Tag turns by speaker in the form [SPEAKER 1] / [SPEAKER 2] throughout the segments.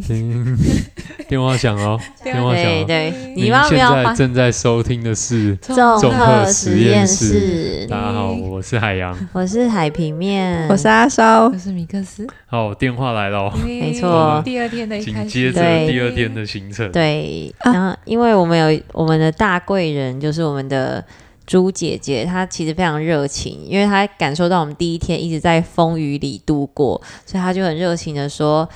[SPEAKER 1] 听电话响哦，电话响
[SPEAKER 2] 对
[SPEAKER 1] 哦。
[SPEAKER 2] 对，你
[SPEAKER 1] 您
[SPEAKER 2] 万万不
[SPEAKER 1] 现
[SPEAKER 2] 要
[SPEAKER 1] 在
[SPEAKER 2] 发
[SPEAKER 1] 正在收听的是，
[SPEAKER 2] 综
[SPEAKER 1] 合
[SPEAKER 2] 合
[SPEAKER 1] 实
[SPEAKER 2] 实
[SPEAKER 1] 验
[SPEAKER 2] 验
[SPEAKER 1] 室
[SPEAKER 2] 室。
[SPEAKER 1] 大家好，我是海洋。
[SPEAKER 2] 我是海平面，
[SPEAKER 3] 我是啊阿烧
[SPEAKER 4] 我，是米克斯，
[SPEAKER 1] 好，我电话来了哦，
[SPEAKER 4] 没
[SPEAKER 2] 错
[SPEAKER 4] 第二天的一开
[SPEAKER 1] 紧
[SPEAKER 4] 始，
[SPEAKER 1] 接着
[SPEAKER 2] 对
[SPEAKER 1] 第二天的行程，
[SPEAKER 2] 对，
[SPEAKER 3] 啊
[SPEAKER 2] 然后因为我们有我们的大贵人，就是我们的朱姐姐，她其实非常热情，因为她感受到我们第一天一直在风雨里度过，所以她就很热情的说：“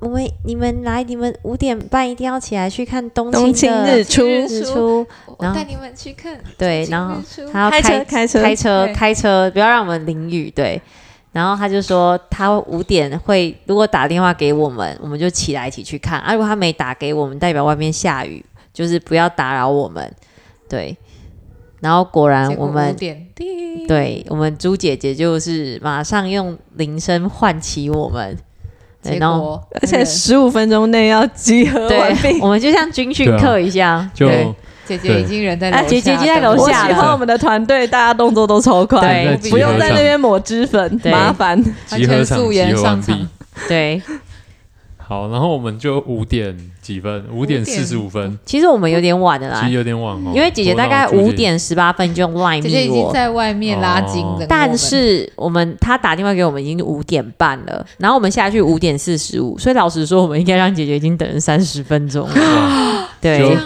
[SPEAKER 2] 我们你们来，你们五点半一定要起来去看冬
[SPEAKER 3] 冬
[SPEAKER 2] 青
[SPEAKER 3] 青
[SPEAKER 2] 的
[SPEAKER 3] 日出，
[SPEAKER 2] 日出。
[SPEAKER 4] 我
[SPEAKER 2] 然后
[SPEAKER 4] 带你们去看星星日出。
[SPEAKER 2] 对然后她要
[SPEAKER 3] 开
[SPEAKER 2] 开
[SPEAKER 3] 车开车
[SPEAKER 2] 开车，
[SPEAKER 4] 对
[SPEAKER 2] 开车，不要让我们淋雨。对，然后他就说他五点会，如果打电话给我们，我们就起来一起去看。啊，如果他没打给我们，代表外面下雨，就是不要打扰我们。对，然后果然
[SPEAKER 4] 结果
[SPEAKER 2] 我们
[SPEAKER 4] 五。点滴，
[SPEAKER 2] 对我们朱姐姐就是马上用铃声唤起我们，对
[SPEAKER 4] 结
[SPEAKER 2] 然后
[SPEAKER 4] 果
[SPEAKER 3] 而且
[SPEAKER 4] 那个
[SPEAKER 3] 十五分钟内要集合
[SPEAKER 2] 对
[SPEAKER 3] 完毕。
[SPEAKER 2] 我们就像军训
[SPEAKER 1] 对啊
[SPEAKER 2] 课一样，
[SPEAKER 1] 就
[SPEAKER 4] 对
[SPEAKER 1] 站
[SPEAKER 4] 姐
[SPEAKER 1] 对
[SPEAKER 4] 姐已经人在
[SPEAKER 2] 啊
[SPEAKER 4] 楼
[SPEAKER 2] 姐姐已经在楼
[SPEAKER 3] 我
[SPEAKER 2] 下
[SPEAKER 3] 喜
[SPEAKER 2] 了
[SPEAKER 3] 欢我们的团队，大家动作都超快，
[SPEAKER 1] 在
[SPEAKER 2] 对
[SPEAKER 1] 集
[SPEAKER 3] 不用
[SPEAKER 1] 合
[SPEAKER 3] 在那
[SPEAKER 1] 场
[SPEAKER 3] 边抹脂粉，
[SPEAKER 2] 对
[SPEAKER 3] 麻烦。
[SPEAKER 1] 集合
[SPEAKER 4] 完全
[SPEAKER 1] 场
[SPEAKER 4] 素颜
[SPEAKER 1] 集合完
[SPEAKER 4] 上
[SPEAKER 1] 毕
[SPEAKER 4] 场。
[SPEAKER 2] 对。
[SPEAKER 1] 好，然后我们就五点几分，五点四十五分，
[SPEAKER 2] 其实我们有点晚了
[SPEAKER 1] 其
[SPEAKER 2] 啦
[SPEAKER 1] 实，有点晚哦，
[SPEAKER 2] 因为姐姐大概
[SPEAKER 1] 我脑
[SPEAKER 2] 五
[SPEAKER 1] 子
[SPEAKER 2] 点十八分就赖
[SPEAKER 4] 姐姐
[SPEAKER 2] 密
[SPEAKER 4] 已
[SPEAKER 2] 我
[SPEAKER 4] 经，在外面拉筋
[SPEAKER 1] 哦
[SPEAKER 4] 了。
[SPEAKER 2] 但是我们他打电话给我们已经五点半了，然后我们下去五点四十五，所以老实说，我们应该让姐姐已经等了三十分钟 了。
[SPEAKER 1] 哇
[SPEAKER 2] 对
[SPEAKER 1] 就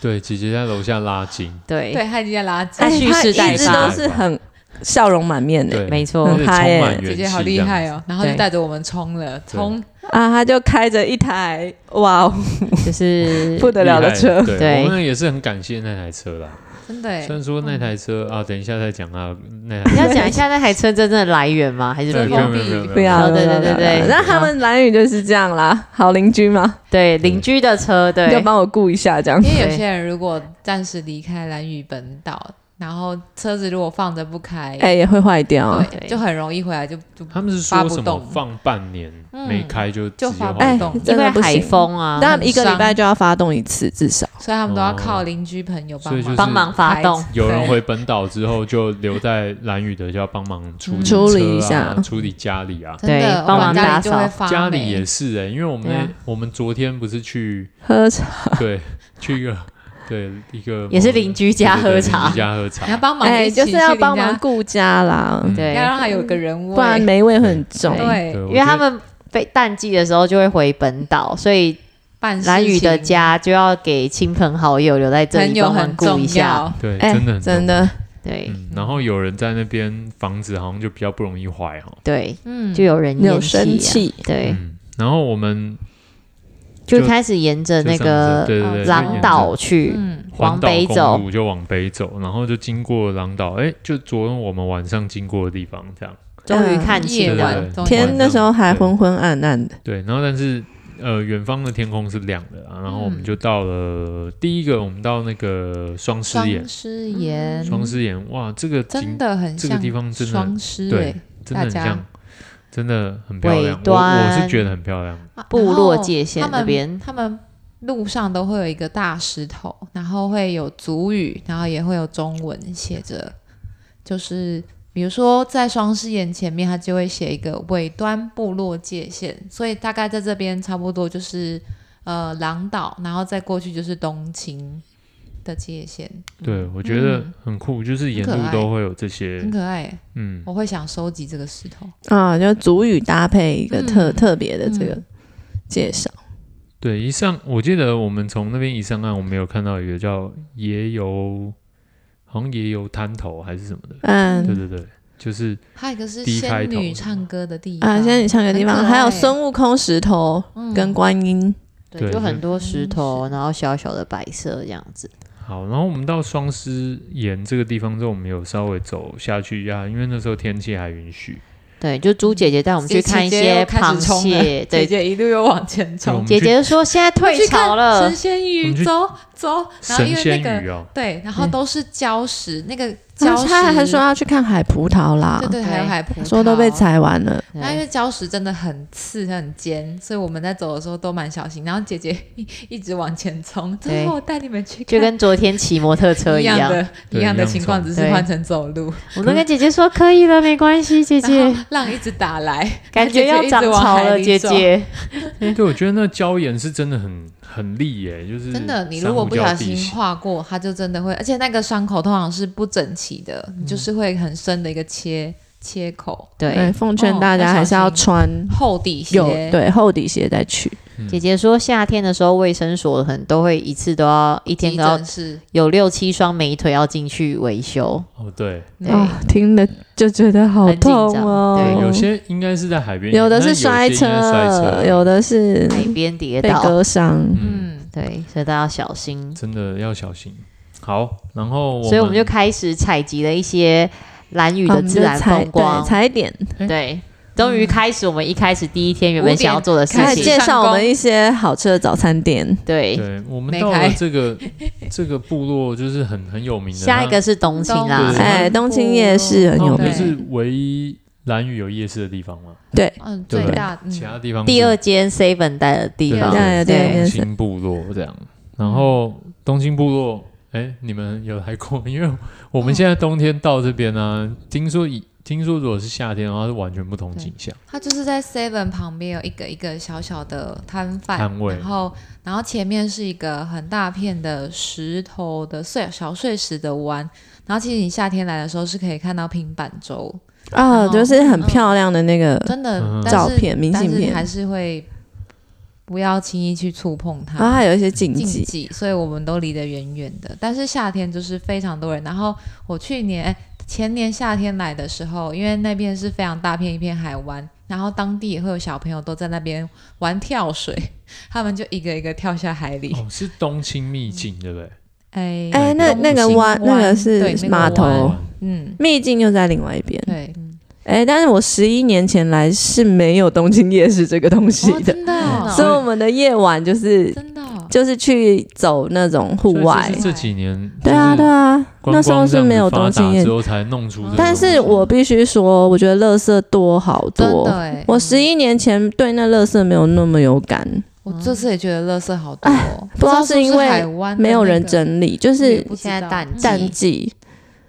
[SPEAKER 1] 对，姐姐在楼下拉筋，
[SPEAKER 2] 对，
[SPEAKER 4] 哦对，她已经在拉筋
[SPEAKER 2] 她，蓄势
[SPEAKER 3] 哎他
[SPEAKER 2] 待
[SPEAKER 3] 一直
[SPEAKER 2] 发
[SPEAKER 3] 都是很笑容满面的
[SPEAKER 1] 对，
[SPEAKER 2] 没错
[SPEAKER 1] 而且充
[SPEAKER 3] 很嗨耶
[SPEAKER 1] 满元
[SPEAKER 4] 姐
[SPEAKER 1] 气，
[SPEAKER 4] 姐好厉害！哦。然后就
[SPEAKER 2] 对
[SPEAKER 4] 带着我们冲了，冲
[SPEAKER 3] 啊，他就开着一台哇哦
[SPEAKER 2] 就是
[SPEAKER 3] 不得了的车，
[SPEAKER 1] 对，
[SPEAKER 2] 对
[SPEAKER 1] 我们也是很感谢那台车啦。
[SPEAKER 4] 真的
[SPEAKER 2] 哎
[SPEAKER 4] 耶
[SPEAKER 1] 虽，然说
[SPEAKER 2] 嗯
[SPEAKER 1] 那台车啊，等一下再讲啊，那
[SPEAKER 2] 你
[SPEAKER 1] 台
[SPEAKER 2] 要讲一下那台车真正的来源吗？还是
[SPEAKER 1] 对
[SPEAKER 2] 不
[SPEAKER 1] 没有
[SPEAKER 2] 要？
[SPEAKER 1] 没有没有没有
[SPEAKER 3] 不要
[SPEAKER 2] 哦对对对对
[SPEAKER 3] 那他们蓝宇就是这样啦，好邻居嘛，
[SPEAKER 2] 对邻居的车，
[SPEAKER 3] 就
[SPEAKER 2] 对
[SPEAKER 3] 帮我顾一下这样
[SPEAKER 4] 因。为有
[SPEAKER 2] 对
[SPEAKER 4] 些人如果暂时离开蓝屿本岛，然后车子如果放着不开，
[SPEAKER 3] 哎，也会坏掉啊。
[SPEAKER 4] 对，
[SPEAKER 2] 对
[SPEAKER 4] 就很容易回来就就
[SPEAKER 1] 他们是
[SPEAKER 4] 发
[SPEAKER 1] 说
[SPEAKER 4] 不
[SPEAKER 1] 什么
[SPEAKER 4] 动
[SPEAKER 1] 放半年
[SPEAKER 4] 嗯
[SPEAKER 1] 没开就直接
[SPEAKER 4] 就发不
[SPEAKER 1] 换
[SPEAKER 3] 哎
[SPEAKER 1] 掉
[SPEAKER 4] 动，
[SPEAKER 3] 真
[SPEAKER 2] 因
[SPEAKER 3] 的
[SPEAKER 2] 为
[SPEAKER 3] 不行
[SPEAKER 2] 海风啊，
[SPEAKER 3] 但一个礼拜就要发动一次，至少。
[SPEAKER 4] 所以他们都要靠邻居朋友帮
[SPEAKER 1] 所以就
[SPEAKER 4] 忙
[SPEAKER 1] 是
[SPEAKER 2] 帮忙发动，
[SPEAKER 1] 有人回本岛之后就留在蓝屿的，就要帮忙处理、啊
[SPEAKER 4] 嗯
[SPEAKER 3] 处理一下
[SPEAKER 1] 处理家里啊。
[SPEAKER 4] 真的
[SPEAKER 2] 对帮忙
[SPEAKER 4] 我家
[SPEAKER 2] 打
[SPEAKER 4] 里就会
[SPEAKER 2] 扫
[SPEAKER 4] 发霉
[SPEAKER 1] 家里也是哎、因为我们、
[SPEAKER 2] 对啊
[SPEAKER 1] 我们昨天不是去
[SPEAKER 3] 喝茶，
[SPEAKER 1] 对去一个对一个
[SPEAKER 2] 也是邻居家喝
[SPEAKER 1] 对对对
[SPEAKER 2] 茶
[SPEAKER 1] 邻居家喝茶
[SPEAKER 4] 你要，帮忙
[SPEAKER 3] 哎，
[SPEAKER 4] 一起
[SPEAKER 3] 就
[SPEAKER 4] 去
[SPEAKER 3] 是
[SPEAKER 4] 邻家，
[SPEAKER 3] 要帮忙顾家啦，
[SPEAKER 1] 嗯
[SPEAKER 4] 不
[SPEAKER 2] 对
[SPEAKER 4] 要，让他有个人味，
[SPEAKER 3] 不然霉味很重。
[SPEAKER 4] 对
[SPEAKER 1] 对，我
[SPEAKER 2] 因为他
[SPEAKER 1] 觉得
[SPEAKER 2] 们被淡季的时候就会回本岛，所以
[SPEAKER 4] 办事
[SPEAKER 2] 蓝宇的
[SPEAKER 4] 情
[SPEAKER 2] 家就要给亲朋好友留在这
[SPEAKER 4] 朋
[SPEAKER 2] 里
[SPEAKER 4] 友
[SPEAKER 2] 帮忙
[SPEAKER 4] 很
[SPEAKER 2] 顾一
[SPEAKER 4] 重
[SPEAKER 2] 下。
[SPEAKER 4] 要，
[SPEAKER 1] 对、
[SPEAKER 3] 哎
[SPEAKER 1] 真的很
[SPEAKER 3] 真
[SPEAKER 1] 重要
[SPEAKER 3] 的，
[SPEAKER 2] 对
[SPEAKER 1] 嗯，然后有人在那边房子好像就比较不容易坏哈、哦。
[SPEAKER 2] 对，
[SPEAKER 4] 嗯，
[SPEAKER 2] 就有人
[SPEAKER 3] 有
[SPEAKER 2] 烟气
[SPEAKER 3] 生
[SPEAKER 2] 啊。
[SPEAKER 3] 气，
[SPEAKER 2] 对，
[SPEAKER 1] 嗯，然后我们
[SPEAKER 2] 就
[SPEAKER 1] 就
[SPEAKER 2] 开始沿着
[SPEAKER 1] 就
[SPEAKER 2] 那
[SPEAKER 1] 上车
[SPEAKER 2] 个
[SPEAKER 1] 对对对，就沿
[SPEAKER 2] 狼
[SPEAKER 1] 着
[SPEAKER 2] 岛去，
[SPEAKER 4] 嗯，
[SPEAKER 1] 环
[SPEAKER 2] 往
[SPEAKER 1] 岛
[SPEAKER 2] 北
[SPEAKER 1] 公
[SPEAKER 2] 走。
[SPEAKER 1] 路就往北走，然后就经过狼岛，哎，就昨天我们晚上经过的地方，这样。
[SPEAKER 2] 终于看
[SPEAKER 4] 夜
[SPEAKER 2] 清了
[SPEAKER 4] 晚，终于
[SPEAKER 1] 对哦晚
[SPEAKER 3] 天
[SPEAKER 1] 上
[SPEAKER 3] 那时候还昏昏暗暗的，
[SPEAKER 1] 对，然后但是呃，远方的天空是亮的啊，然后我们就到了、第一个，我们到那个双狮岩
[SPEAKER 4] 双，
[SPEAKER 1] 嗯
[SPEAKER 4] 狮岩，
[SPEAKER 1] 双狮岩，哇，这个景
[SPEAKER 4] 真的很
[SPEAKER 1] 这
[SPEAKER 4] 像
[SPEAKER 1] 个地方真的
[SPEAKER 4] 双狮
[SPEAKER 1] 对
[SPEAKER 4] 哎
[SPEAKER 1] 真的很
[SPEAKER 4] 大家
[SPEAKER 1] 像，真的很漂亮，
[SPEAKER 2] 尾
[SPEAKER 1] 我我
[SPEAKER 2] 端
[SPEAKER 1] 是觉得很漂亮，
[SPEAKER 4] 啊
[SPEAKER 2] 部
[SPEAKER 4] 然
[SPEAKER 2] 落
[SPEAKER 4] 后
[SPEAKER 2] 界限
[SPEAKER 4] 他
[SPEAKER 2] 那
[SPEAKER 4] 们
[SPEAKER 2] 边
[SPEAKER 4] 他们路上都会有一个大石头，然后会有族语，然后也会有中文写着，就是比如说在双狮岩前面，它就会写一个尾端部落界限，所以大概在这边差不多就是呃狼岛，然后再过去就是东青的界限，
[SPEAKER 1] 对我觉得
[SPEAKER 4] 嗯
[SPEAKER 1] 很酷，就是沿
[SPEAKER 4] 很可
[SPEAKER 1] 路
[SPEAKER 4] 爱
[SPEAKER 1] 都会有这些
[SPEAKER 4] 很，可爱，
[SPEAKER 1] 嗯，
[SPEAKER 4] 我会想收集这个石头。
[SPEAKER 3] 啊，就主语搭配一个特、
[SPEAKER 4] 嗯
[SPEAKER 3] 特别的这个
[SPEAKER 4] 嗯
[SPEAKER 3] 介绍，
[SPEAKER 1] 对，一上我记得我们从那边一上岸，我们有看到一个叫野游，好像野游滩头还是什么的，对
[SPEAKER 3] 嗯。
[SPEAKER 1] 对对，就是
[SPEAKER 4] 还有一个是
[SPEAKER 1] 低开
[SPEAKER 4] 仙
[SPEAKER 1] 头
[SPEAKER 4] 女唱歌的地方嗯
[SPEAKER 3] 啊，现在你唱个地
[SPEAKER 4] 很
[SPEAKER 3] 方，
[SPEAKER 4] 可爱
[SPEAKER 3] 还有孙悟空石头跟观音，
[SPEAKER 1] 对
[SPEAKER 2] 对，就很多石头，
[SPEAKER 4] 嗯
[SPEAKER 2] 然后小小的白色这样子。
[SPEAKER 1] 好，然后我们到双狮岩这个地方之后，我们有稍微走下去一下，因为那时候天气还允许，
[SPEAKER 2] 对，就朱姐姐带我们去看一些螃蟹，
[SPEAKER 4] 姐
[SPEAKER 2] 对，
[SPEAKER 4] 姐一路又往前
[SPEAKER 1] 对我
[SPEAKER 4] 冲
[SPEAKER 1] 们，
[SPEAKER 2] 姐
[SPEAKER 1] 去
[SPEAKER 2] 姐说现在退潮了
[SPEAKER 4] 神，仙
[SPEAKER 1] 我们
[SPEAKER 4] 鱼
[SPEAKER 1] 去
[SPEAKER 4] 走走，然后
[SPEAKER 1] 神
[SPEAKER 4] 因为那
[SPEAKER 1] 仙
[SPEAKER 4] 个
[SPEAKER 1] 鱼哦，
[SPEAKER 4] 对，然后
[SPEAKER 3] 对
[SPEAKER 2] 啊
[SPEAKER 4] 都是礁石，那个礁石，
[SPEAKER 3] 他还还说要去看海葡萄啦，
[SPEAKER 4] 对对，还有
[SPEAKER 2] 对
[SPEAKER 4] 海葡萄，
[SPEAKER 3] 说都被踩完了，
[SPEAKER 4] 那因为礁石真的很刺很尖，所以我们在走的时候都蛮小心。然后姐姐 一一直往前冲，
[SPEAKER 2] 对
[SPEAKER 4] 最后我带你们去看
[SPEAKER 2] 就跟昨天骑摩托 车
[SPEAKER 4] 一
[SPEAKER 2] 样。
[SPEAKER 4] 的一
[SPEAKER 1] 对
[SPEAKER 4] 样的
[SPEAKER 1] 一样
[SPEAKER 4] 情况，
[SPEAKER 1] 冲
[SPEAKER 4] 只是
[SPEAKER 2] 对
[SPEAKER 4] 换成走路。
[SPEAKER 2] 我都跟姐姐说可以了，没关 系，姐姐
[SPEAKER 4] 然，后浪一直打来，
[SPEAKER 2] 感觉要涨潮了，姐姐。
[SPEAKER 1] 对，我觉得那礁岩是真的很很利耶，就是
[SPEAKER 4] 真的，你如果不小
[SPEAKER 1] 珊瑚礁
[SPEAKER 4] 心
[SPEAKER 1] 地形
[SPEAKER 4] 划过，它就真的会，而且那个伤口通常是不整齐的，
[SPEAKER 1] 嗯
[SPEAKER 4] 你就是会很深的一个切切口，
[SPEAKER 2] 对
[SPEAKER 3] 对，，奉劝
[SPEAKER 4] 哦
[SPEAKER 3] 大
[SPEAKER 4] 要
[SPEAKER 3] 家
[SPEAKER 4] 小
[SPEAKER 3] 还是要
[SPEAKER 4] 心
[SPEAKER 3] 穿
[SPEAKER 4] 厚底鞋
[SPEAKER 3] 有，对厚底鞋再去。
[SPEAKER 1] 嗯
[SPEAKER 2] 姐姐说夏天的时候，卫生所可能都会一次都要一天
[SPEAKER 4] 急
[SPEAKER 2] 都要
[SPEAKER 4] 诊室
[SPEAKER 2] 有六七双美腿要进去维修。
[SPEAKER 1] 哦，对，
[SPEAKER 4] 对
[SPEAKER 3] 哦，听了就觉得好
[SPEAKER 2] 很紧
[SPEAKER 3] 痛
[SPEAKER 2] 张
[SPEAKER 3] 哦。
[SPEAKER 1] 对，
[SPEAKER 2] 对
[SPEAKER 1] 有些应该是在海边，
[SPEAKER 3] 有的
[SPEAKER 1] 那
[SPEAKER 3] 是摔
[SPEAKER 1] 些应该是
[SPEAKER 3] 车，
[SPEAKER 1] 摔车，
[SPEAKER 3] 有的是
[SPEAKER 2] 海边跌
[SPEAKER 3] 被
[SPEAKER 2] 倒，
[SPEAKER 3] 割伤。
[SPEAKER 1] 嗯，
[SPEAKER 4] 嗯，
[SPEAKER 2] 对，所以大家要小心。
[SPEAKER 1] 真的要小心。好，然后
[SPEAKER 2] 所以我们就开始采集了一些蓝屿
[SPEAKER 3] 好
[SPEAKER 2] 的
[SPEAKER 3] 我们
[SPEAKER 2] 自
[SPEAKER 3] 就
[SPEAKER 2] 然
[SPEAKER 3] 踩
[SPEAKER 2] 风光
[SPEAKER 3] 嗯对，，踩点，
[SPEAKER 2] 对，终于开始我们一开始第一天原本想要做的事
[SPEAKER 4] 开
[SPEAKER 3] 开
[SPEAKER 4] 始
[SPEAKER 3] 始
[SPEAKER 2] 情。
[SPEAKER 3] 介
[SPEAKER 4] 上
[SPEAKER 3] 绍我
[SPEAKER 4] 工
[SPEAKER 3] 们一些好吃的早餐店。
[SPEAKER 2] 对，
[SPEAKER 1] 对，我们
[SPEAKER 4] 没
[SPEAKER 1] 到了
[SPEAKER 4] 开
[SPEAKER 1] 这个这个部落，就是很很有名的。
[SPEAKER 2] 下一个是冬青啊啦
[SPEAKER 1] 对，
[SPEAKER 3] 哎，东青夜市很
[SPEAKER 1] 那
[SPEAKER 4] 哦
[SPEAKER 1] 我
[SPEAKER 3] 有
[SPEAKER 1] 们
[SPEAKER 3] 名，
[SPEAKER 1] 是唯一蓝屿有夜市的地方嘛，
[SPEAKER 4] 嗯，
[SPEAKER 1] 对
[SPEAKER 4] 最
[SPEAKER 1] 不对
[SPEAKER 4] 大，嗯
[SPEAKER 1] 其他地方
[SPEAKER 2] 第二
[SPEAKER 1] 是
[SPEAKER 2] 间 Seven 待的地
[SPEAKER 1] 对啊
[SPEAKER 2] 方
[SPEAKER 3] 第，二间
[SPEAKER 2] 对
[SPEAKER 1] 东兴部落这样。
[SPEAKER 3] 嗯
[SPEAKER 1] 然后东兴部落，哎，你们有来过？ 因为我们现在冬天到这边呢，听说以听说如果是夏天的话，是完全不同景象。
[SPEAKER 4] 它就是在 Seven 旁边有一个一个小小的摊贩，
[SPEAKER 1] 摊位
[SPEAKER 4] 然后然后前面是一个很大片的石头的碎小碎石的湾，然后其实你夏天来的时候是可以看到平板舟，
[SPEAKER 3] 啊，
[SPEAKER 4] 哦
[SPEAKER 3] 就是很漂亮的那个
[SPEAKER 4] 真的、
[SPEAKER 1] 嗯
[SPEAKER 4] 但是
[SPEAKER 3] 照片明信片
[SPEAKER 4] 但是还是会不要轻易去触碰它。
[SPEAKER 3] 然后还有一些啊禁
[SPEAKER 4] 禁
[SPEAKER 3] 忌，
[SPEAKER 4] 忌，所以我们都离得远远的。但是夏天就是非常多人。然后我去年、哎前年夏天来的时候，因为那边是非常大片一片海湾，然后当地也会有小朋友都在那边玩跳水， 他们就一个一个跳下海里。
[SPEAKER 1] 哦，是东青秘境，对不对？
[SPEAKER 4] 哎、
[SPEAKER 3] 哎，那
[SPEAKER 1] 东
[SPEAKER 3] 那个
[SPEAKER 4] 兴
[SPEAKER 3] 湾那
[SPEAKER 4] 湾
[SPEAKER 3] 个
[SPEAKER 4] 对那
[SPEAKER 3] 是
[SPEAKER 4] 个
[SPEAKER 3] 码头
[SPEAKER 1] 湾，
[SPEAKER 4] 嗯，
[SPEAKER 3] 秘境又在另外一边。
[SPEAKER 4] 对，
[SPEAKER 3] 哎，但是我十一年前来是没有东京夜市这个东西
[SPEAKER 4] 哦
[SPEAKER 3] 的，
[SPEAKER 4] 真的哦、
[SPEAKER 3] 所以我们的夜晚就是
[SPEAKER 4] 真的哦、
[SPEAKER 3] 就是去走那种户
[SPEAKER 1] 所
[SPEAKER 3] 外
[SPEAKER 1] 以是。这几年
[SPEAKER 3] 对啊，对，啊，
[SPEAKER 1] 观
[SPEAKER 3] 那时候
[SPEAKER 1] 光这
[SPEAKER 3] 是
[SPEAKER 1] 样
[SPEAKER 3] 没
[SPEAKER 1] 子
[SPEAKER 3] 有
[SPEAKER 1] 发
[SPEAKER 3] 东京
[SPEAKER 1] 达
[SPEAKER 3] 夜
[SPEAKER 1] 之后才弄出这个东西。
[SPEAKER 3] 但是我必须说，我觉得垃圾多好
[SPEAKER 4] 真
[SPEAKER 3] 多
[SPEAKER 4] 的。哎、
[SPEAKER 3] 我十一年前对那垃圾没有那么有感，
[SPEAKER 4] 我这次也觉得垃圾好多、哦，
[SPEAKER 3] 哎不知道是因为
[SPEAKER 4] 海湾的
[SPEAKER 3] 没有人
[SPEAKER 4] 那个
[SPEAKER 3] 整理，就
[SPEAKER 4] 我也
[SPEAKER 3] 是
[SPEAKER 4] 不知
[SPEAKER 2] 现在
[SPEAKER 4] 道
[SPEAKER 2] 淡
[SPEAKER 4] 嗯
[SPEAKER 3] 淡季。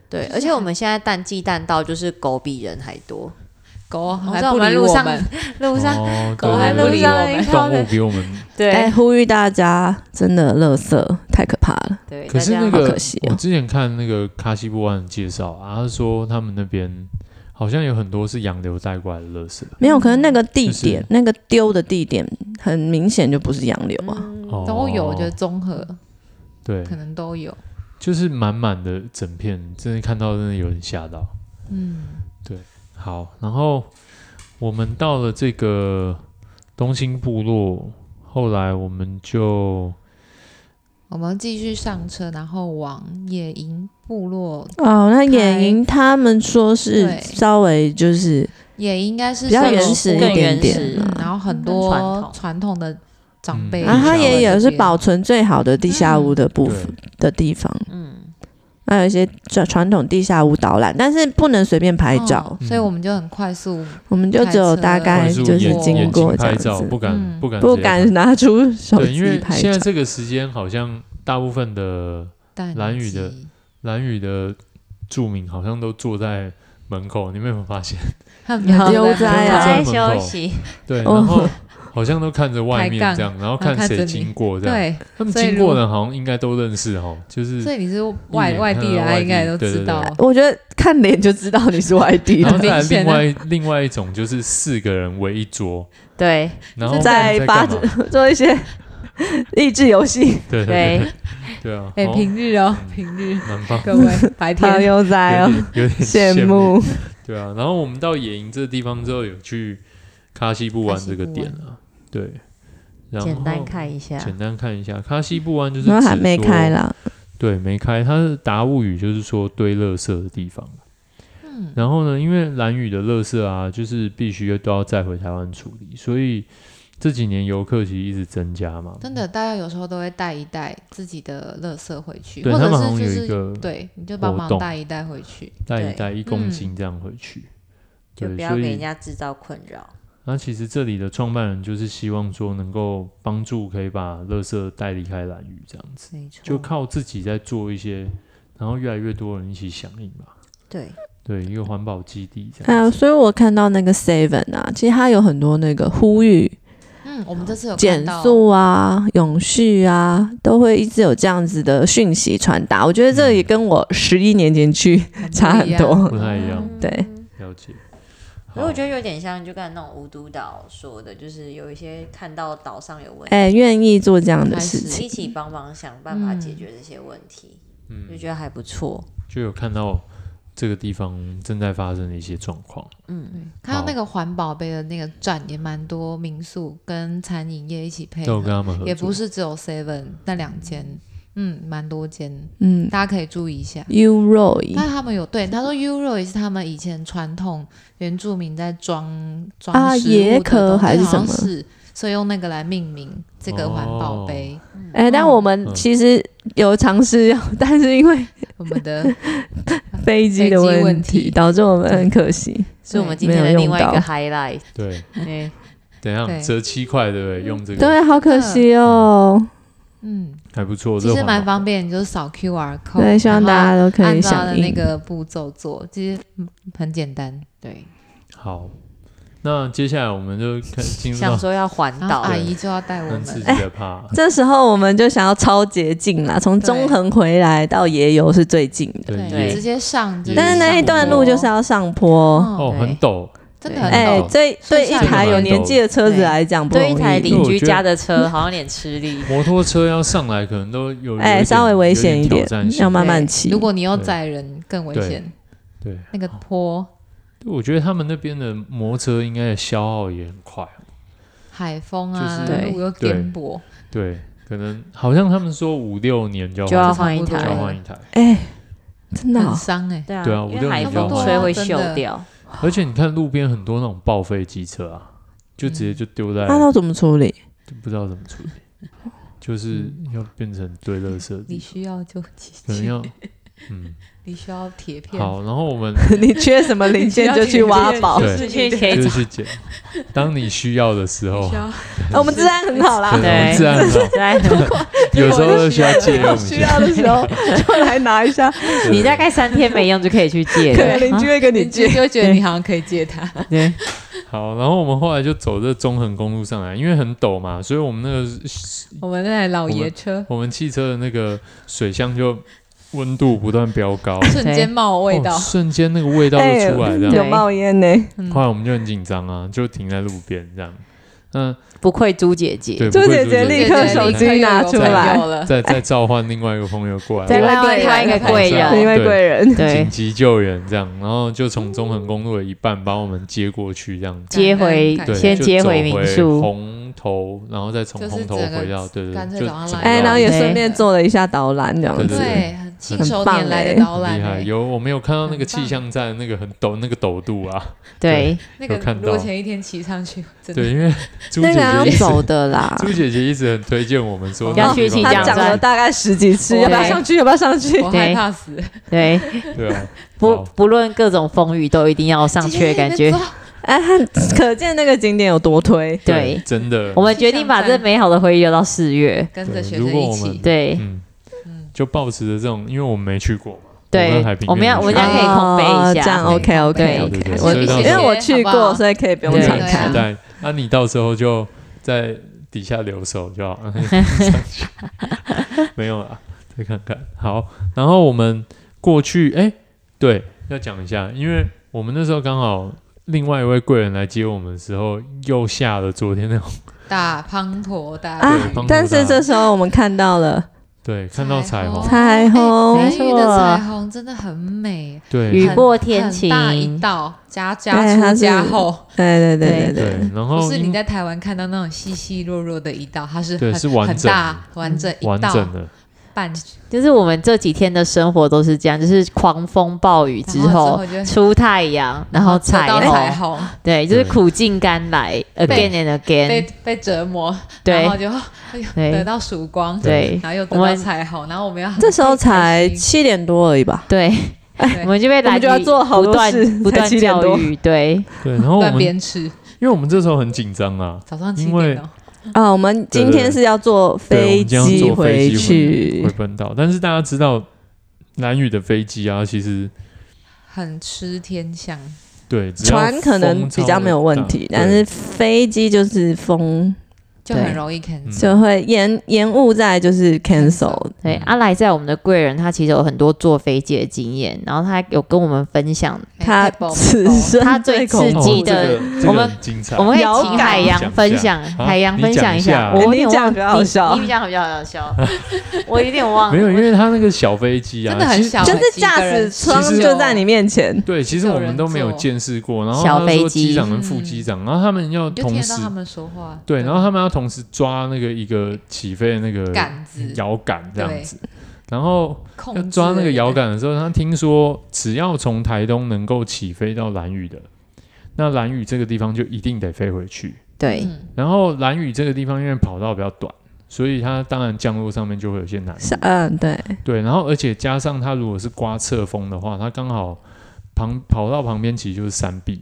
[SPEAKER 2] 对，
[SPEAKER 4] 就是
[SPEAKER 2] 而且我们现在淡季淡到就是狗比人还多，
[SPEAKER 4] 狗哦还
[SPEAKER 2] 知道
[SPEAKER 4] 不
[SPEAKER 2] 我们
[SPEAKER 4] 理
[SPEAKER 2] 路
[SPEAKER 4] 我
[SPEAKER 2] 上
[SPEAKER 4] 们，
[SPEAKER 2] 路上
[SPEAKER 1] 哦，
[SPEAKER 2] 狗
[SPEAKER 1] 对
[SPEAKER 2] 还
[SPEAKER 1] 对
[SPEAKER 2] 路
[SPEAKER 1] 对
[SPEAKER 2] 上
[SPEAKER 4] 对
[SPEAKER 2] 看
[SPEAKER 1] 动物
[SPEAKER 2] 的，
[SPEAKER 1] 比我们
[SPEAKER 3] 哎，
[SPEAKER 2] 对
[SPEAKER 3] 呼吁大家，真的垃圾太可怕了。
[SPEAKER 2] 对，
[SPEAKER 1] 可是
[SPEAKER 2] 大家
[SPEAKER 1] 那
[SPEAKER 3] 好
[SPEAKER 1] 个，
[SPEAKER 3] 可惜哦
[SPEAKER 1] 我之前看那个卡西布湾的介绍啊，他说他们那边好像有很多是洋流带过来的垃圾。
[SPEAKER 3] 没有，可能那个地点
[SPEAKER 1] 就是，
[SPEAKER 3] 那个丢的地点，很明显就不是洋流啊。
[SPEAKER 2] 嗯
[SPEAKER 1] 哦
[SPEAKER 4] 都有，我觉得综合
[SPEAKER 1] 对，
[SPEAKER 4] 可能都有。
[SPEAKER 1] 就是满满的整片，真的看到真的有点吓到。
[SPEAKER 4] 嗯，
[SPEAKER 1] 好，然后我们到了这个东兴部落，后来我们就
[SPEAKER 4] 我们继续上车，然后往野营部落。
[SPEAKER 3] 哦，那野营他们说
[SPEAKER 4] 嗯
[SPEAKER 3] 是
[SPEAKER 4] 对
[SPEAKER 3] 稍微就是
[SPEAKER 4] 野营应该是
[SPEAKER 3] 比较
[SPEAKER 4] 生活
[SPEAKER 3] 原始一
[SPEAKER 4] 部落
[SPEAKER 3] 点点
[SPEAKER 4] 嗯
[SPEAKER 3] 啊
[SPEAKER 4] 然后很
[SPEAKER 2] 传
[SPEAKER 4] 多
[SPEAKER 2] 统
[SPEAKER 4] 传统的长辈，
[SPEAKER 1] 嗯
[SPEAKER 3] 然
[SPEAKER 1] 啊
[SPEAKER 3] 后
[SPEAKER 1] 它
[SPEAKER 3] 它也有
[SPEAKER 4] 有
[SPEAKER 3] 是保存最好的地下
[SPEAKER 4] 嗯
[SPEAKER 3] 屋的部
[SPEAKER 1] 对
[SPEAKER 3] 分、的地方，
[SPEAKER 2] 嗯，
[SPEAKER 3] 还有一些传传统地下屋导览，但是不能随便拍照，
[SPEAKER 1] 嗯
[SPEAKER 4] 所以我们就很快速。
[SPEAKER 3] 我们就只有大概
[SPEAKER 1] 快速
[SPEAKER 3] 就是
[SPEAKER 1] 眼
[SPEAKER 3] 经
[SPEAKER 1] 眼
[SPEAKER 3] 过
[SPEAKER 1] 睛
[SPEAKER 3] 这样
[SPEAKER 1] 拍照，
[SPEAKER 3] 子，
[SPEAKER 1] 不敢
[SPEAKER 4] 嗯
[SPEAKER 1] 不敢
[SPEAKER 3] 不
[SPEAKER 1] 直接拍
[SPEAKER 3] 敢拿出手
[SPEAKER 1] 对，因
[SPEAKER 3] 机
[SPEAKER 1] 为
[SPEAKER 3] 拍
[SPEAKER 1] 现在
[SPEAKER 3] 照。
[SPEAKER 1] 这个时间好像大部分的
[SPEAKER 4] 淡
[SPEAKER 1] 蓝雨的
[SPEAKER 4] 季
[SPEAKER 1] 蓝雨的住民好像都坐在门口，你们有没有发现？
[SPEAKER 4] 他们都
[SPEAKER 3] 悠哉啊
[SPEAKER 1] 在
[SPEAKER 2] 在
[SPEAKER 1] 门口
[SPEAKER 2] 休息，
[SPEAKER 1] 对，
[SPEAKER 3] 哦
[SPEAKER 1] 然后好像都看着外面这样，然后看
[SPEAKER 4] 然后啊看着
[SPEAKER 1] 谁
[SPEAKER 4] 你
[SPEAKER 1] 经过这样。
[SPEAKER 4] 对，
[SPEAKER 1] 他们
[SPEAKER 4] 所以
[SPEAKER 1] 经
[SPEAKER 4] 如
[SPEAKER 1] 过
[SPEAKER 4] 果
[SPEAKER 1] 的好像应该都认识哦，就是
[SPEAKER 4] 所以你是外外地
[SPEAKER 1] 外
[SPEAKER 4] 啊，
[SPEAKER 1] 地
[SPEAKER 4] 应该都知道
[SPEAKER 1] 对。
[SPEAKER 3] 我觉得看脸就知道你是外地
[SPEAKER 1] 然后
[SPEAKER 3] 的，
[SPEAKER 1] 再来
[SPEAKER 4] 明显
[SPEAKER 1] 另外另外一种就是四个人围一桌，
[SPEAKER 2] 对
[SPEAKER 1] 然后
[SPEAKER 3] 在
[SPEAKER 1] 在
[SPEAKER 3] 发
[SPEAKER 1] 干嘛
[SPEAKER 3] 做一些益智游戏，
[SPEAKER 1] 对 对
[SPEAKER 2] 对
[SPEAKER 1] 对，对啊，
[SPEAKER 4] 哎，
[SPEAKER 1] 哦
[SPEAKER 4] 平日哦，平日，
[SPEAKER 1] 蛮棒，
[SPEAKER 4] 各位白
[SPEAKER 3] 好
[SPEAKER 4] 天
[SPEAKER 3] 悠哉
[SPEAKER 1] 有
[SPEAKER 3] 哦，
[SPEAKER 1] 点有点
[SPEAKER 3] 羡
[SPEAKER 1] 慕，
[SPEAKER 3] 慕。
[SPEAKER 1] 对啊。然后我们到野营这个地方之后，有去卡西布湾这个点啊，对，然后
[SPEAKER 2] 简单看一下，
[SPEAKER 1] 简单看一下，卡西布湾就是
[SPEAKER 3] 然后还
[SPEAKER 1] 指
[SPEAKER 3] 没
[SPEAKER 1] 说
[SPEAKER 3] 开啦，
[SPEAKER 1] 对，没开。它是达悟语，就是说堆垃圾的地方。嗯，然后呢，因为蓝屿的垃圾啊，就是必须都要带回台湾处理，所以这几年游客其实一直增加嘛，
[SPEAKER 4] 真的，大家有时候都会带一带自己的垃圾回去，
[SPEAKER 1] 对
[SPEAKER 4] 或
[SPEAKER 1] 他
[SPEAKER 4] 者
[SPEAKER 1] 们好像
[SPEAKER 4] 是就
[SPEAKER 1] 有一
[SPEAKER 4] 是
[SPEAKER 1] 个
[SPEAKER 4] 对，你就
[SPEAKER 1] 活
[SPEAKER 4] 帮忙
[SPEAKER 1] 动
[SPEAKER 4] 带一带回去。
[SPEAKER 1] 带一
[SPEAKER 2] 对
[SPEAKER 1] 带一公斤这样回去。
[SPEAKER 2] 就
[SPEAKER 1] 对
[SPEAKER 2] 不要
[SPEAKER 1] 所
[SPEAKER 2] 给
[SPEAKER 1] 以
[SPEAKER 2] 人家制造困扰。
[SPEAKER 1] 那其实这里的创办人就是希望说能够帮助可以把垃圾带离开兰屿这样子，
[SPEAKER 2] 没错，
[SPEAKER 4] 哦
[SPEAKER 1] 就靠自己在做一些，然后越来越多人一起响应嘛。
[SPEAKER 2] 对
[SPEAKER 1] 对，一个环保基地这
[SPEAKER 3] 啊，
[SPEAKER 1] 样子。
[SPEAKER 3] 所以我看到那个 Seven 啊，其实它有很多那个呼吁
[SPEAKER 4] 嗯，我们这次有看
[SPEAKER 3] 减
[SPEAKER 4] 到
[SPEAKER 3] 速啊、永续啊，都会一直有这样子的讯息传达。我觉得这也跟我十一年前去
[SPEAKER 4] 很嗯不
[SPEAKER 3] 差
[SPEAKER 4] 一
[SPEAKER 3] 很
[SPEAKER 4] 样
[SPEAKER 3] 多。
[SPEAKER 1] 不太一样，
[SPEAKER 3] 嗯对，
[SPEAKER 1] 了解。
[SPEAKER 2] 所以我
[SPEAKER 1] 好
[SPEAKER 2] 觉得有点像，就刚才那种无毒岛说的，就是有一些看到岛上有问题，
[SPEAKER 3] 哎，愿意做这样的事
[SPEAKER 4] 开始
[SPEAKER 3] 情
[SPEAKER 2] 一，起帮忙想办法
[SPEAKER 4] 嗯
[SPEAKER 2] 解决这些问题，就
[SPEAKER 1] 嗯，
[SPEAKER 2] 觉得还不错。
[SPEAKER 1] 就有看到这个地方正在发生的一些状况。
[SPEAKER 4] 嗯，看到那个环保杯的那个站也蛮多民宿跟餐饮业一起配
[SPEAKER 1] 都有跟
[SPEAKER 4] 合，
[SPEAKER 1] 他们合作，
[SPEAKER 4] 也不是只有 Seven 那两间，嗯，蛮多间，
[SPEAKER 3] 嗯
[SPEAKER 4] 大家可以注意一下。
[SPEAKER 3] ，U Roy
[SPEAKER 4] 但他们有对他说 Euro 也是他们以前传统原住民在装装
[SPEAKER 3] 啊
[SPEAKER 4] 食物
[SPEAKER 3] 椰
[SPEAKER 4] 的
[SPEAKER 3] 壳
[SPEAKER 4] 东西
[SPEAKER 3] 还是
[SPEAKER 4] 好像
[SPEAKER 3] 什么
[SPEAKER 4] 是所以用那个来命名这个环保杯。
[SPEAKER 3] 哎，
[SPEAKER 4] 嗯
[SPEAKER 3] 但我们其实有尝试要，但是因为
[SPEAKER 4] 我们 的
[SPEAKER 3] 飞
[SPEAKER 4] 飞
[SPEAKER 3] 机的
[SPEAKER 4] 机
[SPEAKER 3] 问
[SPEAKER 4] 问
[SPEAKER 3] 题
[SPEAKER 4] 题
[SPEAKER 3] 导致我们很可惜。
[SPEAKER 2] 是我们今天
[SPEAKER 3] 没
[SPEAKER 2] 的
[SPEAKER 3] 有用
[SPEAKER 2] 另外一
[SPEAKER 3] 到
[SPEAKER 2] 个 highlight。
[SPEAKER 1] 对，
[SPEAKER 2] 对，
[SPEAKER 1] 怎样
[SPEAKER 4] 对
[SPEAKER 1] 折七块，对不对？用这个
[SPEAKER 3] 对，好可惜哦。
[SPEAKER 4] 嗯，
[SPEAKER 1] 还不错，
[SPEAKER 4] 其
[SPEAKER 1] 这
[SPEAKER 4] 实
[SPEAKER 1] 个环
[SPEAKER 4] 蛮
[SPEAKER 1] 保
[SPEAKER 4] 方便，你就扫 QR code，
[SPEAKER 3] 对，希望大家
[SPEAKER 4] 然后
[SPEAKER 3] 都可以
[SPEAKER 4] 按照
[SPEAKER 3] 响
[SPEAKER 4] 的那
[SPEAKER 3] 应。
[SPEAKER 4] 个步骤做，其实嗯很简单。对，
[SPEAKER 1] 好，那接下来我们就看进入
[SPEAKER 2] 想
[SPEAKER 1] 到
[SPEAKER 2] 说要环
[SPEAKER 4] 然后
[SPEAKER 2] 岛，
[SPEAKER 3] 啊
[SPEAKER 4] 阿
[SPEAKER 3] 哎
[SPEAKER 4] 姨就要带我
[SPEAKER 1] 很刺
[SPEAKER 4] 们
[SPEAKER 1] 激的趴，
[SPEAKER 3] 这时候我们就想要超捷径啦，从中横回来到野游是最近的，
[SPEAKER 1] 对，
[SPEAKER 2] 对
[SPEAKER 1] 也
[SPEAKER 4] 直接上这个上坡，
[SPEAKER 3] 但是那一段路就是要上坡。
[SPEAKER 4] 嗯
[SPEAKER 1] 哦，
[SPEAKER 2] 对
[SPEAKER 1] 很陡，
[SPEAKER 4] 真的
[SPEAKER 2] 嗯
[SPEAKER 4] 很
[SPEAKER 1] 哦
[SPEAKER 3] 哎、
[SPEAKER 4] 陡
[SPEAKER 3] 对对，一
[SPEAKER 4] 哦剩下
[SPEAKER 3] 台有年纪的车子来讲不容
[SPEAKER 2] 对
[SPEAKER 3] 易，
[SPEAKER 2] 一台
[SPEAKER 1] 因
[SPEAKER 2] 邻
[SPEAKER 1] 为我
[SPEAKER 2] 居
[SPEAKER 1] 觉得
[SPEAKER 2] 家的车好像有点吃力。
[SPEAKER 1] 摩托车要上来可能都有有
[SPEAKER 3] 哎、
[SPEAKER 1] 一点
[SPEAKER 3] 稍微危险一
[SPEAKER 1] 有
[SPEAKER 3] 点
[SPEAKER 1] 挑战，性
[SPEAKER 3] 要慢慢
[SPEAKER 4] 对
[SPEAKER 3] 骑
[SPEAKER 4] 如。果你要
[SPEAKER 1] 对
[SPEAKER 4] 载人更危
[SPEAKER 1] 对
[SPEAKER 4] 险，
[SPEAKER 1] 对，哦
[SPEAKER 4] 那个坡
[SPEAKER 1] 我觉得他们那边的摩托车应该的消耗也很快，
[SPEAKER 4] 海风啊，
[SPEAKER 1] 就是
[SPEAKER 4] 路又
[SPEAKER 1] 对
[SPEAKER 4] 颠簸，
[SPEAKER 1] 对，可能好像他们说五六年 就
[SPEAKER 2] 就要
[SPEAKER 1] 要
[SPEAKER 2] 换一
[SPEAKER 1] 一
[SPEAKER 2] 台
[SPEAKER 1] 就要
[SPEAKER 2] 了
[SPEAKER 1] 换一台，
[SPEAKER 3] 哎、真的哦、
[SPEAKER 4] 很伤哎。
[SPEAKER 2] 对啊
[SPEAKER 1] 对啊
[SPEAKER 2] 因
[SPEAKER 1] 五六
[SPEAKER 2] 为海
[SPEAKER 1] 年就
[SPEAKER 2] 风
[SPEAKER 1] 要
[SPEAKER 2] 吹
[SPEAKER 4] 换
[SPEAKER 2] 会
[SPEAKER 4] 真
[SPEAKER 2] 锈
[SPEAKER 4] 的
[SPEAKER 2] 掉。
[SPEAKER 1] 而且你看路边很多那种报废机车啊，就直接就丢在
[SPEAKER 3] 啊那要怎么处理？
[SPEAKER 1] 就不知道怎么处理，就是要变成堆垃圾的地
[SPEAKER 4] 你
[SPEAKER 1] 方，
[SPEAKER 4] 需要就几
[SPEAKER 1] 可能
[SPEAKER 4] 句，
[SPEAKER 1] 要嗯。
[SPEAKER 4] 你需要铁片。
[SPEAKER 1] 好，然后我们
[SPEAKER 3] 你缺什么零件就去挖宝。
[SPEAKER 1] 对
[SPEAKER 2] 是去
[SPEAKER 1] 就
[SPEAKER 2] 写
[SPEAKER 1] 是去捡，当你需要的时候，
[SPEAKER 3] 我们治安很好啦
[SPEAKER 1] 对，我，们啊自 然很好， 有时候需要借用一
[SPEAKER 3] 需
[SPEAKER 1] 下。
[SPEAKER 3] 要的时候就来拿一下，
[SPEAKER 1] 对
[SPEAKER 2] 你大概三天没用就可以去借
[SPEAKER 3] 可能邻
[SPEAKER 2] 了。
[SPEAKER 3] 居会跟你
[SPEAKER 4] 邻居
[SPEAKER 3] 借。
[SPEAKER 4] 就会觉得你好像可以借 他，
[SPEAKER 2] 对，
[SPEAKER 1] 好，然后我们后来就走这中横公路上来，因为很陡嘛，所以我们那个
[SPEAKER 4] 我们那台老
[SPEAKER 1] 我
[SPEAKER 4] 爷
[SPEAKER 1] 们
[SPEAKER 4] 车
[SPEAKER 1] 我们汽车的那个水箱就温度不断飙高，
[SPEAKER 4] 瞬间冒味道哎
[SPEAKER 1] 哦，瞬间那个味道就出来，这
[SPEAKER 3] 哎有
[SPEAKER 1] 样。
[SPEAKER 3] 冒烟呢、
[SPEAKER 4] 嗯
[SPEAKER 1] 后来我们就很紧张啊，就停在路边这样。嗯，
[SPEAKER 2] 不愧朱姐姐，
[SPEAKER 1] 对，
[SPEAKER 3] 朱
[SPEAKER 1] 不愧
[SPEAKER 3] 姐姐立刻
[SPEAKER 1] 姐
[SPEAKER 3] 手
[SPEAKER 1] 在
[SPEAKER 3] 机拿出来
[SPEAKER 4] 了，
[SPEAKER 1] 再再召唤另外一个朋友过来，
[SPEAKER 2] 再
[SPEAKER 3] 另外
[SPEAKER 2] 另外另外一个
[SPEAKER 1] 对
[SPEAKER 2] 贵
[SPEAKER 3] 因
[SPEAKER 2] 人，
[SPEAKER 3] 为贵人。
[SPEAKER 1] 紧
[SPEAKER 2] 对，
[SPEAKER 1] 急救援这样，然后就从中横公路的一半把我们接过去，这样子。
[SPEAKER 2] 接回
[SPEAKER 4] 对
[SPEAKER 1] 对，
[SPEAKER 2] 先
[SPEAKER 1] 就
[SPEAKER 2] 接
[SPEAKER 1] 走
[SPEAKER 2] 回
[SPEAKER 1] 回
[SPEAKER 2] 民宿，
[SPEAKER 1] 红头，然后再从
[SPEAKER 4] 就是
[SPEAKER 1] 红头
[SPEAKER 4] 整个
[SPEAKER 1] 回到，对对
[SPEAKER 4] 干脆
[SPEAKER 1] 对，就
[SPEAKER 4] 早上
[SPEAKER 1] 整个
[SPEAKER 3] 哎、
[SPEAKER 4] 来
[SPEAKER 3] 然后也
[SPEAKER 2] 对
[SPEAKER 3] 顺便做了一下导览，这样
[SPEAKER 1] 对
[SPEAKER 3] 子。
[SPEAKER 4] 对，很信
[SPEAKER 1] 很
[SPEAKER 4] 手
[SPEAKER 3] 棒
[SPEAKER 4] 拈来
[SPEAKER 3] 欸
[SPEAKER 4] 的导览
[SPEAKER 1] 很厉害。
[SPEAKER 4] 欸，
[SPEAKER 1] 有我们有看到那个
[SPEAKER 4] 很棒
[SPEAKER 1] 气象站那个很陡那个陡度啊，
[SPEAKER 2] 对
[SPEAKER 4] 那个
[SPEAKER 1] 有看
[SPEAKER 4] 如果
[SPEAKER 1] 到
[SPEAKER 4] 前一天骑上去，真的
[SPEAKER 1] 对，因为朱
[SPEAKER 3] 那
[SPEAKER 1] 姐
[SPEAKER 3] 个要
[SPEAKER 1] 姐一直
[SPEAKER 3] 走的啦，
[SPEAKER 1] 朱姐姐一直很推荐我们说
[SPEAKER 2] 要去
[SPEAKER 1] 那个地啊方
[SPEAKER 2] 气象
[SPEAKER 3] 他讲了
[SPEAKER 2] 站
[SPEAKER 3] 大概十几次，
[SPEAKER 4] 对
[SPEAKER 3] 要不要上去？要 不要上去？
[SPEAKER 4] 我
[SPEAKER 2] 对
[SPEAKER 4] 害怕死。
[SPEAKER 2] 对，
[SPEAKER 1] 对啊，
[SPEAKER 2] 不
[SPEAKER 1] 好
[SPEAKER 2] 不论各种风雨都一定要上去的感觉
[SPEAKER 4] 姐姐。
[SPEAKER 3] 哎，他可见那个景点有多推。
[SPEAKER 2] 对，
[SPEAKER 1] 真的
[SPEAKER 2] 我，们决定把这美好的回忆留到四月。
[SPEAKER 4] 跟着
[SPEAKER 1] 对
[SPEAKER 4] 学
[SPEAKER 1] 如
[SPEAKER 4] 生
[SPEAKER 1] 果
[SPEAKER 4] 一
[SPEAKER 1] 我们
[SPEAKER 4] 起，
[SPEAKER 2] 对
[SPEAKER 1] 嗯
[SPEAKER 4] 嗯，
[SPEAKER 1] 就保持着这种，因为我们没去过嘛，
[SPEAKER 2] 对
[SPEAKER 1] 我们海，平
[SPEAKER 2] 我们要我
[SPEAKER 1] 面
[SPEAKER 2] 们要可以空
[SPEAKER 3] 哦
[SPEAKER 2] 杯一
[SPEAKER 3] 这样
[SPEAKER 2] 下。
[SPEAKER 3] OK
[SPEAKER 2] 对
[SPEAKER 3] OK
[SPEAKER 1] 对对
[SPEAKER 3] OK。
[SPEAKER 1] 对
[SPEAKER 3] 我
[SPEAKER 1] 所以到时候
[SPEAKER 3] 因为我去
[SPEAKER 4] 好不好
[SPEAKER 3] 过，所以可以不用
[SPEAKER 1] 我们
[SPEAKER 3] 常
[SPEAKER 1] 很
[SPEAKER 4] 对
[SPEAKER 1] 期
[SPEAKER 3] 看。
[SPEAKER 1] 待。那你到时候就在底下留守就 好， 没有啦，再看看。好，然后我们过去，哎、对，要讲一下，因为我们那时候刚好另外一位贵人来接我们的时候，又下了昨天那种，
[SPEAKER 4] 大滂沱大
[SPEAKER 3] 啊
[SPEAKER 1] 对帮助！
[SPEAKER 3] 但是
[SPEAKER 1] 他
[SPEAKER 3] 这时候我们看到了
[SPEAKER 1] 对，看到彩虹，
[SPEAKER 3] 彩虹
[SPEAKER 4] 哎
[SPEAKER 2] 没
[SPEAKER 4] 蓝屿的
[SPEAKER 2] 错
[SPEAKER 4] 彩虹真的很美，
[SPEAKER 1] 对
[SPEAKER 2] 雨过天
[SPEAKER 4] 很大一
[SPEAKER 2] 晴，
[SPEAKER 4] 道，加
[SPEAKER 3] 对
[SPEAKER 4] 加粗
[SPEAKER 3] 它是
[SPEAKER 4] 加
[SPEAKER 1] 哦
[SPEAKER 4] 厚，
[SPEAKER 3] 对对对对
[SPEAKER 1] 对
[SPEAKER 3] 对，，
[SPEAKER 1] 然
[SPEAKER 4] 不
[SPEAKER 1] 后
[SPEAKER 4] 是
[SPEAKER 1] 因
[SPEAKER 4] 你在台湾看到那种细细弱弱的一道，它是
[SPEAKER 1] 对
[SPEAKER 4] 很
[SPEAKER 1] 是完
[SPEAKER 4] 很
[SPEAKER 1] 整
[SPEAKER 4] 大完整一
[SPEAKER 1] 完
[SPEAKER 4] 道，
[SPEAKER 1] 整的，
[SPEAKER 4] 半
[SPEAKER 2] 就是我们这几天的生活都是这样，就是狂风暴雨之
[SPEAKER 4] 然后
[SPEAKER 2] 后
[SPEAKER 4] 之后就
[SPEAKER 2] 出太阳，然后
[SPEAKER 4] 扯
[SPEAKER 2] 彩哦
[SPEAKER 4] 到
[SPEAKER 2] 虹，
[SPEAKER 4] 彩虹，
[SPEAKER 2] 对，就是
[SPEAKER 1] 对
[SPEAKER 2] 苦尽甘来
[SPEAKER 4] 被
[SPEAKER 2] ，again and again，
[SPEAKER 4] 被被折磨，然
[SPEAKER 2] 对
[SPEAKER 4] 后就哎呦
[SPEAKER 2] 对
[SPEAKER 4] 得到曙光，
[SPEAKER 2] 对
[SPEAKER 4] 然后又得
[SPEAKER 2] 我
[SPEAKER 4] 到
[SPEAKER 2] 们
[SPEAKER 4] 彩虹，然后我们要
[SPEAKER 3] 这时候才
[SPEAKER 4] 很开
[SPEAKER 1] 哦
[SPEAKER 4] 心
[SPEAKER 3] 七点多而已吧？
[SPEAKER 2] 对，
[SPEAKER 4] 对
[SPEAKER 2] 我们就被
[SPEAKER 3] 我
[SPEAKER 2] 来
[SPEAKER 3] 们就要做好
[SPEAKER 2] 不
[SPEAKER 3] 多
[SPEAKER 2] 断
[SPEAKER 3] 事
[SPEAKER 2] 不断
[SPEAKER 3] 才七点
[SPEAKER 2] 教
[SPEAKER 3] 多
[SPEAKER 2] 育，对，
[SPEAKER 1] 对，然 后我
[SPEAKER 4] 乱
[SPEAKER 1] 们因
[SPEAKER 4] 边吃，
[SPEAKER 1] 为我们这时候很紧张啊，
[SPEAKER 4] 早上七
[SPEAKER 1] 因为
[SPEAKER 4] 点哦，
[SPEAKER 3] 啊，我们今天是要坐
[SPEAKER 1] 对，我
[SPEAKER 3] 飞
[SPEAKER 1] 们将
[SPEAKER 3] 机
[SPEAKER 1] 坐飞机
[SPEAKER 3] 去
[SPEAKER 1] 回，本岛，但是大家知道蓝雨的飞机啊，其实
[SPEAKER 4] 很吃天香，
[SPEAKER 1] 对只要
[SPEAKER 3] 船可能
[SPEAKER 1] 风
[SPEAKER 3] 比
[SPEAKER 1] 超
[SPEAKER 3] 较没有问题，
[SPEAKER 1] 大
[SPEAKER 3] 但是飞机就是风
[SPEAKER 4] 就
[SPEAKER 3] 对
[SPEAKER 4] 很容易 cancel。
[SPEAKER 1] 嗯
[SPEAKER 3] 就会延延误在就是 cancel。
[SPEAKER 2] 对
[SPEAKER 1] 嗯，
[SPEAKER 2] 阿来在我们的贵人，他其实有很多坐飞机的经验，然后他有跟我们分享，
[SPEAKER 1] 嗯
[SPEAKER 4] 哎
[SPEAKER 3] 他
[SPEAKER 4] 太饱
[SPEAKER 3] 此
[SPEAKER 4] 饱
[SPEAKER 3] 生
[SPEAKER 2] 他最
[SPEAKER 3] 恐怖
[SPEAKER 1] 哦
[SPEAKER 2] 刺激
[SPEAKER 1] 这
[SPEAKER 2] 的
[SPEAKER 1] 个这个
[SPEAKER 2] 我们
[SPEAKER 1] 很精彩，
[SPEAKER 2] 我们可以
[SPEAKER 3] 遥
[SPEAKER 2] 请
[SPEAKER 3] 感
[SPEAKER 2] 海洋分享，
[SPEAKER 1] 啊
[SPEAKER 2] 海洋分
[SPEAKER 1] 你
[SPEAKER 2] 享
[SPEAKER 1] 讲一下
[SPEAKER 2] 我有
[SPEAKER 3] 哎
[SPEAKER 2] 点
[SPEAKER 3] 你讲
[SPEAKER 2] 忘，
[SPEAKER 3] 比较好笑
[SPEAKER 2] 你你讲比较好笑， 我有点忘了，
[SPEAKER 1] 没有，因为他那个小飞机啊，
[SPEAKER 4] 真的很
[SPEAKER 1] 其实
[SPEAKER 4] 小，
[SPEAKER 3] 就是驾驶舱就在你面前，
[SPEAKER 1] 对，其实
[SPEAKER 4] 有
[SPEAKER 1] 我们
[SPEAKER 4] 人
[SPEAKER 1] 都没有
[SPEAKER 4] 坐
[SPEAKER 1] 见识过。然后
[SPEAKER 2] 小
[SPEAKER 1] 他
[SPEAKER 2] 飞
[SPEAKER 1] 说
[SPEAKER 2] 机
[SPEAKER 1] 机长跟副机长，然后他们要
[SPEAKER 4] 嗯你就听
[SPEAKER 1] 同
[SPEAKER 4] 得
[SPEAKER 1] 时
[SPEAKER 4] 到他们说话。
[SPEAKER 1] 对，然后他们要同时抓那个一个起飞的那个
[SPEAKER 4] 杆子
[SPEAKER 1] 摇杆这
[SPEAKER 4] 对
[SPEAKER 1] 样子。然后
[SPEAKER 4] 控
[SPEAKER 1] 要
[SPEAKER 4] 制
[SPEAKER 1] 抓那个摇
[SPEAKER 4] 人
[SPEAKER 1] 杆的时候，他听说只要从台东能够起飞到兰屿的，那兰屿这个地方就一定得飞回去。
[SPEAKER 2] 对，
[SPEAKER 4] 嗯
[SPEAKER 1] 然后兰屿这个地方因为跑道比较短，所以它当然降落上面就会有些难度。
[SPEAKER 3] 是嗯对，
[SPEAKER 1] 对，然后而且加上它如果是刮侧风的话，它刚好旁跑道旁边其实就是山壁，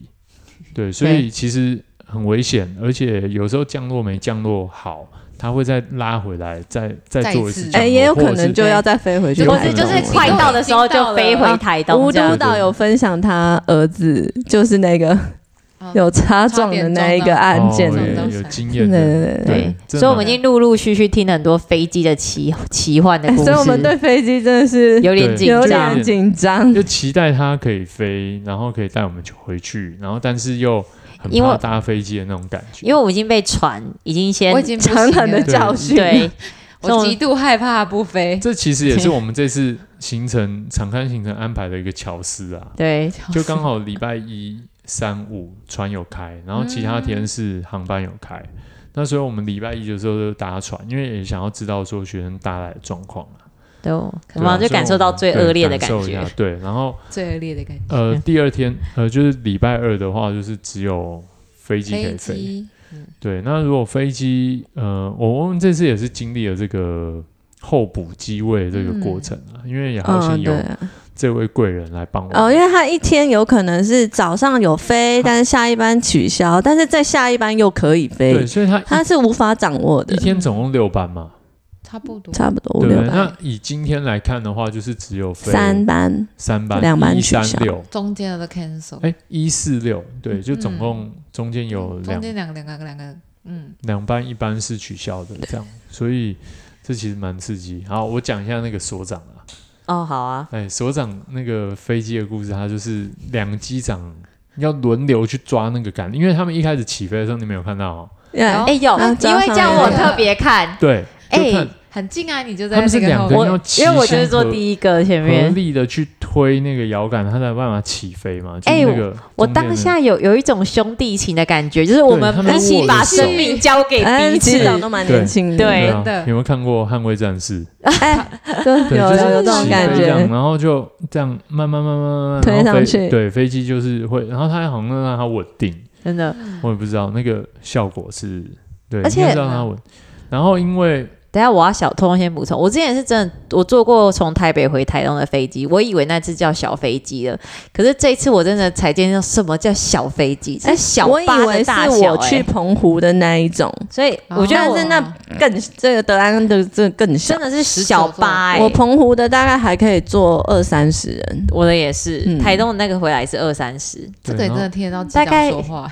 [SPEAKER 1] 对，所以其实很危险，而且有时候降落没降落好，它会再拉回来，再再
[SPEAKER 4] 再
[SPEAKER 1] 做
[SPEAKER 4] 一
[SPEAKER 1] 一
[SPEAKER 4] 次
[SPEAKER 1] 次降落，
[SPEAKER 3] 哎，也有
[SPEAKER 1] 或者
[SPEAKER 3] 可能
[SPEAKER 1] 是
[SPEAKER 3] 就要再飞回去
[SPEAKER 1] 有
[SPEAKER 2] 或
[SPEAKER 1] 可
[SPEAKER 3] 台
[SPEAKER 2] 者
[SPEAKER 1] 能
[SPEAKER 3] 中。
[SPEAKER 2] 就是快到的时候就飞回台
[SPEAKER 3] 无
[SPEAKER 2] 东这
[SPEAKER 3] 都
[SPEAKER 2] 样。
[SPEAKER 3] 岛有分享他儿子就是那个
[SPEAKER 4] 啊
[SPEAKER 3] 有擦撞的那一个案件
[SPEAKER 1] 哦
[SPEAKER 4] 差点撞
[SPEAKER 3] 的，
[SPEAKER 4] 到
[SPEAKER 1] 有有经
[SPEAKER 3] 对
[SPEAKER 1] 验的，
[SPEAKER 3] 对对
[SPEAKER 2] 对
[SPEAKER 1] 对，真的
[SPEAKER 2] 所以我们已经陆陆续续听了很多飞机的奇奇幻
[SPEAKER 1] 哦
[SPEAKER 2] 的
[SPEAKER 3] 对，
[SPEAKER 2] 故事，
[SPEAKER 3] 哎所以我们对飞机真的是
[SPEAKER 2] 有点紧
[SPEAKER 3] 有
[SPEAKER 2] 张
[SPEAKER 3] 点。紧张，
[SPEAKER 1] 就期待它可以飞，然后可以带我们去回去，然后但是又很
[SPEAKER 2] 因为
[SPEAKER 1] 怕搭飞机的那种感觉，
[SPEAKER 2] 因为我已经被传，已经先
[SPEAKER 4] 我已经不
[SPEAKER 3] 长
[SPEAKER 4] 行啊
[SPEAKER 3] 长的
[SPEAKER 4] 了，
[SPEAKER 3] 教训。
[SPEAKER 2] 对，
[SPEAKER 4] 我极度害怕不飞。
[SPEAKER 1] 这其实也是我们这次行程场刊行程安排的一个巧思啊。
[SPEAKER 2] 对
[SPEAKER 1] 就刚好礼拜一、三、五船有开，然后其他
[SPEAKER 2] 嗯
[SPEAKER 1] 天是航班有开。那所以我们礼拜一的时候就搭船，因为也想要知道说学生大来的状况啊
[SPEAKER 2] 对，我
[SPEAKER 1] 对啊
[SPEAKER 2] 们就感受到最
[SPEAKER 1] 所以我
[SPEAKER 2] 恶
[SPEAKER 1] 们
[SPEAKER 2] 劣
[SPEAKER 1] 对
[SPEAKER 2] 的感
[SPEAKER 1] 受一
[SPEAKER 2] 觉嗯
[SPEAKER 1] 下。对，然后
[SPEAKER 4] 最恶劣的感觉。
[SPEAKER 1] 呃，第二天呃就是礼拜二的话，就是只有飞机可
[SPEAKER 4] 飞
[SPEAKER 1] 以飞。
[SPEAKER 4] 机
[SPEAKER 1] 对，那如果飞机呃，我们这次也是经历了这个候补机位这个过程啊，因为也好
[SPEAKER 3] 嗯，
[SPEAKER 1] 像有
[SPEAKER 3] 对。
[SPEAKER 1] 这位贵人来帮我们。
[SPEAKER 3] 哦，因为他一天有可能是早上有飞，但是下一班取消，但是在下一班又可以飞
[SPEAKER 1] 对，，所以他
[SPEAKER 3] 他是无法掌握
[SPEAKER 1] 一
[SPEAKER 3] 的
[SPEAKER 1] 一。天总共六班嘛。
[SPEAKER 4] 差不多，
[SPEAKER 3] 差不多五
[SPEAKER 1] 对
[SPEAKER 3] 六
[SPEAKER 1] 不对？
[SPEAKER 3] 班
[SPEAKER 1] 那，以今天来看的话，就是只有飞
[SPEAKER 3] 三班，
[SPEAKER 1] 三班，
[SPEAKER 3] 两班
[SPEAKER 1] 一
[SPEAKER 3] 取
[SPEAKER 1] 三
[SPEAKER 3] 消
[SPEAKER 1] 六，
[SPEAKER 4] 中间的都 cancel，
[SPEAKER 1] 哎，一四六，对，就
[SPEAKER 4] 嗯
[SPEAKER 1] 总共中间有
[SPEAKER 4] 中
[SPEAKER 1] 两
[SPEAKER 4] 间两个两个两个，嗯，
[SPEAKER 1] 两班，一班是取消的，这样，所以这其实蛮刺激。好，我讲一下那个所长啊，
[SPEAKER 2] 哦，好啊，
[SPEAKER 1] 哎，所长那个飞机的故事，他就是两机长要轮流去抓那个杆，因为他们一开始起飞的时候，你没有看到哦，
[SPEAKER 4] 然
[SPEAKER 3] 对
[SPEAKER 4] 后
[SPEAKER 2] 哎有，
[SPEAKER 3] 啊
[SPEAKER 2] 因为这样我特别看，
[SPEAKER 1] 对，就看
[SPEAKER 2] 哎，
[SPEAKER 4] 很近啊，你就在
[SPEAKER 1] 他们是
[SPEAKER 4] 那个
[SPEAKER 1] 两
[SPEAKER 4] 后
[SPEAKER 1] 个
[SPEAKER 4] 面
[SPEAKER 1] 人要
[SPEAKER 2] 我因
[SPEAKER 1] 齐
[SPEAKER 2] 为我就
[SPEAKER 1] 心
[SPEAKER 2] 是坐
[SPEAKER 1] 合
[SPEAKER 2] 第一个前
[SPEAKER 1] 合
[SPEAKER 2] 面。
[SPEAKER 1] 力的去推那个摇杆，他才有办法起飞嘛。就是
[SPEAKER 2] 哎
[SPEAKER 1] 那个
[SPEAKER 2] 我
[SPEAKER 1] 中间
[SPEAKER 2] 当
[SPEAKER 1] 的
[SPEAKER 2] 下有有一种兄弟情的感觉，就是我
[SPEAKER 1] 对他
[SPEAKER 2] 们
[SPEAKER 1] 们
[SPEAKER 2] 一起
[SPEAKER 1] 握
[SPEAKER 2] 把
[SPEAKER 1] 着手
[SPEAKER 2] 生命交给
[SPEAKER 3] 哎，
[SPEAKER 2] 彼
[SPEAKER 3] 其实
[SPEAKER 2] 此
[SPEAKER 3] 长，都蛮年轻的，
[SPEAKER 2] 对
[SPEAKER 1] 啊
[SPEAKER 4] 真的
[SPEAKER 1] 你有没有看过《捍卫战士》？
[SPEAKER 3] 对，
[SPEAKER 1] 对
[SPEAKER 3] 哎有
[SPEAKER 1] 就是
[SPEAKER 3] 有有这种
[SPEAKER 1] 起
[SPEAKER 3] 感
[SPEAKER 1] 飞这样
[SPEAKER 3] 觉，
[SPEAKER 1] 然后就这样慢慢慢慢慢慢
[SPEAKER 3] 推
[SPEAKER 1] 然后
[SPEAKER 3] 上
[SPEAKER 1] 飞
[SPEAKER 3] 去
[SPEAKER 1] 对，飞机就是会，然后它好像让它稳定，
[SPEAKER 2] 真的。
[SPEAKER 1] 我也不知道那个效果是，对，
[SPEAKER 2] 而且
[SPEAKER 1] 应该是让它稳。然后因为
[SPEAKER 2] 等一下我要小偷先补充，我之前是真的，我坐过从台北回台东的飞机，我以为那只叫小飞机了，可是这一次我真的才见到什么叫小飞机，
[SPEAKER 3] 哎
[SPEAKER 2] 是哎小
[SPEAKER 3] 我以
[SPEAKER 2] 巴
[SPEAKER 3] 为
[SPEAKER 2] 的
[SPEAKER 3] 是
[SPEAKER 2] 大小、
[SPEAKER 3] 我
[SPEAKER 2] 欸
[SPEAKER 3] 去澎湖的那一种，
[SPEAKER 2] 所以我
[SPEAKER 4] 哦
[SPEAKER 2] 觉得
[SPEAKER 3] 但
[SPEAKER 2] 我
[SPEAKER 3] 是那更这个德安的这更小
[SPEAKER 2] 真。的是小巴、欸，
[SPEAKER 3] 我澎湖的大概还可以坐二三十人，
[SPEAKER 2] 我的也是，
[SPEAKER 3] 嗯
[SPEAKER 2] 台东的那个回来是二三十，
[SPEAKER 4] 这
[SPEAKER 1] 对
[SPEAKER 4] 个真
[SPEAKER 1] 然
[SPEAKER 4] 的
[SPEAKER 1] 后
[SPEAKER 4] 听得到机
[SPEAKER 2] 大
[SPEAKER 4] 长
[SPEAKER 2] 概
[SPEAKER 4] 说话，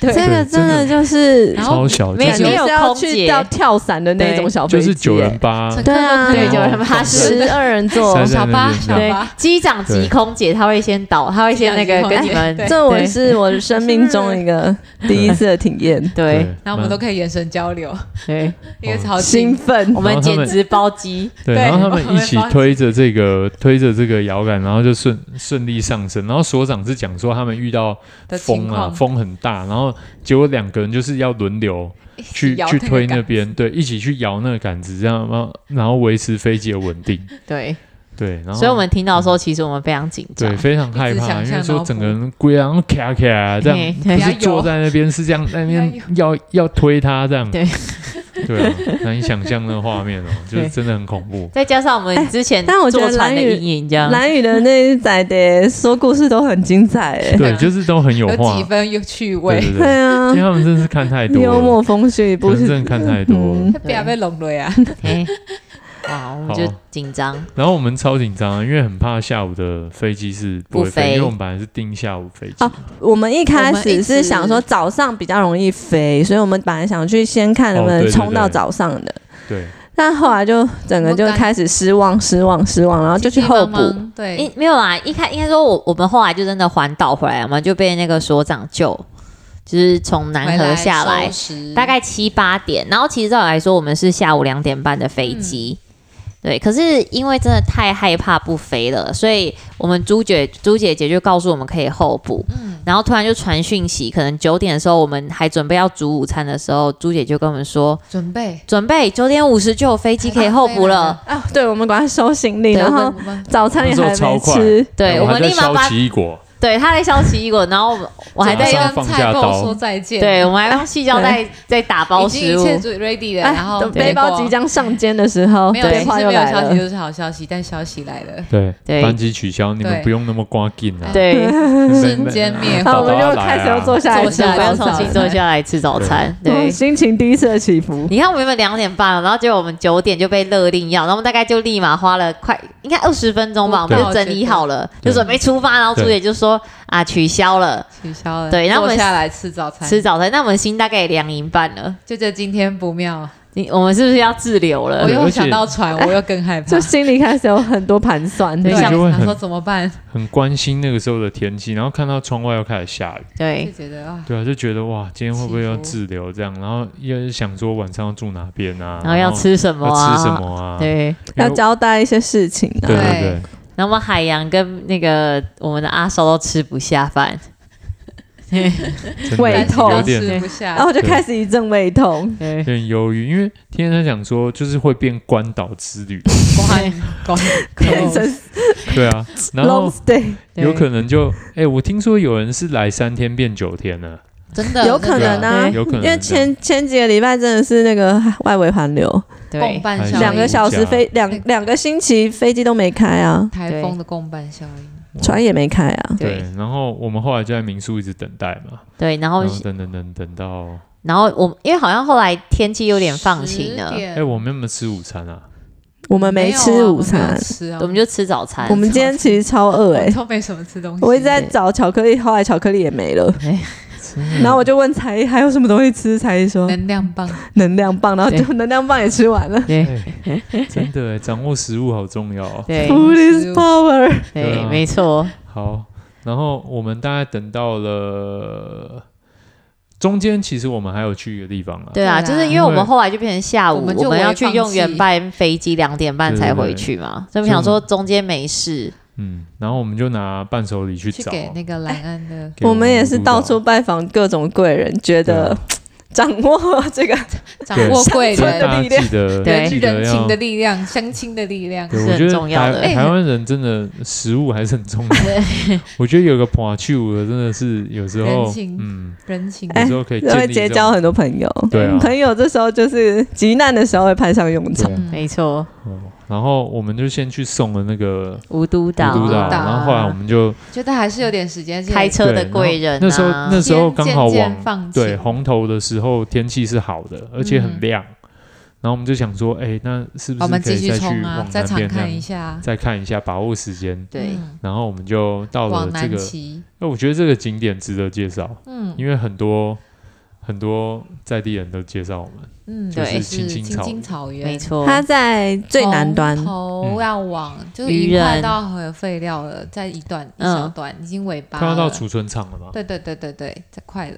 [SPEAKER 3] 这个真的就是
[SPEAKER 4] 然后
[SPEAKER 1] 超小，
[SPEAKER 2] 没
[SPEAKER 1] 就
[SPEAKER 3] 感
[SPEAKER 1] 是
[SPEAKER 2] 没
[SPEAKER 3] 觉
[SPEAKER 2] 有
[SPEAKER 3] 是要
[SPEAKER 2] 空姐
[SPEAKER 3] 去到跳伞的那种小飞
[SPEAKER 1] 就
[SPEAKER 3] 机，
[SPEAKER 1] 是九人八，
[SPEAKER 4] 乘客
[SPEAKER 3] 对啊
[SPEAKER 4] 都可以
[SPEAKER 2] 对，就
[SPEAKER 1] 然
[SPEAKER 2] 是
[SPEAKER 1] 后
[SPEAKER 2] 他是。
[SPEAKER 3] 十二人座
[SPEAKER 1] 三，
[SPEAKER 4] 小巴
[SPEAKER 1] 在
[SPEAKER 4] 小
[SPEAKER 1] 那
[SPEAKER 2] 对
[SPEAKER 1] 边
[SPEAKER 4] 巴，
[SPEAKER 2] 机长及
[SPEAKER 1] 对
[SPEAKER 2] 空姐，他会先导，他会先那个跟你们
[SPEAKER 4] 对
[SPEAKER 3] 这我是我生命中一个第一次的体验，
[SPEAKER 2] 对
[SPEAKER 1] 对，
[SPEAKER 4] 然后我们都
[SPEAKER 1] 蛮哦
[SPEAKER 4] 可以眼神交流，
[SPEAKER 2] 对，
[SPEAKER 4] 因为超近，
[SPEAKER 3] 兴奋
[SPEAKER 2] 我。们
[SPEAKER 1] 然后他
[SPEAKER 2] 简
[SPEAKER 1] 们
[SPEAKER 2] 直包机，
[SPEAKER 1] 对，
[SPEAKER 4] 对
[SPEAKER 1] 然后他
[SPEAKER 4] 我
[SPEAKER 1] 们
[SPEAKER 4] 们
[SPEAKER 1] 一起
[SPEAKER 4] 发
[SPEAKER 1] 推着这个推着这个摇杆，然后就顺顺利上升。然后所长是讲说他们遇到
[SPEAKER 4] 的情
[SPEAKER 1] 风啊，
[SPEAKER 4] 况
[SPEAKER 1] 风很大，然后后结果两个人就是要轮流去
[SPEAKER 4] 摇
[SPEAKER 1] 去
[SPEAKER 4] 个
[SPEAKER 1] 推
[SPEAKER 4] 杆
[SPEAKER 1] 那边，对，一起去摇那个杆子，这样然后然后维持飞机的稳定，
[SPEAKER 2] 对，
[SPEAKER 1] 对，然后
[SPEAKER 2] 所以我们听到的时候，其实我们非常紧张
[SPEAKER 1] 对，非常害
[SPEAKER 4] 一直
[SPEAKER 1] 怕，
[SPEAKER 4] 想
[SPEAKER 1] 因
[SPEAKER 4] 象
[SPEAKER 1] 为说
[SPEAKER 4] 到
[SPEAKER 1] 整
[SPEAKER 4] 不
[SPEAKER 1] 个人龟啊然后卡卡这样
[SPEAKER 2] 嘿，对
[SPEAKER 1] 不是
[SPEAKER 4] 加油
[SPEAKER 1] 坐在那边是这样，那边
[SPEAKER 4] 加
[SPEAKER 1] 要要推他这样，
[SPEAKER 2] 对
[SPEAKER 1] 对啊，难以想象那个画面哦，就是
[SPEAKER 2] 对
[SPEAKER 1] 真的很恐怖。
[SPEAKER 2] 再加哎上我们之前
[SPEAKER 3] 但我觉得
[SPEAKER 2] 坐船的
[SPEAKER 3] 蓝宇
[SPEAKER 2] 阴影，这样
[SPEAKER 3] 蓝宇的那一仔的说故事都很精彩哎，
[SPEAKER 1] 对，就是都很有
[SPEAKER 4] 有
[SPEAKER 1] 画
[SPEAKER 4] 几，分有趣
[SPEAKER 1] 对
[SPEAKER 4] 味，
[SPEAKER 1] 对
[SPEAKER 3] 对
[SPEAKER 1] 对，
[SPEAKER 3] 啊
[SPEAKER 1] 因为，他们真的是看太多
[SPEAKER 3] 幽默
[SPEAKER 1] 了，
[SPEAKER 3] 风趣
[SPEAKER 1] 可
[SPEAKER 3] 不
[SPEAKER 1] 能
[SPEAKER 3] 是
[SPEAKER 1] 真的看太多了。
[SPEAKER 3] 嗯
[SPEAKER 4] 不要被笼了呀。
[SPEAKER 2] 嘿哎哇，我们就
[SPEAKER 1] 好
[SPEAKER 2] 紧张，
[SPEAKER 1] 然后我们超紧张，因为很怕下午的飞机是不会
[SPEAKER 2] 不飞
[SPEAKER 1] 因为我们本来是订下午飞机
[SPEAKER 3] 哦，我们一开
[SPEAKER 4] 我们一
[SPEAKER 3] 始
[SPEAKER 4] 直
[SPEAKER 3] 是想说早上比较容易飞，所以我们本来想去先看能不
[SPEAKER 1] 哦对
[SPEAKER 3] 能
[SPEAKER 1] 对
[SPEAKER 3] 冲到
[SPEAKER 1] 对
[SPEAKER 3] 早上的，
[SPEAKER 1] 对，
[SPEAKER 3] 但后来就整个就开始失望、失望、失望，然后就去候补
[SPEAKER 4] 急。急忙忙对
[SPEAKER 2] 一，没有啦，一开应该说我我们后来就真的环岛回来了嘛，就被那个所长救，就是从南河下来
[SPEAKER 4] 回收，拾
[SPEAKER 2] 大概七八点，然后其实照理来说我们是下午两点半的飞机。
[SPEAKER 4] 嗯
[SPEAKER 2] 对，可是因为真的太害怕不飞了，所以我们朱姐朱姐姐就告诉我们可以候补，
[SPEAKER 4] 嗯
[SPEAKER 2] 然后突然就传讯息，可能九点的时候我们还准备要煮午餐的时候，朱姐就跟我们说，
[SPEAKER 4] 准备
[SPEAKER 2] 准备九点五十就有飞机可以候补
[SPEAKER 4] 哎
[SPEAKER 2] 了。
[SPEAKER 3] 啊，对，我们赶快收行李，
[SPEAKER 2] 对
[SPEAKER 3] 然
[SPEAKER 4] 我
[SPEAKER 3] 后
[SPEAKER 4] 们我们
[SPEAKER 3] 早餐也
[SPEAKER 1] 那
[SPEAKER 3] 还
[SPEAKER 1] 时候超
[SPEAKER 3] 没
[SPEAKER 1] 快
[SPEAKER 3] 吃。
[SPEAKER 2] 对，我
[SPEAKER 1] 我还
[SPEAKER 2] 们
[SPEAKER 1] 在
[SPEAKER 2] 立马
[SPEAKER 1] 削
[SPEAKER 2] 把
[SPEAKER 1] 奇异果，
[SPEAKER 2] 对他在削奇异果，然后我们我 还在
[SPEAKER 1] 马
[SPEAKER 2] 用
[SPEAKER 1] 上，
[SPEAKER 4] 跟
[SPEAKER 1] 放
[SPEAKER 4] 菜
[SPEAKER 1] 下
[SPEAKER 4] 报
[SPEAKER 1] 刀
[SPEAKER 4] 说再见，
[SPEAKER 2] 对，我们 还用细胶带在打包
[SPEAKER 4] 已经
[SPEAKER 2] 食
[SPEAKER 4] 一
[SPEAKER 2] 物，
[SPEAKER 4] 切准 ready 了，
[SPEAKER 3] 哎
[SPEAKER 4] 然后
[SPEAKER 3] 等
[SPEAKER 4] 结果
[SPEAKER 3] 背包即将哦上肩的时候，
[SPEAKER 4] 没有，
[SPEAKER 3] 电
[SPEAKER 4] 其
[SPEAKER 3] 话
[SPEAKER 4] 实
[SPEAKER 3] 又
[SPEAKER 4] 没有
[SPEAKER 3] 来
[SPEAKER 4] 消息
[SPEAKER 3] 了。
[SPEAKER 4] 就是好消息，但消息来了，
[SPEAKER 1] 对，
[SPEAKER 2] 对
[SPEAKER 1] 班机取消，你们
[SPEAKER 4] 对
[SPEAKER 1] 不用那么挂劲啊。
[SPEAKER 2] 对，
[SPEAKER 1] 你们，
[SPEAKER 4] 瞬间灭
[SPEAKER 1] 宝
[SPEAKER 3] 那
[SPEAKER 1] 宝
[SPEAKER 3] 我们
[SPEAKER 1] 要
[SPEAKER 3] 就
[SPEAKER 1] 来
[SPEAKER 3] 开始
[SPEAKER 1] 啊
[SPEAKER 3] 又坐下来
[SPEAKER 2] 坐
[SPEAKER 3] 吃
[SPEAKER 2] 下来
[SPEAKER 3] 早
[SPEAKER 2] 要重
[SPEAKER 3] 餐
[SPEAKER 2] 新，坐下来吃 早餐，
[SPEAKER 3] 哇
[SPEAKER 2] 对。
[SPEAKER 3] 心情第一次的起 伏。
[SPEAKER 2] 你看，我们原本两点半了，然后结果我们九点就被勒令要，然后我们大概就立马花了快应该二十分钟吧，我
[SPEAKER 4] 不
[SPEAKER 2] 们
[SPEAKER 4] 到
[SPEAKER 2] 就整理好了，
[SPEAKER 1] 对
[SPEAKER 2] 就准备出发，然后朱姐就说啊取消了，
[SPEAKER 4] 取消了，
[SPEAKER 2] 对然后
[SPEAKER 4] 坐
[SPEAKER 2] 我们
[SPEAKER 4] 下来吃早餐，
[SPEAKER 2] 吃早餐，那我们心大概也凉一半了，
[SPEAKER 4] 就觉得今天不妙，
[SPEAKER 2] 你我们是不是要滞留了
[SPEAKER 4] 我？又
[SPEAKER 1] 而且
[SPEAKER 4] 想到船，我又更害怕
[SPEAKER 3] 就，心里开始有很多盘算，
[SPEAKER 2] 对
[SPEAKER 1] 而且
[SPEAKER 2] 像
[SPEAKER 1] 就会
[SPEAKER 4] 想说
[SPEAKER 1] 很
[SPEAKER 4] 怎么办，
[SPEAKER 1] 很关心那个时候的天气，然后看到窗外又开始下雨，
[SPEAKER 4] 就
[SPEAKER 2] 对
[SPEAKER 4] 觉得啊，
[SPEAKER 1] 对啊，就觉得哇，今天会不会要
[SPEAKER 4] 起伏
[SPEAKER 1] 滞留这样？然后又想说晚上要住哪边啊，
[SPEAKER 2] 然后要吃什么
[SPEAKER 1] 要
[SPEAKER 2] 啊？
[SPEAKER 1] 吃什么啊？
[SPEAKER 2] 对，
[SPEAKER 1] 因为
[SPEAKER 3] 要交代一些事情啊
[SPEAKER 1] 对。
[SPEAKER 4] 对
[SPEAKER 1] 对
[SPEAKER 2] 然后我们海洋跟那个我们的阿烧都吃不下 饭，
[SPEAKER 1] 对，真的
[SPEAKER 3] 胃痛
[SPEAKER 1] 有
[SPEAKER 4] 要
[SPEAKER 1] 点
[SPEAKER 4] 吃不下
[SPEAKER 3] 然，后就
[SPEAKER 1] 对
[SPEAKER 3] 开始一阵胃痛，
[SPEAKER 1] 有
[SPEAKER 2] 对，
[SPEAKER 1] 点忧郁，因为天天在讲说就是会变关岛之 旅，
[SPEAKER 4] 关关
[SPEAKER 3] 变成
[SPEAKER 1] 对啊，然后
[SPEAKER 3] long stay，
[SPEAKER 2] 对
[SPEAKER 1] 有可能就哎、我听说有人是来三天变九天了，
[SPEAKER 4] 真的
[SPEAKER 3] 有可能啊，
[SPEAKER 2] 对
[SPEAKER 1] 有可能
[SPEAKER 3] 因为
[SPEAKER 1] 这样
[SPEAKER 3] 前前几个礼拜真的是那个外围寒流，
[SPEAKER 4] 共
[SPEAKER 2] 对，
[SPEAKER 4] 伴效
[SPEAKER 1] 效
[SPEAKER 4] 应，
[SPEAKER 1] 应
[SPEAKER 3] 两个小时飞两两个星期飞机都没开啊，
[SPEAKER 4] 台风的共伴效应，
[SPEAKER 3] 船也没开啊，
[SPEAKER 1] 对
[SPEAKER 2] 对，
[SPEAKER 1] 然后我们后来就在民宿一直等待嘛，
[SPEAKER 2] 对，然后
[SPEAKER 1] 然后等等等等到
[SPEAKER 2] 然后我因为好像后来天气有点放晴了
[SPEAKER 4] 10，点
[SPEAKER 1] 哎、我们有没有吃午餐啊？
[SPEAKER 3] 我们
[SPEAKER 4] 没有啊
[SPEAKER 3] 吃午
[SPEAKER 4] 我们没
[SPEAKER 3] 餐
[SPEAKER 4] 有，吃啊，
[SPEAKER 2] 我们就吃早餐
[SPEAKER 3] 我。们今天其实超饿哎、
[SPEAKER 4] 都没什么吃东西，
[SPEAKER 3] 我一直在找巧克力，后来巧克力也没了， 然后我就问才艺还有什么东西吃，才艺说
[SPEAKER 4] 能量棒，
[SPEAKER 3] 能量棒，然后就能量棒也吃完了。
[SPEAKER 2] 对
[SPEAKER 1] 哎真的哎，掌握食物好重要、哦。
[SPEAKER 2] 对
[SPEAKER 3] Food is power，
[SPEAKER 1] 对
[SPEAKER 2] 对，
[SPEAKER 1] 啊
[SPEAKER 2] 没错，
[SPEAKER 1] 好，然后我们大概等到了中间，其实我们还有去一个地方啊，
[SPEAKER 2] 对啊，
[SPEAKER 4] 对
[SPEAKER 2] 就
[SPEAKER 4] 啊
[SPEAKER 2] 是因为我们后来就变成下午，
[SPEAKER 4] 我
[SPEAKER 2] 我
[SPEAKER 4] 们
[SPEAKER 2] 们
[SPEAKER 4] 就
[SPEAKER 2] 要
[SPEAKER 4] 微
[SPEAKER 2] 去
[SPEAKER 4] 放
[SPEAKER 2] 用
[SPEAKER 4] 弃
[SPEAKER 2] 原班飞机两点半才回去嘛，所以我们想说中间没事，
[SPEAKER 1] 嗯，然后我们就拿伴手礼去
[SPEAKER 4] 去
[SPEAKER 1] 找，啊
[SPEAKER 4] 给那个蓝安的
[SPEAKER 1] 给
[SPEAKER 3] 我
[SPEAKER 1] 们
[SPEAKER 3] 们也是
[SPEAKER 1] 督
[SPEAKER 3] 到
[SPEAKER 1] 导
[SPEAKER 3] 处拜访各种贵人，觉
[SPEAKER 1] 啊
[SPEAKER 3] 得 掌握这个
[SPEAKER 4] 掌握贵
[SPEAKER 1] 所以
[SPEAKER 4] 人
[SPEAKER 1] 大
[SPEAKER 3] 力
[SPEAKER 1] 家
[SPEAKER 3] 量
[SPEAKER 1] 记得
[SPEAKER 2] 对
[SPEAKER 1] 记
[SPEAKER 4] 人
[SPEAKER 1] 得
[SPEAKER 4] 人情
[SPEAKER 1] 要
[SPEAKER 4] 的。力量、相亲的力量。
[SPEAKER 1] 对，
[SPEAKER 2] 是
[SPEAKER 1] 我
[SPEAKER 2] 很
[SPEAKER 1] 觉
[SPEAKER 2] 重
[SPEAKER 1] 得
[SPEAKER 2] 要
[SPEAKER 1] 台
[SPEAKER 2] 的
[SPEAKER 4] 哎
[SPEAKER 1] 台湾人真的食物还是很重要。 我觉得有个 p a 的真的是有时
[SPEAKER 4] 人
[SPEAKER 1] 候，
[SPEAKER 4] 情
[SPEAKER 1] 嗯，
[SPEAKER 4] 人情
[SPEAKER 1] 有
[SPEAKER 3] 哎
[SPEAKER 1] 时候可以
[SPEAKER 3] 就
[SPEAKER 1] 建
[SPEAKER 3] 会
[SPEAKER 1] 立
[SPEAKER 3] 结
[SPEAKER 1] 这
[SPEAKER 3] 交
[SPEAKER 1] 种
[SPEAKER 3] 很多朋友。
[SPEAKER 1] 对啊
[SPEAKER 3] 朋友这时候就是急难的时候会派上用场
[SPEAKER 1] 对。啊
[SPEAKER 4] 嗯
[SPEAKER 2] 没错，
[SPEAKER 1] 哦然后我们就先去送了那个
[SPEAKER 2] 无督
[SPEAKER 1] 古
[SPEAKER 2] 导
[SPEAKER 1] 都岛，
[SPEAKER 4] 啊
[SPEAKER 1] 然后后来我们就
[SPEAKER 4] 觉得还是有点时间而且
[SPEAKER 2] 开车的贵人啊，
[SPEAKER 1] 那时候那时候刚好
[SPEAKER 4] 渐渐放
[SPEAKER 1] 往
[SPEAKER 4] 晴
[SPEAKER 1] 对红头的时候天气是好的，而且很亮。然后我们就想说，哎，那是不
[SPEAKER 4] 嗯我
[SPEAKER 1] 是
[SPEAKER 4] 们
[SPEAKER 1] 可
[SPEAKER 4] 继
[SPEAKER 1] 以
[SPEAKER 4] 续
[SPEAKER 1] 再去
[SPEAKER 4] 冲啊
[SPEAKER 1] 往，
[SPEAKER 4] 再
[SPEAKER 1] 南
[SPEAKER 4] 常
[SPEAKER 1] 边这
[SPEAKER 4] 看一
[SPEAKER 1] 样
[SPEAKER 4] 下，
[SPEAKER 1] 再看一下，把握时间。
[SPEAKER 2] 对
[SPEAKER 4] 嗯
[SPEAKER 1] 然后我们就到了
[SPEAKER 4] 往
[SPEAKER 1] 这
[SPEAKER 4] 南
[SPEAKER 1] 个，
[SPEAKER 4] 骑，
[SPEAKER 1] 那我觉得这个景点值得介绍，
[SPEAKER 4] 嗯
[SPEAKER 1] 因为很多很多在地人都介绍我们。
[SPEAKER 4] 嗯，
[SPEAKER 1] 就是
[SPEAKER 4] 对，
[SPEAKER 1] 青青
[SPEAKER 4] 青
[SPEAKER 1] 草
[SPEAKER 4] 青
[SPEAKER 1] 原
[SPEAKER 4] 草原，
[SPEAKER 2] 没。
[SPEAKER 1] 啊
[SPEAKER 2] 错，
[SPEAKER 3] 它在最南端，
[SPEAKER 4] 头
[SPEAKER 1] 嗯
[SPEAKER 4] 要往就是
[SPEAKER 2] 渔
[SPEAKER 4] 一快
[SPEAKER 2] 人
[SPEAKER 4] 到核废料了，再一段一
[SPEAKER 2] 嗯
[SPEAKER 4] 小段已经尾巴
[SPEAKER 1] 快要到
[SPEAKER 4] 了
[SPEAKER 1] 储存场了嘛？
[SPEAKER 4] 对对对对对，再快了，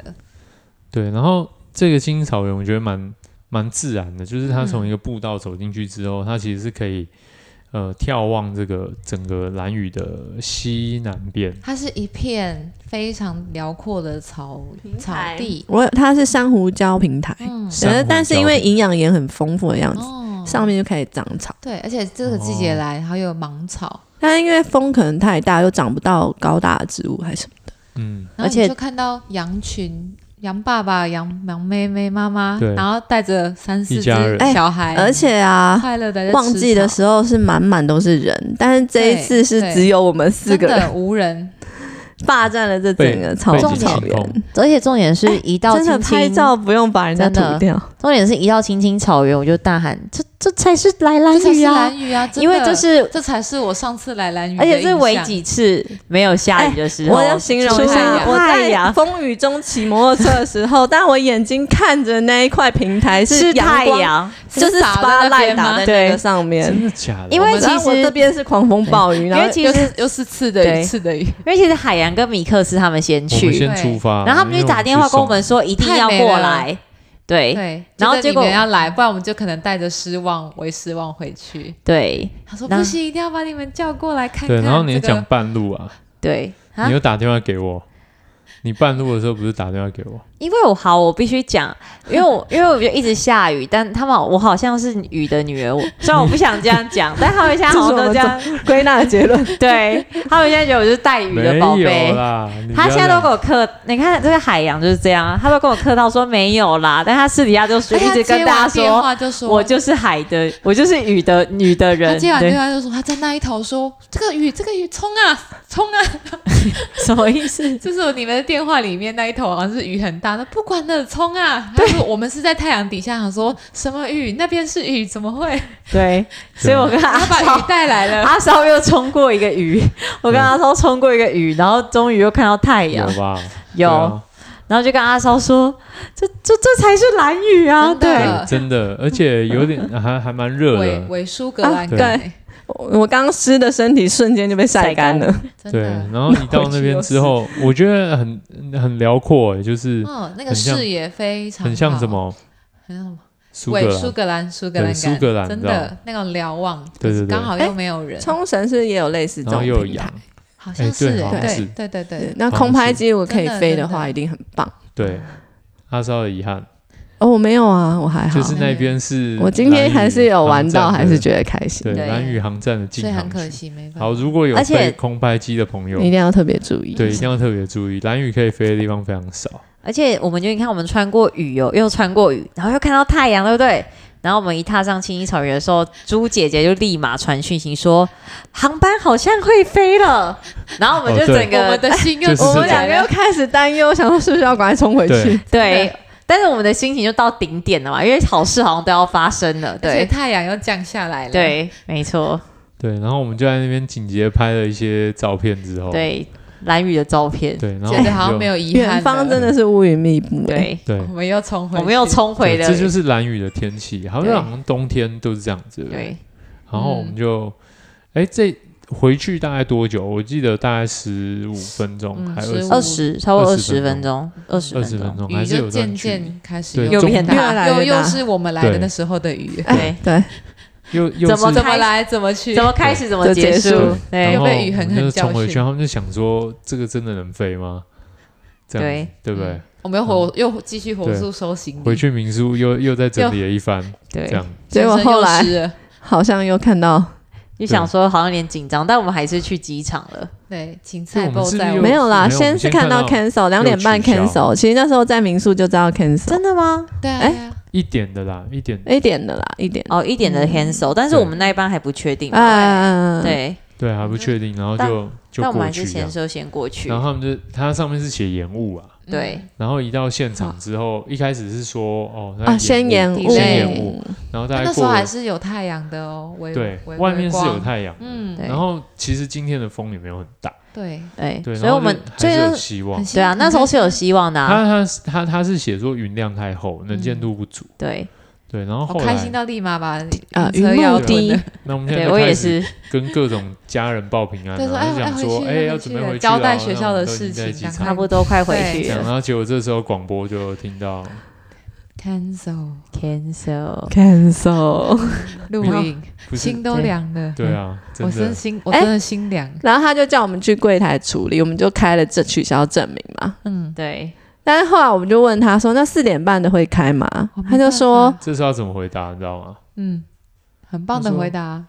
[SPEAKER 1] 对，然后这个青青草原
[SPEAKER 2] 嗯
[SPEAKER 1] 我觉得蛮蛮自然的，就是它从一个步道走进去之后，它其实是可以呃眺望这个整个兰屿的西南边。
[SPEAKER 4] 它是一片非常辽阔的草
[SPEAKER 2] 平
[SPEAKER 4] 草
[SPEAKER 2] 台
[SPEAKER 4] 地，
[SPEAKER 3] 我它是珊瑚礁平台，
[SPEAKER 4] 嗯，
[SPEAKER 1] 珊
[SPEAKER 3] 但是
[SPEAKER 1] 瑚
[SPEAKER 3] 但是因
[SPEAKER 1] 礁
[SPEAKER 3] 为
[SPEAKER 1] 地
[SPEAKER 3] 营养盐很丰富的样子，
[SPEAKER 4] 哦，
[SPEAKER 3] 上面就开始长草。
[SPEAKER 4] 对，而且这个季节
[SPEAKER 1] 哦
[SPEAKER 4] 来，然后又有芒草，
[SPEAKER 3] 但因为风可能太大，又长不到高大的植物，还是什么
[SPEAKER 1] 嗯，
[SPEAKER 4] 然后
[SPEAKER 2] 而
[SPEAKER 4] 你
[SPEAKER 2] 且
[SPEAKER 4] 就看到羊群、羊爸爸、羊羊妹妹、妈妈，
[SPEAKER 1] 对
[SPEAKER 4] 然后带着三四
[SPEAKER 1] 一
[SPEAKER 4] 只
[SPEAKER 1] 家人
[SPEAKER 4] 小孩，
[SPEAKER 3] 而且啊，
[SPEAKER 4] 快乐的
[SPEAKER 3] 旺季的时候是满满都是人，但是这一次是
[SPEAKER 4] 对
[SPEAKER 3] 只有我们四
[SPEAKER 4] 真
[SPEAKER 3] 个人
[SPEAKER 4] 的无人，
[SPEAKER 3] 霸占了这整个草
[SPEAKER 1] 被
[SPEAKER 2] 重
[SPEAKER 1] 景
[SPEAKER 2] 点
[SPEAKER 3] 草
[SPEAKER 1] 清空
[SPEAKER 3] 原，，
[SPEAKER 2] 而且重点
[SPEAKER 4] 哎
[SPEAKER 2] 是一到
[SPEAKER 3] 真
[SPEAKER 2] 青
[SPEAKER 3] 的
[SPEAKER 2] 青，
[SPEAKER 3] 拍照不用把人家
[SPEAKER 2] 真的
[SPEAKER 3] 涂掉。
[SPEAKER 2] 重点是一到青青草原，我就大喊：这这才是来兰
[SPEAKER 4] 这才
[SPEAKER 2] 屿
[SPEAKER 4] 是
[SPEAKER 2] 啊！
[SPEAKER 4] 蓝雨啊，真的
[SPEAKER 2] 因为这是，
[SPEAKER 4] 这才是我上次来蓝雨，
[SPEAKER 2] 而且是唯。几次没有下雨的
[SPEAKER 4] 哎
[SPEAKER 2] 时候，
[SPEAKER 3] 我要形容
[SPEAKER 2] 出
[SPEAKER 3] 一下，
[SPEAKER 2] 太
[SPEAKER 3] 我在
[SPEAKER 2] 阳
[SPEAKER 3] 风雨中骑摩托车的时候，但我眼睛看着那一块平台
[SPEAKER 2] 是
[SPEAKER 3] 阳
[SPEAKER 2] 太
[SPEAKER 3] 光，
[SPEAKER 2] 阳，
[SPEAKER 3] 就是是
[SPEAKER 4] 洒在
[SPEAKER 3] SPA
[SPEAKER 4] 那
[SPEAKER 3] 赖
[SPEAKER 4] 边吗
[SPEAKER 3] 打在那
[SPEAKER 2] 对
[SPEAKER 3] 个上面
[SPEAKER 1] 真。的假的？
[SPEAKER 2] 因为
[SPEAKER 3] 然后
[SPEAKER 2] 其实
[SPEAKER 3] 我这边是狂风暴雨，然
[SPEAKER 2] 因
[SPEAKER 3] 后
[SPEAKER 2] 为其
[SPEAKER 4] 又
[SPEAKER 2] 实
[SPEAKER 4] 是又是次的
[SPEAKER 2] 对
[SPEAKER 4] 雨，次的雨，
[SPEAKER 2] 因为其实海洋跟米克斯他们先
[SPEAKER 1] 我们
[SPEAKER 2] 去，
[SPEAKER 1] 先出发，
[SPEAKER 2] 然后他们
[SPEAKER 1] 因为
[SPEAKER 2] 就打电话
[SPEAKER 1] 去送
[SPEAKER 2] 跟我们说一定要过来，对
[SPEAKER 4] 对，
[SPEAKER 2] 然后
[SPEAKER 4] 就
[SPEAKER 2] 结
[SPEAKER 4] 跟
[SPEAKER 2] 果
[SPEAKER 4] 你们要来，不然我们就可能带着失望为失望回去。
[SPEAKER 2] 对
[SPEAKER 4] 他说
[SPEAKER 2] 那
[SPEAKER 4] 不行，一定要把你们叫过来看看。
[SPEAKER 1] 对，然后你
[SPEAKER 4] 这
[SPEAKER 1] 也
[SPEAKER 4] 个
[SPEAKER 1] 讲半路啊，
[SPEAKER 2] 对啊
[SPEAKER 1] 你！又打电话给我，你半路的时候不是打电话给我？
[SPEAKER 2] 因为我好，我必须讲，因为我 因为我就一直下雨，但他们我好像是雨的女 儿，我虽然我不想这样讲，但他们现在好像都这样，
[SPEAKER 3] 归纳的结论，
[SPEAKER 2] 对他们现在觉得我是带雨的
[SPEAKER 1] 没
[SPEAKER 2] 宝
[SPEAKER 1] 有
[SPEAKER 2] 贝。
[SPEAKER 1] 啦，你不
[SPEAKER 2] 他
[SPEAKER 1] 要
[SPEAKER 2] 现在都
[SPEAKER 1] 这
[SPEAKER 2] 给
[SPEAKER 1] 样
[SPEAKER 2] 我客，你看这个海洋就是这样啊，他都跟我客套说没有啦，但他私底下就说
[SPEAKER 4] 哎
[SPEAKER 2] 一
[SPEAKER 4] 他
[SPEAKER 2] 直跟
[SPEAKER 4] 接完
[SPEAKER 2] 大家
[SPEAKER 4] 电
[SPEAKER 2] 说，
[SPEAKER 4] 话就说
[SPEAKER 2] 我就是海的，我就是雨的女的
[SPEAKER 4] 他
[SPEAKER 2] 人，
[SPEAKER 4] 接完电
[SPEAKER 2] 对，
[SPEAKER 4] 话就说他在那一头说这个雨这个雨冲啊冲啊，
[SPEAKER 2] 什么意思？
[SPEAKER 4] 就是我你们的电话里面那一头好像是雨很大，那不管了冲啊。他说我们是在太阳底下，想说什么雨那边是雨，怎么 会？
[SPEAKER 2] 对，所以我跟阿
[SPEAKER 4] 他把
[SPEAKER 2] 超
[SPEAKER 4] 雨带来了。
[SPEAKER 2] 阿烧又冲过一个雨，我跟阿烧冲过一个雨，然后终于又看到太阳，
[SPEAKER 1] 有吧？
[SPEAKER 2] 有，啊然后就跟阿烧说：“这这这才是蓝雨啊！”
[SPEAKER 4] 真
[SPEAKER 1] 对
[SPEAKER 4] 的
[SPEAKER 2] 对
[SPEAKER 1] 啊，
[SPEAKER 4] 呃
[SPEAKER 1] 对真的，而且有点还还蛮热
[SPEAKER 4] 韦
[SPEAKER 1] 的，
[SPEAKER 4] 韦舒格兰
[SPEAKER 1] 对
[SPEAKER 4] 盖，
[SPEAKER 3] 我我刚湿的身体瞬间就被晒干了。
[SPEAKER 4] 真
[SPEAKER 1] 对。
[SPEAKER 4] 的
[SPEAKER 1] 然，后你到那边之后，我觉得很很辽阔欸，就是
[SPEAKER 4] 嗯，那个
[SPEAKER 1] 很像
[SPEAKER 4] 视野非常
[SPEAKER 1] 很像
[SPEAKER 4] 好
[SPEAKER 1] 什，么
[SPEAKER 4] 很像什么
[SPEAKER 1] 苏格
[SPEAKER 4] 韦苏
[SPEAKER 1] 兰，
[SPEAKER 4] 格兰苏格兰
[SPEAKER 1] 对
[SPEAKER 4] 盖
[SPEAKER 1] 苏格兰
[SPEAKER 4] 真
[SPEAKER 1] 你知道
[SPEAKER 4] 的那种瞭望，
[SPEAKER 1] 对对对
[SPEAKER 4] 刚好又没有人，
[SPEAKER 3] 冲绳是不是也有类似这
[SPEAKER 1] 然后
[SPEAKER 3] 种
[SPEAKER 1] 又有
[SPEAKER 3] 平
[SPEAKER 1] 羊
[SPEAKER 3] 台，，
[SPEAKER 4] 好像
[SPEAKER 1] 哎
[SPEAKER 4] 是
[SPEAKER 1] 对
[SPEAKER 4] 哎
[SPEAKER 1] 好像是
[SPEAKER 4] 对对对
[SPEAKER 3] 对
[SPEAKER 4] 对，，
[SPEAKER 3] 那
[SPEAKER 1] 好
[SPEAKER 3] 空
[SPEAKER 1] 像
[SPEAKER 3] 拍
[SPEAKER 1] 是
[SPEAKER 3] 机如果可以
[SPEAKER 4] 真的
[SPEAKER 3] 飞
[SPEAKER 4] 真
[SPEAKER 3] 的
[SPEAKER 4] 的
[SPEAKER 3] 话，一定很棒。
[SPEAKER 1] 对，阿稍的遗憾
[SPEAKER 3] 哦，我没有啊，我还好
[SPEAKER 1] 就。是那边是
[SPEAKER 3] 我今天还是有玩到，还是
[SPEAKER 1] 得
[SPEAKER 3] 觉得开心
[SPEAKER 1] 对。
[SPEAKER 2] 对
[SPEAKER 1] 蓝屿航站的
[SPEAKER 4] 所
[SPEAKER 1] 近
[SPEAKER 4] 以很
[SPEAKER 1] 航
[SPEAKER 4] 可
[SPEAKER 1] 区。
[SPEAKER 4] 惜没办
[SPEAKER 1] 好，
[SPEAKER 4] 法。
[SPEAKER 1] 如果有
[SPEAKER 2] 而且
[SPEAKER 1] 飞空拍机的朋友
[SPEAKER 3] 一，定要特别注意。
[SPEAKER 1] 对，一定要特别注意，蓝屿可以飞的地方非常少。
[SPEAKER 2] 而且我们就你看，我们穿过雨哦，又穿过雨，然后又看到太阳，对不对？然后我们一踏上青衣草原的时候，朱姐姐就立马传讯息说：“航班好像会飞了。”然后我们就
[SPEAKER 1] 哦对
[SPEAKER 2] 整
[SPEAKER 4] 我
[SPEAKER 2] 个、
[SPEAKER 4] 们的心
[SPEAKER 1] 就
[SPEAKER 4] 又
[SPEAKER 1] 是这
[SPEAKER 3] 我
[SPEAKER 1] 样
[SPEAKER 3] 们两个又开始担忧，想说是不是要赶快冲回
[SPEAKER 1] 对
[SPEAKER 3] 去？
[SPEAKER 2] 对，但是我们的心情就到顶点了嘛，因为好事好像都要发生了，
[SPEAKER 4] 而且
[SPEAKER 2] 对
[SPEAKER 4] 太阳又降下来了，，
[SPEAKER 2] 对，没错，
[SPEAKER 1] 对，然后我们就在那边紧急地拍了一些照片之后，
[SPEAKER 2] 对蓝雨的照片，
[SPEAKER 1] 对，然后
[SPEAKER 4] 觉得好
[SPEAKER 1] 我
[SPEAKER 4] 像
[SPEAKER 1] 们
[SPEAKER 4] 没
[SPEAKER 1] 就
[SPEAKER 4] 有遗憾了。
[SPEAKER 3] 远方真的是乌云密布、欸，
[SPEAKER 2] 对，
[SPEAKER 1] 对
[SPEAKER 4] 我们又重 回，
[SPEAKER 2] 我们又，冲回
[SPEAKER 1] 对
[SPEAKER 2] 了，
[SPEAKER 1] 这就是蓝雨的天气，好
[SPEAKER 2] 对
[SPEAKER 1] 像好像冬天都是这样子。不
[SPEAKER 2] 对，
[SPEAKER 1] 然后我
[SPEAKER 4] 嗯
[SPEAKER 1] 们就，哎，这回去大概多久？我记得大概十五分钟，
[SPEAKER 4] 嗯
[SPEAKER 1] 还有
[SPEAKER 4] 15
[SPEAKER 2] 二十超过二
[SPEAKER 1] 20
[SPEAKER 2] 十分钟，二十
[SPEAKER 1] 二十
[SPEAKER 2] 钟
[SPEAKER 1] 分，钟，还
[SPEAKER 4] 雨
[SPEAKER 1] 是
[SPEAKER 4] 就
[SPEAKER 1] 有段
[SPEAKER 4] 渐
[SPEAKER 1] 距离。
[SPEAKER 4] 渐开始
[SPEAKER 1] 对，
[SPEAKER 4] 又
[SPEAKER 2] 有
[SPEAKER 1] 中
[SPEAKER 2] 变
[SPEAKER 1] 间
[SPEAKER 3] 大越来
[SPEAKER 4] 又
[SPEAKER 3] 越
[SPEAKER 4] 又是我们来的
[SPEAKER 1] 对
[SPEAKER 4] 那时候的雨，
[SPEAKER 2] 对，
[SPEAKER 3] 哎对，
[SPEAKER 1] 又又
[SPEAKER 2] 怎么
[SPEAKER 1] 是
[SPEAKER 4] 怎么来怎么去，
[SPEAKER 2] 怎么开始怎么
[SPEAKER 3] 就
[SPEAKER 2] 结
[SPEAKER 3] 结束
[SPEAKER 2] 束，
[SPEAKER 1] 然
[SPEAKER 2] 对
[SPEAKER 4] 又
[SPEAKER 1] 后
[SPEAKER 4] 被雨狠
[SPEAKER 1] 我们
[SPEAKER 4] 狠
[SPEAKER 1] 就
[SPEAKER 4] 教
[SPEAKER 1] 冲回去，
[SPEAKER 4] 训
[SPEAKER 1] 他们就想说，这个真的能飞吗？这样子对不对
[SPEAKER 4] 嗯？我们又火又继续火速收行李，
[SPEAKER 1] 回去民宿又又再整理了一番，这
[SPEAKER 2] 对
[SPEAKER 1] 样，
[SPEAKER 3] 结果
[SPEAKER 4] 全身又
[SPEAKER 3] 后来
[SPEAKER 4] 湿了
[SPEAKER 3] 好像又看到
[SPEAKER 2] 就想说好像有点紧张，但我们还是去机场了，
[SPEAKER 4] 对芹
[SPEAKER 1] 对
[SPEAKER 4] 菜
[SPEAKER 1] 我们
[SPEAKER 4] 爆
[SPEAKER 1] 是
[SPEAKER 4] 炸
[SPEAKER 1] 又
[SPEAKER 3] 没有啦，
[SPEAKER 1] 没有我们
[SPEAKER 3] 先是
[SPEAKER 1] 先
[SPEAKER 3] 看到
[SPEAKER 1] 看
[SPEAKER 3] cancel 两点半
[SPEAKER 1] 取消
[SPEAKER 3] cancel，其实那时候在民宿就知道 cancel，
[SPEAKER 2] 真的吗？
[SPEAKER 4] 对啊
[SPEAKER 3] 哎
[SPEAKER 4] 对啊，
[SPEAKER 1] 一点的啦，一点，
[SPEAKER 3] 一点的啦，一点，
[SPEAKER 2] 哦，一点的 cancel，但是
[SPEAKER 1] 嗯对
[SPEAKER 2] 我们那一班还不确定嘛，
[SPEAKER 3] 嗯，
[SPEAKER 2] 对，
[SPEAKER 1] 对，还不确定，然后
[SPEAKER 2] 但
[SPEAKER 1] 就就
[SPEAKER 2] 那我们
[SPEAKER 1] 过
[SPEAKER 2] 还
[SPEAKER 1] 去啊
[SPEAKER 2] 是
[SPEAKER 1] 这样
[SPEAKER 2] 先。说先过去
[SPEAKER 1] 然，后他们就，它上面是写延误啊，
[SPEAKER 2] 对。
[SPEAKER 1] 然后一到现场之后，哦一开始是说哦，那
[SPEAKER 3] 啊，先延
[SPEAKER 1] 误，
[SPEAKER 3] 误，
[SPEAKER 1] 先
[SPEAKER 4] 延
[SPEAKER 1] 延误，然后大
[SPEAKER 4] 但
[SPEAKER 1] 概
[SPEAKER 4] 那时
[SPEAKER 1] 过
[SPEAKER 4] 候
[SPEAKER 1] 了
[SPEAKER 4] 还是有太阳的哦，微
[SPEAKER 1] 对
[SPEAKER 4] 微，
[SPEAKER 1] 外面是有
[SPEAKER 4] 光
[SPEAKER 1] 太阳，
[SPEAKER 4] 嗯，
[SPEAKER 2] 对
[SPEAKER 1] 然后其实今天的风也没有很大，
[SPEAKER 4] 对，
[SPEAKER 2] 对，
[SPEAKER 1] 对，
[SPEAKER 2] 所以
[SPEAKER 1] 然后
[SPEAKER 2] 我们
[SPEAKER 1] 就
[SPEAKER 2] 所
[SPEAKER 1] 还
[SPEAKER 2] 以
[SPEAKER 1] 是有
[SPEAKER 2] 就是
[SPEAKER 1] 希望
[SPEAKER 4] 很。希
[SPEAKER 2] 对啊，
[SPEAKER 4] 很
[SPEAKER 2] 那时候是有
[SPEAKER 4] 开心
[SPEAKER 2] 希望的、啊，
[SPEAKER 1] 他他他他是写说云量太厚，能见度不足，
[SPEAKER 2] 对
[SPEAKER 1] 对，然后
[SPEAKER 4] 好
[SPEAKER 1] 后
[SPEAKER 4] 嗯开心
[SPEAKER 1] 来，
[SPEAKER 4] 到立马把
[SPEAKER 3] 啊
[SPEAKER 4] 车
[SPEAKER 3] 云
[SPEAKER 4] 要
[SPEAKER 3] 雾
[SPEAKER 1] 对
[SPEAKER 4] 滚
[SPEAKER 3] 低
[SPEAKER 4] 了，，
[SPEAKER 1] 那我们现在
[SPEAKER 2] 对，
[SPEAKER 1] 就
[SPEAKER 2] 我
[SPEAKER 1] 开
[SPEAKER 2] 也
[SPEAKER 1] 始
[SPEAKER 2] 是，
[SPEAKER 1] 跟各种家人报平安，
[SPEAKER 4] 对，说
[SPEAKER 1] 然
[SPEAKER 4] 哎
[SPEAKER 1] 后就想
[SPEAKER 4] 回
[SPEAKER 1] 说
[SPEAKER 4] 去
[SPEAKER 1] 哎
[SPEAKER 4] 了
[SPEAKER 1] 要
[SPEAKER 4] 回
[SPEAKER 1] 准
[SPEAKER 4] 去
[SPEAKER 1] 备
[SPEAKER 4] 了
[SPEAKER 1] 回去
[SPEAKER 4] 交
[SPEAKER 1] 了
[SPEAKER 4] 代
[SPEAKER 1] 哦
[SPEAKER 4] 学
[SPEAKER 1] 那
[SPEAKER 4] 校
[SPEAKER 1] 我
[SPEAKER 4] 的
[SPEAKER 1] 们都已
[SPEAKER 4] 事
[SPEAKER 1] 经
[SPEAKER 4] 情
[SPEAKER 1] 在机
[SPEAKER 4] 赶
[SPEAKER 1] 场
[SPEAKER 4] 快
[SPEAKER 2] 差不多快回
[SPEAKER 4] 对
[SPEAKER 2] 去
[SPEAKER 1] 讲，
[SPEAKER 2] 了，
[SPEAKER 1] 然后结果这时候广播就听到
[SPEAKER 4] cancel
[SPEAKER 2] cancel。
[SPEAKER 3] cancel。
[SPEAKER 4] 录
[SPEAKER 1] 然后
[SPEAKER 4] 影，
[SPEAKER 1] 不是
[SPEAKER 4] 心都凉了。嗯
[SPEAKER 1] 对 啊，真
[SPEAKER 4] 我真
[SPEAKER 1] 的
[SPEAKER 4] 心，我
[SPEAKER 3] 哎
[SPEAKER 4] 真的心凉。
[SPEAKER 3] 然后他就叫我们去柜台处理，我们就开了这取消证明嘛。
[SPEAKER 4] 嗯，
[SPEAKER 2] 对，
[SPEAKER 3] 但是后来我们就问他说：“那四点半的会开吗
[SPEAKER 4] 我？”哦没
[SPEAKER 3] 他就
[SPEAKER 4] 办法
[SPEAKER 3] 说，
[SPEAKER 1] 这是要怎么回答，你知道吗？
[SPEAKER 4] 嗯，很棒的
[SPEAKER 1] 他说
[SPEAKER 4] 回答。啊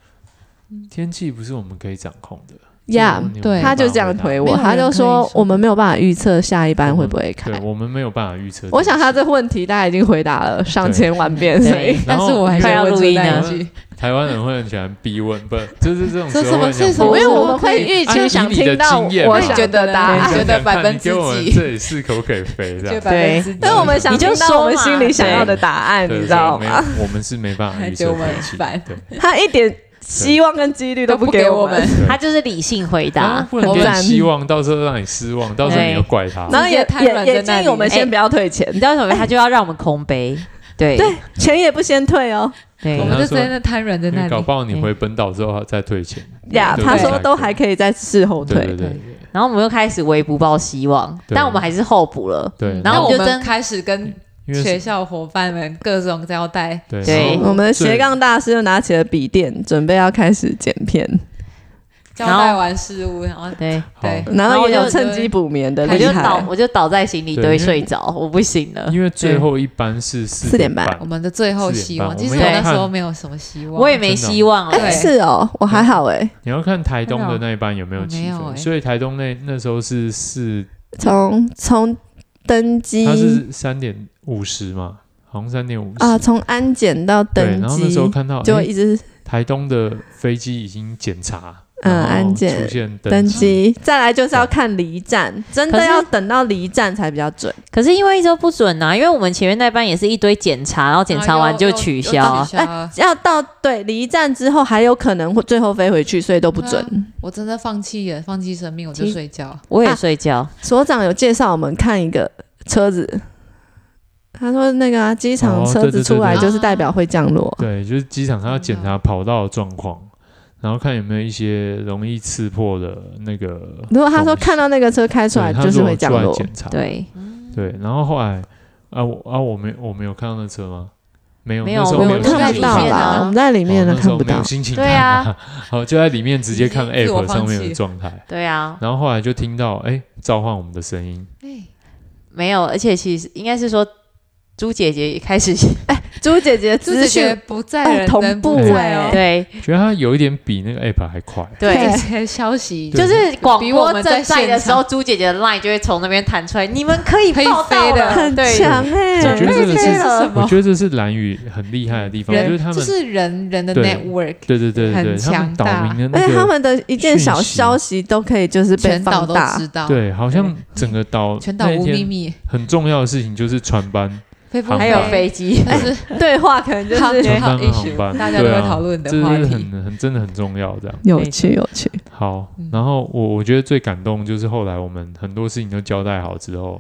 [SPEAKER 1] 天气不是我们可以掌控的。
[SPEAKER 3] 呀
[SPEAKER 1] 这种你们
[SPEAKER 4] 对
[SPEAKER 1] 没
[SPEAKER 3] 他
[SPEAKER 1] 办法
[SPEAKER 3] 就这样回
[SPEAKER 4] 没
[SPEAKER 3] 我，
[SPEAKER 4] 有人
[SPEAKER 3] 他就说
[SPEAKER 4] 可以说
[SPEAKER 3] 我们没有办法预测下一班会不会
[SPEAKER 1] 答，
[SPEAKER 3] 开
[SPEAKER 1] 对。我们没有办法预测。
[SPEAKER 3] 我想他这问题大家已经回答了上千万遍，
[SPEAKER 2] 对
[SPEAKER 3] 所以
[SPEAKER 1] 然
[SPEAKER 4] 但
[SPEAKER 1] 后
[SPEAKER 4] 是我还是
[SPEAKER 2] 快要
[SPEAKER 4] 问
[SPEAKER 2] 录
[SPEAKER 4] 出
[SPEAKER 2] 音
[SPEAKER 4] 那
[SPEAKER 1] 了
[SPEAKER 4] 一句，
[SPEAKER 1] 台湾人会很喜欢逼问，不就是这种
[SPEAKER 4] 这
[SPEAKER 1] 时候
[SPEAKER 4] 什么
[SPEAKER 1] 会
[SPEAKER 4] 是
[SPEAKER 1] 想
[SPEAKER 4] 什
[SPEAKER 1] 说
[SPEAKER 4] 么
[SPEAKER 3] 因为我
[SPEAKER 4] 我
[SPEAKER 3] 们
[SPEAKER 4] 们可
[SPEAKER 3] 会
[SPEAKER 4] 以
[SPEAKER 3] 预
[SPEAKER 1] 按
[SPEAKER 3] 期
[SPEAKER 1] 你
[SPEAKER 3] 想
[SPEAKER 1] 你的
[SPEAKER 3] 听到
[SPEAKER 1] 经验
[SPEAKER 3] 我
[SPEAKER 1] 嘛
[SPEAKER 3] 想
[SPEAKER 4] 觉
[SPEAKER 3] 的
[SPEAKER 4] 得
[SPEAKER 3] 答
[SPEAKER 4] 啦
[SPEAKER 3] 案
[SPEAKER 4] 觉。得
[SPEAKER 1] 想想看
[SPEAKER 4] 百分之
[SPEAKER 1] 你给我们
[SPEAKER 4] 几
[SPEAKER 1] 这里是可不可以飞这
[SPEAKER 4] 就
[SPEAKER 1] 样？
[SPEAKER 4] 百分之
[SPEAKER 1] 对啊
[SPEAKER 3] 但我们想
[SPEAKER 2] 你就
[SPEAKER 3] 听到我们
[SPEAKER 2] 说嘛
[SPEAKER 3] 心里想要的
[SPEAKER 2] 对
[SPEAKER 3] 答案，
[SPEAKER 1] 对
[SPEAKER 3] 你知道
[SPEAKER 1] 所以
[SPEAKER 3] 吗？
[SPEAKER 1] 没有我们是没办 法预
[SPEAKER 4] 觉得
[SPEAKER 1] 测
[SPEAKER 4] 我们
[SPEAKER 1] 天气
[SPEAKER 4] 很烦
[SPEAKER 1] 的。对，
[SPEAKER 3] 他一点希望跟几率都
[SPEAKER 4] 不
[SPEAKER 3] 给
[SPEAKER 4] 给我
[SPEAKER 3] 们，
[SPEAKER 1] 对
[SPEAKER 2] 他就是理性回
[SPEAKER 1] 啊
[SPEAKER 2] 答。
[SPEAKER 1] 不能给
[SPEAKER 3] 赞
[SPEAKER 1] 你希望，到时候让你失
[SPEAKER 4] 哎
[SPEAKER 1] 望，到时候你又怪他。
[SPEAKER 3] 然后也
[SPEAKER 4] 直接瘫软
[SPEAKER 3] 也
[SPEAKER 4] 在
[SPEAKER 3] 也建议
[SPEAKER 4] 那里
[SPEAKER 3] 我们先不要退钱
[SPEAKER 2] 你，知道为什么？他就要让我们空杯。对
[SPEAKER 3] 对钱也不先退哦。
[SPEAKER 2] 对
[SPEAKER 4] 我
[SPEAKER 1] 对
[SPEAKER 4] 们就直
[SPEAKER 1] 他说
[SPEAKER 4] 接在瘫软在
[SPEAKER 1] 因
[SPEAKER 4] 那
[SPEAKER 1] 为搞
[SPEAKER 4] 里。哎
[SPEAKER 1] 不好你回本岛之后再退钱。
[SPEAKER 3] 呀，
[SPEAKER 1] 对
[SPEAKER 3] 他
[SPEAKER 1] 对
[SPEAKER 3] 说
[SPEAKER 1] 对
[SPEAKER 3] 都还可以在事后
[SPEAKER 1] 对对
[SPEAKER 3] 退。
[SPEAKER 1] 对
[SPEAKER 2] 然后我们又开始微不抱希望，
[SPEAKER 1] 对
[SPEAKER 2] 但我们还是候补了。
[SPEAKER 1] 对，
[SPEAKER 2] 然后
[SPEAKER 4] 我
[SPEAKER 2] 我们就
[SPEAKER 4] 们
[SPEAKER 2] 真
[SPEAKER 4] 开始跟
[SPEAKER 1] 因为
[SPEAKER 4] 学
[SPEAKER 1] 是
[SPEAKER 4] 校伙伴们各种交代，
[SPEAKER 1] 对哦
[SPEAKER 2] 对
[SPEAKER 1] 然后
[SPEAKER 3] 我们的斜杠大师就拿起了笔电，准备要开始剪片，
[SPEAKER 4] 交
[SPEAKER 2] 然后
[SPEAKER 4] 代完事物，然后
[SPEAKER 2] 对，
[SPEAKER 4] 对
[SPEAKER 1] 好
[SPEAKER 3] 然
[SPEAKER 2] 然后
[SPEAKER 3] 后
[SPEAKER 2] 我
[SPEAKER 3] 也
[SPEAKER 2] 就
[SPEAKER 3] 有趁机补眠的
[SPEAKER 2] 我
[SPEAKER 3] 厉
[SPEAKER 2] 就倒
[SPEAKER 3] 害，。
[SPEAKER 2] 我就倒在行李堆睡着，我不行了。
[SPEAKER 1] 因为最后一班是四
[SPEAKER 3] 4点半
[SPEAKER 4] 我们的最后
[SPEAKER 1] 四点
[SPEAKER 4] 希
[SPEAKER 1] 半
[SPEAKER 4] 望。
[SPEAKER 1] 啊我
[SPEAKER 4] 其实
[SPEAKER 1] 们
[SPEAKER 4] 我
[SPEAKER 2] 要
[SPEAKER 4] 那时候
[SPEAKER 1] 看
[SPEAKER 4] 没有什么希望，
[SPEAKER 2] 我也没希望
[SPEAKER 4] 真的哦。
[SPEAKER 2] 了
[SPEAKER 3] 是哦，我还好哎，
[SPEAKER 1] 你要看台东
[SPEAKER 4] 真的
[SPEAKER 1] 的
[SPEAKER 4] 哦
[SPEAKER 1] 那一班有没有
[SPEAKER 4] 我
[SPEAKER 1] 气
[SPEAKER 4] 没有
[SPEAKER 1] 氛，
[SPEAKER 4] 欸
[SPEAKER 1] 所以台东那那时候是四，
[SPEAKER 3] 从从登
[SPEAKER 1] 它
[SPEAKER 3] 机
[SPEAKER 1] 是三点五十嘛，好像三点五十
[SPEAKER 3] 啊，从安检到
[SPEAKER 1] 对，
[SPEAKER 3] 登
[SPEAKER 1] 然后那
[SPEAKER 3] 机
[SPEAKER 1] 时候，看哎到
[SPEAKER 3] 就
[SPEAKER 1] 诶
[SPEAKER 3] 一直
[SPEAKER 1] 台东的飞机已经检查，
[SPEAKER 3] 嗯
[SPEAKER 1] 然后
[SPEAKER 3] 安检
[SPEAKER 1] 出现
[SPEAKER 3] 登
[SPEAKER 1] 机，
[SPEAKER 3] 机，再来就是要看离站，真
[SPEAKER 2] 可
[SPEAKER 3] 的
[SPEAKER 2] 是
[SPEAKER 3] 要等到离站才比较准。
[SPEAKER 2] 可是因为一周不准呐、因为我们前面那班也是一堆检查，然后
[SPEAKER 4] 啊
[SPEAKER 2] 检查完就取消
[SPEAKER 4] 然后又又又
[SPEAKER 2] 啊。
[SPEAKER 4] 取消啊。
[SPEAKER 3] 要到对离站之后，还有可能会最后飞回去，所以都不准。
[SPEAKER 4] 啊我真的放弃了，放弃生命，我就
[SPEAKER 2] 其实
[SPEAKER 4] 睡觉。
[SPEAKER 2] 我也睡觉，
[SPEAKER 3] 所长有介绍我们看一个车子，他说那个啊，机场
[SPEAKER 1] 哦
[SPEAKER 3] 车
[SPEAKER 1] 对
[SPEAKER 3] 子
[SPEAKER 1] 对
[SPEAKER 3] 出来
[SPEAKER 4] 对对
[SPEAKER 3] 就是代表会降落。
[SPEAKER 1] 对，就是机场它要检
[SPEAKER 4] 哦
[SPEAKER 1] 查跑道的状况，然后看有没有一些容易刺破的那个。
[SPEAKER 3] 如果他说看到那个车开出来，
[SPEAKER 1] 对它
[SPEAKER 3] 就是
[SPEAKER 1] 如果
[SPEAKER 3] 会降
[SPEAKER 1] 出来
[SPEAKER 3] 落。
[SPEAKER 1] 检查，
[SPEAKER 2] 对，
[SPEAKER 1] 对，然后后来啊我啊我没我没有看到那车吗？没有，
[SPEAKER 2] 没有
[SPEAKER 1] 那时候
[SPEAKER 2] 我
[SPEAKER 1] 没
[SPEAKER 2] 们
[SPEAKER 1] 有
[SPEAKER 2] 就
[SPEAKER 1] 心
[SPEAKER 3] 看
[SPEAKER 2] 在
[SPEAKER 3] 不
[SPEAKER 1] 情
[SPEAKER 2] 里
[SPEAKER 3] 到
[SPEAKER 1] 看
[SPEAKER 2] 面
[SPEAKER 1] 啊
[SPEAKER 2] 啊
[SPEAKER 3] 啦，我们在里面
[SPEAKER 1] 哦
[SPEAKER 3] 呢
[SPEAKER 1] 那时
[SPEAKER 3] 看
[SPEAKER 1] 候
[SPEAKER 3] 不
[SPEAKER 1] 没
[SPEAKER 3] 到
[SPEAKER 1] 有。心情
[SPEAKER 2] 对
[SPEAKER 1] 看
[SPEAKER 2] 啊，
[SPEAKER 1] 好就在里面直接看
[SPEAKER 4] 已经自我
[SPEAKER 1] app 上面
[SPEAKER 4] 放弃
[SPEAKER 1] 的状态，
[SPEAKER 2] 对啊，
[SPEAKER 1] 然后后来就听到哎召唤我们的声音，
[SPEAKER 4] 哎，
[SPEAKER 2] 没有，而且其实应该是说朱姐姐一开始
[SPEAKER 3] 朱姐姐
[SPEAKER 4] 朱
[SPEAKER 3] 资
[SPEAKER 4] 姐姐
[SPEAKER 3] 讯
[SPEAKER 4] 不在
[SPEAKER 3] 哎
[SPEAKER 4] 人
[SPEAKER 3] 同
[SPEAKER 4] 灯
[SPEAKER 3] 步
[SPEAKER 4] 不在
[SPEAKER 3] 哎
[SPEAKER 4] 哦，
[SPEAKER 2] 对
[SPEAKER 1] 觉得它有一点比那个 app 还快。
[SPEAKER 2] 对。
[SPEAKER 4] 这些消息
[SPEAKER 1] 对
[SPEAKER 2] 就是广
[SPEAKER 4] 比我
[SPEAKER 2] 播
[SPEAKER 4] 们在
[SPEAKER 2] 正在的
[SPEAKER 4] 现
[SPEAKER 2] 时候，
[SPEAKER 4] 场
[SPEAKER 2] 朱姐姐的 line 就会从那边弹出来，你们可以
[SPEAKER 4] 可以
[SPEAKER 2] 报
[SPEAKER 4] 飞
[SPEAKER 2] 道
[SPEAKER 4] 的
[SPEAKER 2] 了，
[SPEAKER 3] 很
[SPEAKER 2] 对，
[SPEAKER 3] 强哎、
[SPEAKER 1] 我觉得这个
[SPEAKER 3] 太
[SPEAKER 1] 是
[SPEAKER 3] 厉害了
[SPEAKER 1] 我觉得这是蓝宇很厉害的地方，就
[SPEAKER 4] 人
[SPEAKER 1] 是他
[SPEAKER 4] 就
[SPEAKER 1] 们
[SPEAKER 4] 是人人的
[SPEAKER 1] 对
[SPEAKER 4] network
[SPEAKER 1] 对对对对对，
[SPEAKER 4] 很
[SPEAKER 1] 他
[SPEAKER 4] 强
[SPEAKER 1] 们
[SPEAKER 4] 大
[SPEAKER 1] 岛民的
[SPEAKER 3] 而
[SPEAKER 1] 那
[SPEAKER 3] 且他
[SPEAKER 1] 个
[SPEAKER 3] 们的一件小
[SPEAKER 1] 讯息
[SPEAKER 3] 消息都可以就是被
[SPEAKER 4] 全岛
[SPEAKER 3] 放
[SPEAKER 4] 都
[SPEAKER 3] 大，
[SPEAKER 4] 知道，
[SPEAKER 1] 对，好像整个 岛
[SPEAKER 4] 全岛
[SPEAKER 1] 那一
[SPEAKER 4] 无秘
[SPEAKER 1] 天
[SPEAKER 4] 密，
[SPEAKER 1] 很重要的事情就是船班，
[SPEAKER 4] 飞不
[SPEAKER 1] 航
[SPEAKER 2] 还有飞机，
[SPEAKER 4] 但 是
[SPEAKER 3] 对话可能就
[SPEAKER 4] 好
[SPEAKER 3] 是
[SPEAKER 1] 船
[SPEAKER 4] 好
[SPEAKER 1] 班跟航
[SPEAKER 4] issue，
[SPEAKER 1] 班，
[SPEAKER 4] 大家都
[SPEAKER 1] 对
[SPEAKER 4] 会
[SPEAKER 1] 啊
[SPEAKER 4] 讨论
[SPEAKER 1] 这
[SPEAKER 4] 的话
[SPEAKER 1] 是
[SPEAKER 4] 题。
[SPEAKER 1] 很很真的很重要这样。
[SPEAKER 3] 有趣有趣。
[SPEAKER 1] 好
[SPEAKER 4] 嗯，
[SPEAKER 1] 然后我我觉得最感动就是后来我们很多事情都交代好之后，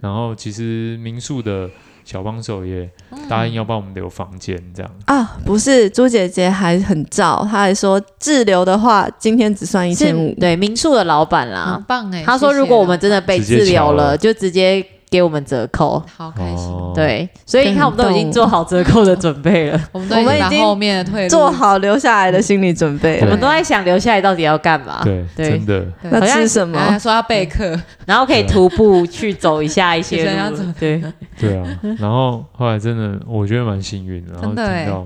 [SPEAKER 1] 然后其实民宿的小帮手也答应要帮我们留房间这样。
[SPEAKER 3] 啊，不是，朱姐姐还很照，她还说滞留的话，今天只算一千
[SPEAKER 2] 是
[SPEAKER 3] 五。
[SPEAKER 2] 对民宿的老板
[SPEAKER 4] 很
[SPEAKER 2] 啦。
[SPEAKER 4] 棒哎，
[SPEAKER 2] 他说，
[SPEAKER 4] 谢谢
[SPEAKER 2] 如果我们真的被
[SPEAKER 1] 直接
[SPEAKER 2] 治疗
[SPEAKER 1] 瞧
[SPEAKER 2] 了，
[SPEAKER 1] 了
[SPEAKER 2] 就直接给我们折扣。
[SPEAKER 4] 好开心，
[SPEAKER 1] 哦，
[SPEAKER 2] 对，所以你看，我
[SPEAKER 3] 感
[SPEAKER 2] 们都已经
[SPEAKER 3] 动
[SPEAKER 2] 做好折扣的准备 了，
[SPEAKER 4] 我们都已
[SPEAKER 3] 我们
[SPEAKER 4] 经把
[SPEAKER 3] 已经
[SPEAKER 4] 后面的退路
[SPEAKER 3] 做，好留下来的心理准备
[SPEAKER 2] 我
[SPEAKER 1] 对
[SPEAKER 3] 了。
[SPEAKER 2] 们都在想留下来到底要干嘛。
[SPEAKER 1] 对，
[SPEAKER 2] 啊对
[SPEAKER 1] 真的，
[SPEAKER 4] 对
[SPEAKER 3] 那
[SPEAKER 2] 好像
[SPEAKER 3] 吃什
[SPEAKER 4] 然后
[SPEAKER 3] 么
[SPEAKER 4] 哎还？说要备课，
[SPEAKER 2] 然后可以徒步去走一下一
[SPEAKER 4] 有
[SPEAKER 2] 些
[SPEAKER 4] 些人要
[SPEAKER 2] 路
[SPEAKER 4] 走
[SPEAKER 2] 对，
[SPEAKER 1] 对啊。然后后来真的，我觉得蛮幸运的，然后
[SPEAKER 4] 真的欸
[SPEAKER 1] 听到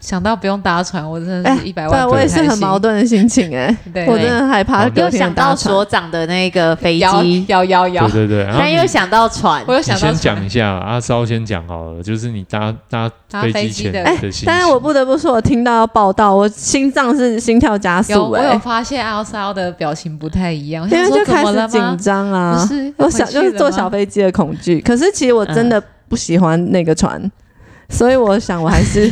[SPEAKER 4] 想到不用搭船，我真的
[SPEAKER 3] 哎
[SPEAKER 4] 是一百
[SPEAKER 3] 对，
[SPEAKER 4] 万，
[SPEAKER 3] 我也是很矛，盾的心哦情哎、
[SPEAKER 4] 对，
[SPEAKER 3] 我真的害怕
[SPEAKER 1] 对
[SPEAKER 3] 隔
[SPEAKER 2] 又
[SPEAKER 3] 天
[SPEAKER 2] 想
[SPEAKER 3] 的搭
[SPEAKER 2] 到
[SPEAKER 3] 船
[SPEAKER 2] 所。长的那个飞
[SPEAKER 4] 摇
[SPEAKER 2] 机，
[SPEAKER 4] 摇摇摇
[SPEAKER 1] 对，对对，然后
[SPEAKER 2] 但又
[SPEAKER 1] 你
[SPEAKER 2] 想到船
[SPEAKER 4] 我，有
[SPEAKER 1] 你
[SPEAKER 4] 想到
[SPEAKER 1] 先讲
[SPEAKER 4] 船
[SPEAKER 1] 一下，阿烧先讲好了，就是你搭搭
[SPEAKER 4] 搭
[SPEAKER 1] 飞
[SPEAKER 4] 飞
[SPEAKER 1] 机
[SPEAKER 4] 机
[SPEAKER 1] 前
[SPEAKER 4] 的
[SPEAKER 1] 的心情。
[SPEAKER 3] 但是哎我不得不说，我听到报道，我心脏是心跳加
[SPEAKER 4] 有
[SPEAKER 3] 速
[SPEAKER 4] 我
[SPEAKER 3] 哎、
[SPEAKER 4] 有发现奥骚的表情不太一样，我
[SPEAKER 3] 因
[SPEAKER 4] 想
[SPEAKER 3] 为
[SPEAKER 4] 说
[SPEAKER 3] 啊就
[SPEAKER 4] 怎
[SPEAKER 3] 开
[SPEAKER 4] 么了
[SPEAKER 3] 始
[SPEAKER 4] 吗
[SPEAKER 3] 紧张啊
[SPEAKER 4] 不。是，
[SPEAKER 3] 我想
[SPEAKER 4] 回去
[SPEAKER 3] 就是
[SPEAKER 4] 了
[SPEAKER 3] 坐
[SPEAKER 4] 吗
[SPEAKER 3] 小飞机的恐惧，可是其实我真的不喜欢那个船，所以我想我还是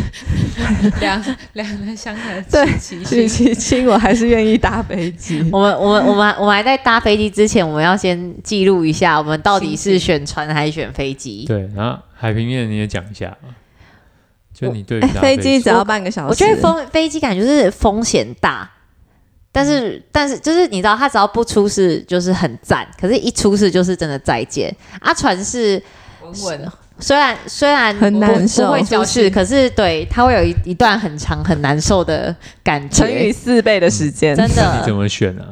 [SPEAKER 4] 两两人相谈
[SPEAKER 3] 对
[SPEAKER 4] 其
[SPEAKER 3] 许
[SPEAKER 4] 心，
[SPEAKER 3] 其清，我还是愿意搭飞机。
[SPEAKER 2] 我们我们我们我们还在搭飞机之前，我们要先记录一下，我们到底
[SPEAKER 4] 心
[SPEAKER 2] 是选船还是选飞机。
[SPEAKER 1] 对，然后海平面你也讲一下，就你对于
[SPEAKER 3] 哎，
[SPEAKER 1] 搭
[SPEAKER 3] 飞机
[SPEAKER 1] 机
[SPEAKER 3] 只要半个小时，
[SPEAKER 2] 我觉得风飞机感觉就是风险大，但是但是就是你知道，它只要不出事就是很赞，可是一出事就是真的再见。啊，船是
[SPEAKER 1] 哦
[SPEAKER 4] 稳稳
[SPEAKER 2] 虽然虽然
[SPEAKER 3] 很
[SPEAKER 2] 不
[SPEAKER 3] 难受
[SPEAKER 2] 不会出
[SPEAKER 4] 矫
[SPEAKER 2] 事，
[SPEAKER 4] 情
[SPEAKER 2] 可是对它会有一一段很长很难受的感觉，
[SPEAKER 3] 乘以四倍的时间，
[SPEAKER 2] 真
[SPEAKER 1] 你怎
[SPEAKER 2] 的
[SPEAKER 1] 么选啊？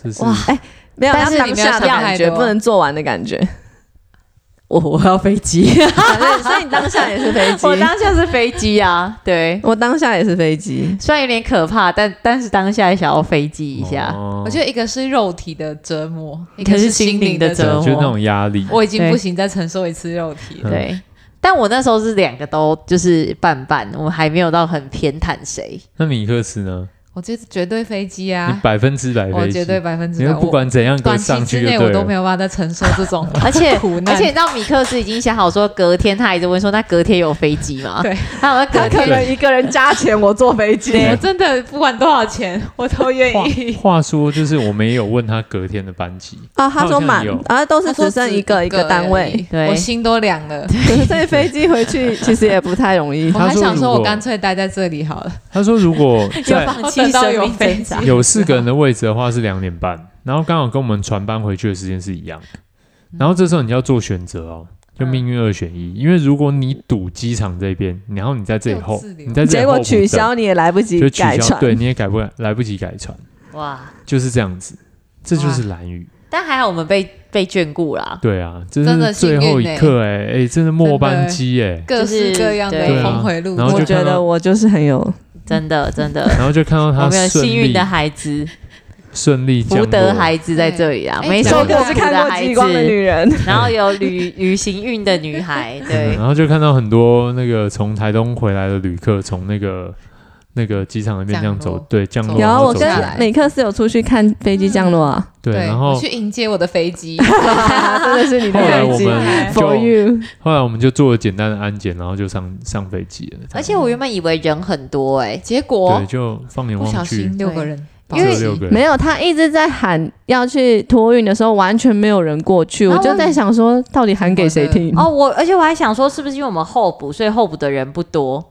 [SPEAKER 1] 这是
[SPEAKER 3] 哇哎没有
[SPEAKER 2] 但
[SPEAKER 3] 要
[SPEAKER 2] 是
[SPEAKER 3] 当
[SPEAKER 4] 你
[SPEAKER 3] 下的
[SPEAKER 4] 没有想
[SPEAKER 3] 感
[SPEAKER 4] 太
[SPEAKER 3] 觉，
[SPEAKER 4] 多
[SPEAKER 3] 不能做完的感觉。
[SPEAKER 2] 我我要飞 机，
[SPEAKER 3] 反正所以你当下也是飞机，
[SPEAKER 2] 我当下是飞机啊，对，
[SPEAKER 3] 我当下也是飞机，
[SPEAKER 2] 虽然有点可怕，但但是当下也想要飞机一下，
[SPEAKER 1] 哦
[SPEAKER 4] 我觉得一个是肉体的折磨，一
[SPEAKER 2] 一个
[SPEAKER 4] 个
[SPEAKER 2] 是
[SPEAKER 4] 心
[SPEAKER 2] 心灵
[SPEAKER 4] 的
[SPEAKER 2] 的
[SPEAKER 1] 对
[SPEAKER 2] 折
[SPEAKER 1] 就是
[SPEAKER 2] 磨
[SPEAKER 1] 那种压力。
[SPEAKER 4] 我已经
[SPEAKER 2] 对
[SPEAKER 4] 不行再承受一次肉体了。
[SPEAKER 2] 对。但我那时候是两个都就是半半，我还没有到很偏袒谁。
[SPEAKER 1] 那米克斯呢？
[SPEAKER 4] 我这次绝对飞机
[SPEAKER 1] 你
[SPEAKER 4] 啊，
[SPEAKER 1] 百分之百
[SPEAKER 4] 我
[SPEAKER 1] 飞
[SPEAKER 4] 绝对
[SPEAKER 1] 机，
[SPEAKER 4] 百分
[SPEAKER 1] 你
[SPEAKER 4] 之百。
[SPEAKER 1] 又不
[SPEAKER 4] 我
[SPEAKER 1] 管怎样都
[SPEAKER 4] 短期
[SPEAKER 1] 上
[SPEAKER 4] 之
[SPEAKER 1] 去就
[SPEAKER 4] 内
[SPEAKER 1] 对
[SPEAKER 4] 我都没
[SPEAKER 1] 了。
[SPEAKER 4] 有办法再承受这 种
[SPEAKER 2] 而且
[SPEAKER 4] 苦难
[SPEAKER 2] 而且你知道米克斯已经想好说隔天，他还是问说那隔天有飞机吗？
[SPEAKER 4] 对，
[SPEAKER 2] 他好像隔天
[SPEAKER 1] 能
[SPEAKER 3] 一个人加钱，我坐飞机
[SPEAKER 4] 我真的不管多少钱，我都愿
[SPEAKER 1] 话
[SPEAKER 4] 意。
[SPEAKER 1] 话说，就是我没有问他隔天的班级，
[SPEAKER 3] 啊， 他说满
[SPEAKER 1] 好像有，。
[SPEAKER 3] 啊，都 是
[SPEAKER 4] 他说
[SPEAKER 3] 只剩一个一个单
[SPEAKER 4] 而已
[SPEAKER 3] 位，
[SPEAKER 2] 对
[SPEAKER 4] 我心都凉了。
[SPEAKER 3] 所以飞机回去其实也不太容易
[SPEAKER 4] 我
[SPEAKER 1] 他
[SPEAKER 4] 还
[SPEAKER 1] 说
[SPEAKER 4] 想说，
[SPEAKER 1] 如
[SPEAKER 4] 我
[SPEAKER 1] 果
[SPEAKER 4] 干脆待在这里好了。
[SPEAKER 1] 他说 如果在
[SPEAKER 2] 又放
[SPEAKER 4] 我
[SPEAKER 2] 弃
[SPEAKER 4] 等到
[SPEAKER 2] 生
[SPEAKER 4] 有
[SPEAKER 2] 命
[SPEAKER 4] 飞
[SPEAKER 2] 挣 扎
[SPEAKER 4] 机。
[SPEAKER 1] 有四个人的位置的话是两点半，然后刚好跟我们船班回去的时间是一样，
[SPEAKER 4] 嗯
[SPEAKER 1] 然后这时候你就要做选择哦，就命运二选一，因为如果你赌机场这边，然后你在这里
[SPEAKER 4] 又
[SPEAKER 1] 后
[SPEAKER 4] 自，留
[SPEAKER 1] 你在这里候
[SPEAKER 3] 结果
[SPEAKER 1] 补
[SPEAKER 3] 取
[SPEAKER 1] 等
[SPEAKER 3] 消，你也来不及
[SPEAKER 1] 就取
[SPEAKER 3] 改
[SPEAKER 1] 消，
[SPEAKER 3] 船，
[SPEAKER 1] 对，你也改不来来不及改船，
[SPEAKER 2] 哇！
[SPEAKER 1] 就是这样子，这就是蓝雨，
[SPEAKER 2] 但还好我们被被眷顾啦。
[SPEAKER 1] 对啊，这
[SPEAKER 4] 真的
[SPEAKER 1] 是
[SPEAKER 4] 幸运
[SPEAKER 1] 最后一
[SPEAKER 4] 欸
[SPEAKER 1] 刻哎哎，真的末班
[SPEAKER 4] 真的
[SPEAKER 1] 机哎，
[SPEAKER 4] 各式
[SPEAKER 2] 就是
[SPEAKER 4] 各样的
[SPEAKER 2] 对
[SPEAKER 4] 峰回路
[SPEAKER 1] 对啊然
[SPEAKER 4] 转
[SPEAKER 1] 后
[SPEAKER 3] 我
[SPEAKER 1] 就
[SPEAKER 3] 觉
[SPEAKER 1] 看
[SPEAKER 3] 得
[SPEAKER 1] 到
[SPEAKER 3] 我就是很有
[SPEAKER 2] 真的真的，
[SPEAKER 1] 然后就看到
[SPEAKER 2] 我
[SPEAKER 1] 他
[SPEAKER 2] 们有
[SPEAKER 1] 顺
[SPEAKER 2] 幸运
[SPEAKER 1] 利
[SPEAKER 2] 的孩子，
[SPEAKER 1] 顺利降
[SPEAKER 2] 福德
[SPEAKER 1] 落，
[SPEAKER 2] 孩子在这里啊，
[SPEAKER 4] 对
[SPEAKER 2] 没
[SPEAKER 4] 哎
[SPEAKER 2] 受
[SPEAKER 4] 讲
[SPEAKER 2] 过
[SPEAKER 4] 到
[SPEAKER 2] 苦
[SPEAKER 4] 是看
[SPEAKER 2] 的孩子，
[SPEAKER 3] 人，
[SPEAKER 2] 然后有旅旅行运的女孩，
[SPEAKER 1] 嗯
[SPEAKER 2] 对
[SPEAKER 1] 然后就看到很多那个从台东回来的旅客从那个那个机场那边这样
[SPEAKER 4] 降
[SPEAKER 1] 走
[SPEAKER 4] 落，
[SPEAKER 1] 对，降落
[SPEAKER 4] 有
[SPEAKER 3] 有
[SPEAKER 1] 然
[SPEAKER 3] 啊，
[SPEAKER 1] 后
[SPEAKER 3] 我
[SPEAKER 1] 走下
[SPEAKER 4] 下
[SPEAKER 1] 来
[SPEAKER 4] 来
[SPEAKER 3] 跟美克斯有出去看飞机降落 啊，
[SPEAKER 1] 对，然后
[SPEAKER 4] 我去迎接我的飞 机，
[SPEAKER 3] 真的是你的
[SPEAKER 1] 后来
[SPEAKER 3] 飞
[SPEAKER 1] 我
[SPEAKER 3] 机
[SPEAKER 1] 们就
[SPEAKER 3] ，For you，
[SPEAKER 1] 后来我们就做了简单的安检，然后就上上飞机了。
[SPEAKER 2] 而且我原本以为人很多哎、
[SPEAKER 4] 结果
[SPEAKER 1] 对，就放眼
[SPEAKER 4] 不小
[SPEAKER 1] 望去
[SPEAKER 4] 心，六个人，
[SPEAKER 1] 只有六个人，
[SPEAKER 3] 没有，他一直在喊要去托运的时候，完全没有人过去，我
[SPEAKER 2] 然后
[SPEAKER 3] 就在想说，到底喊给谁听？
[SPEAKER 2] 哦，我而且我还想说，是不是因为我们候补，所以候补的人不多？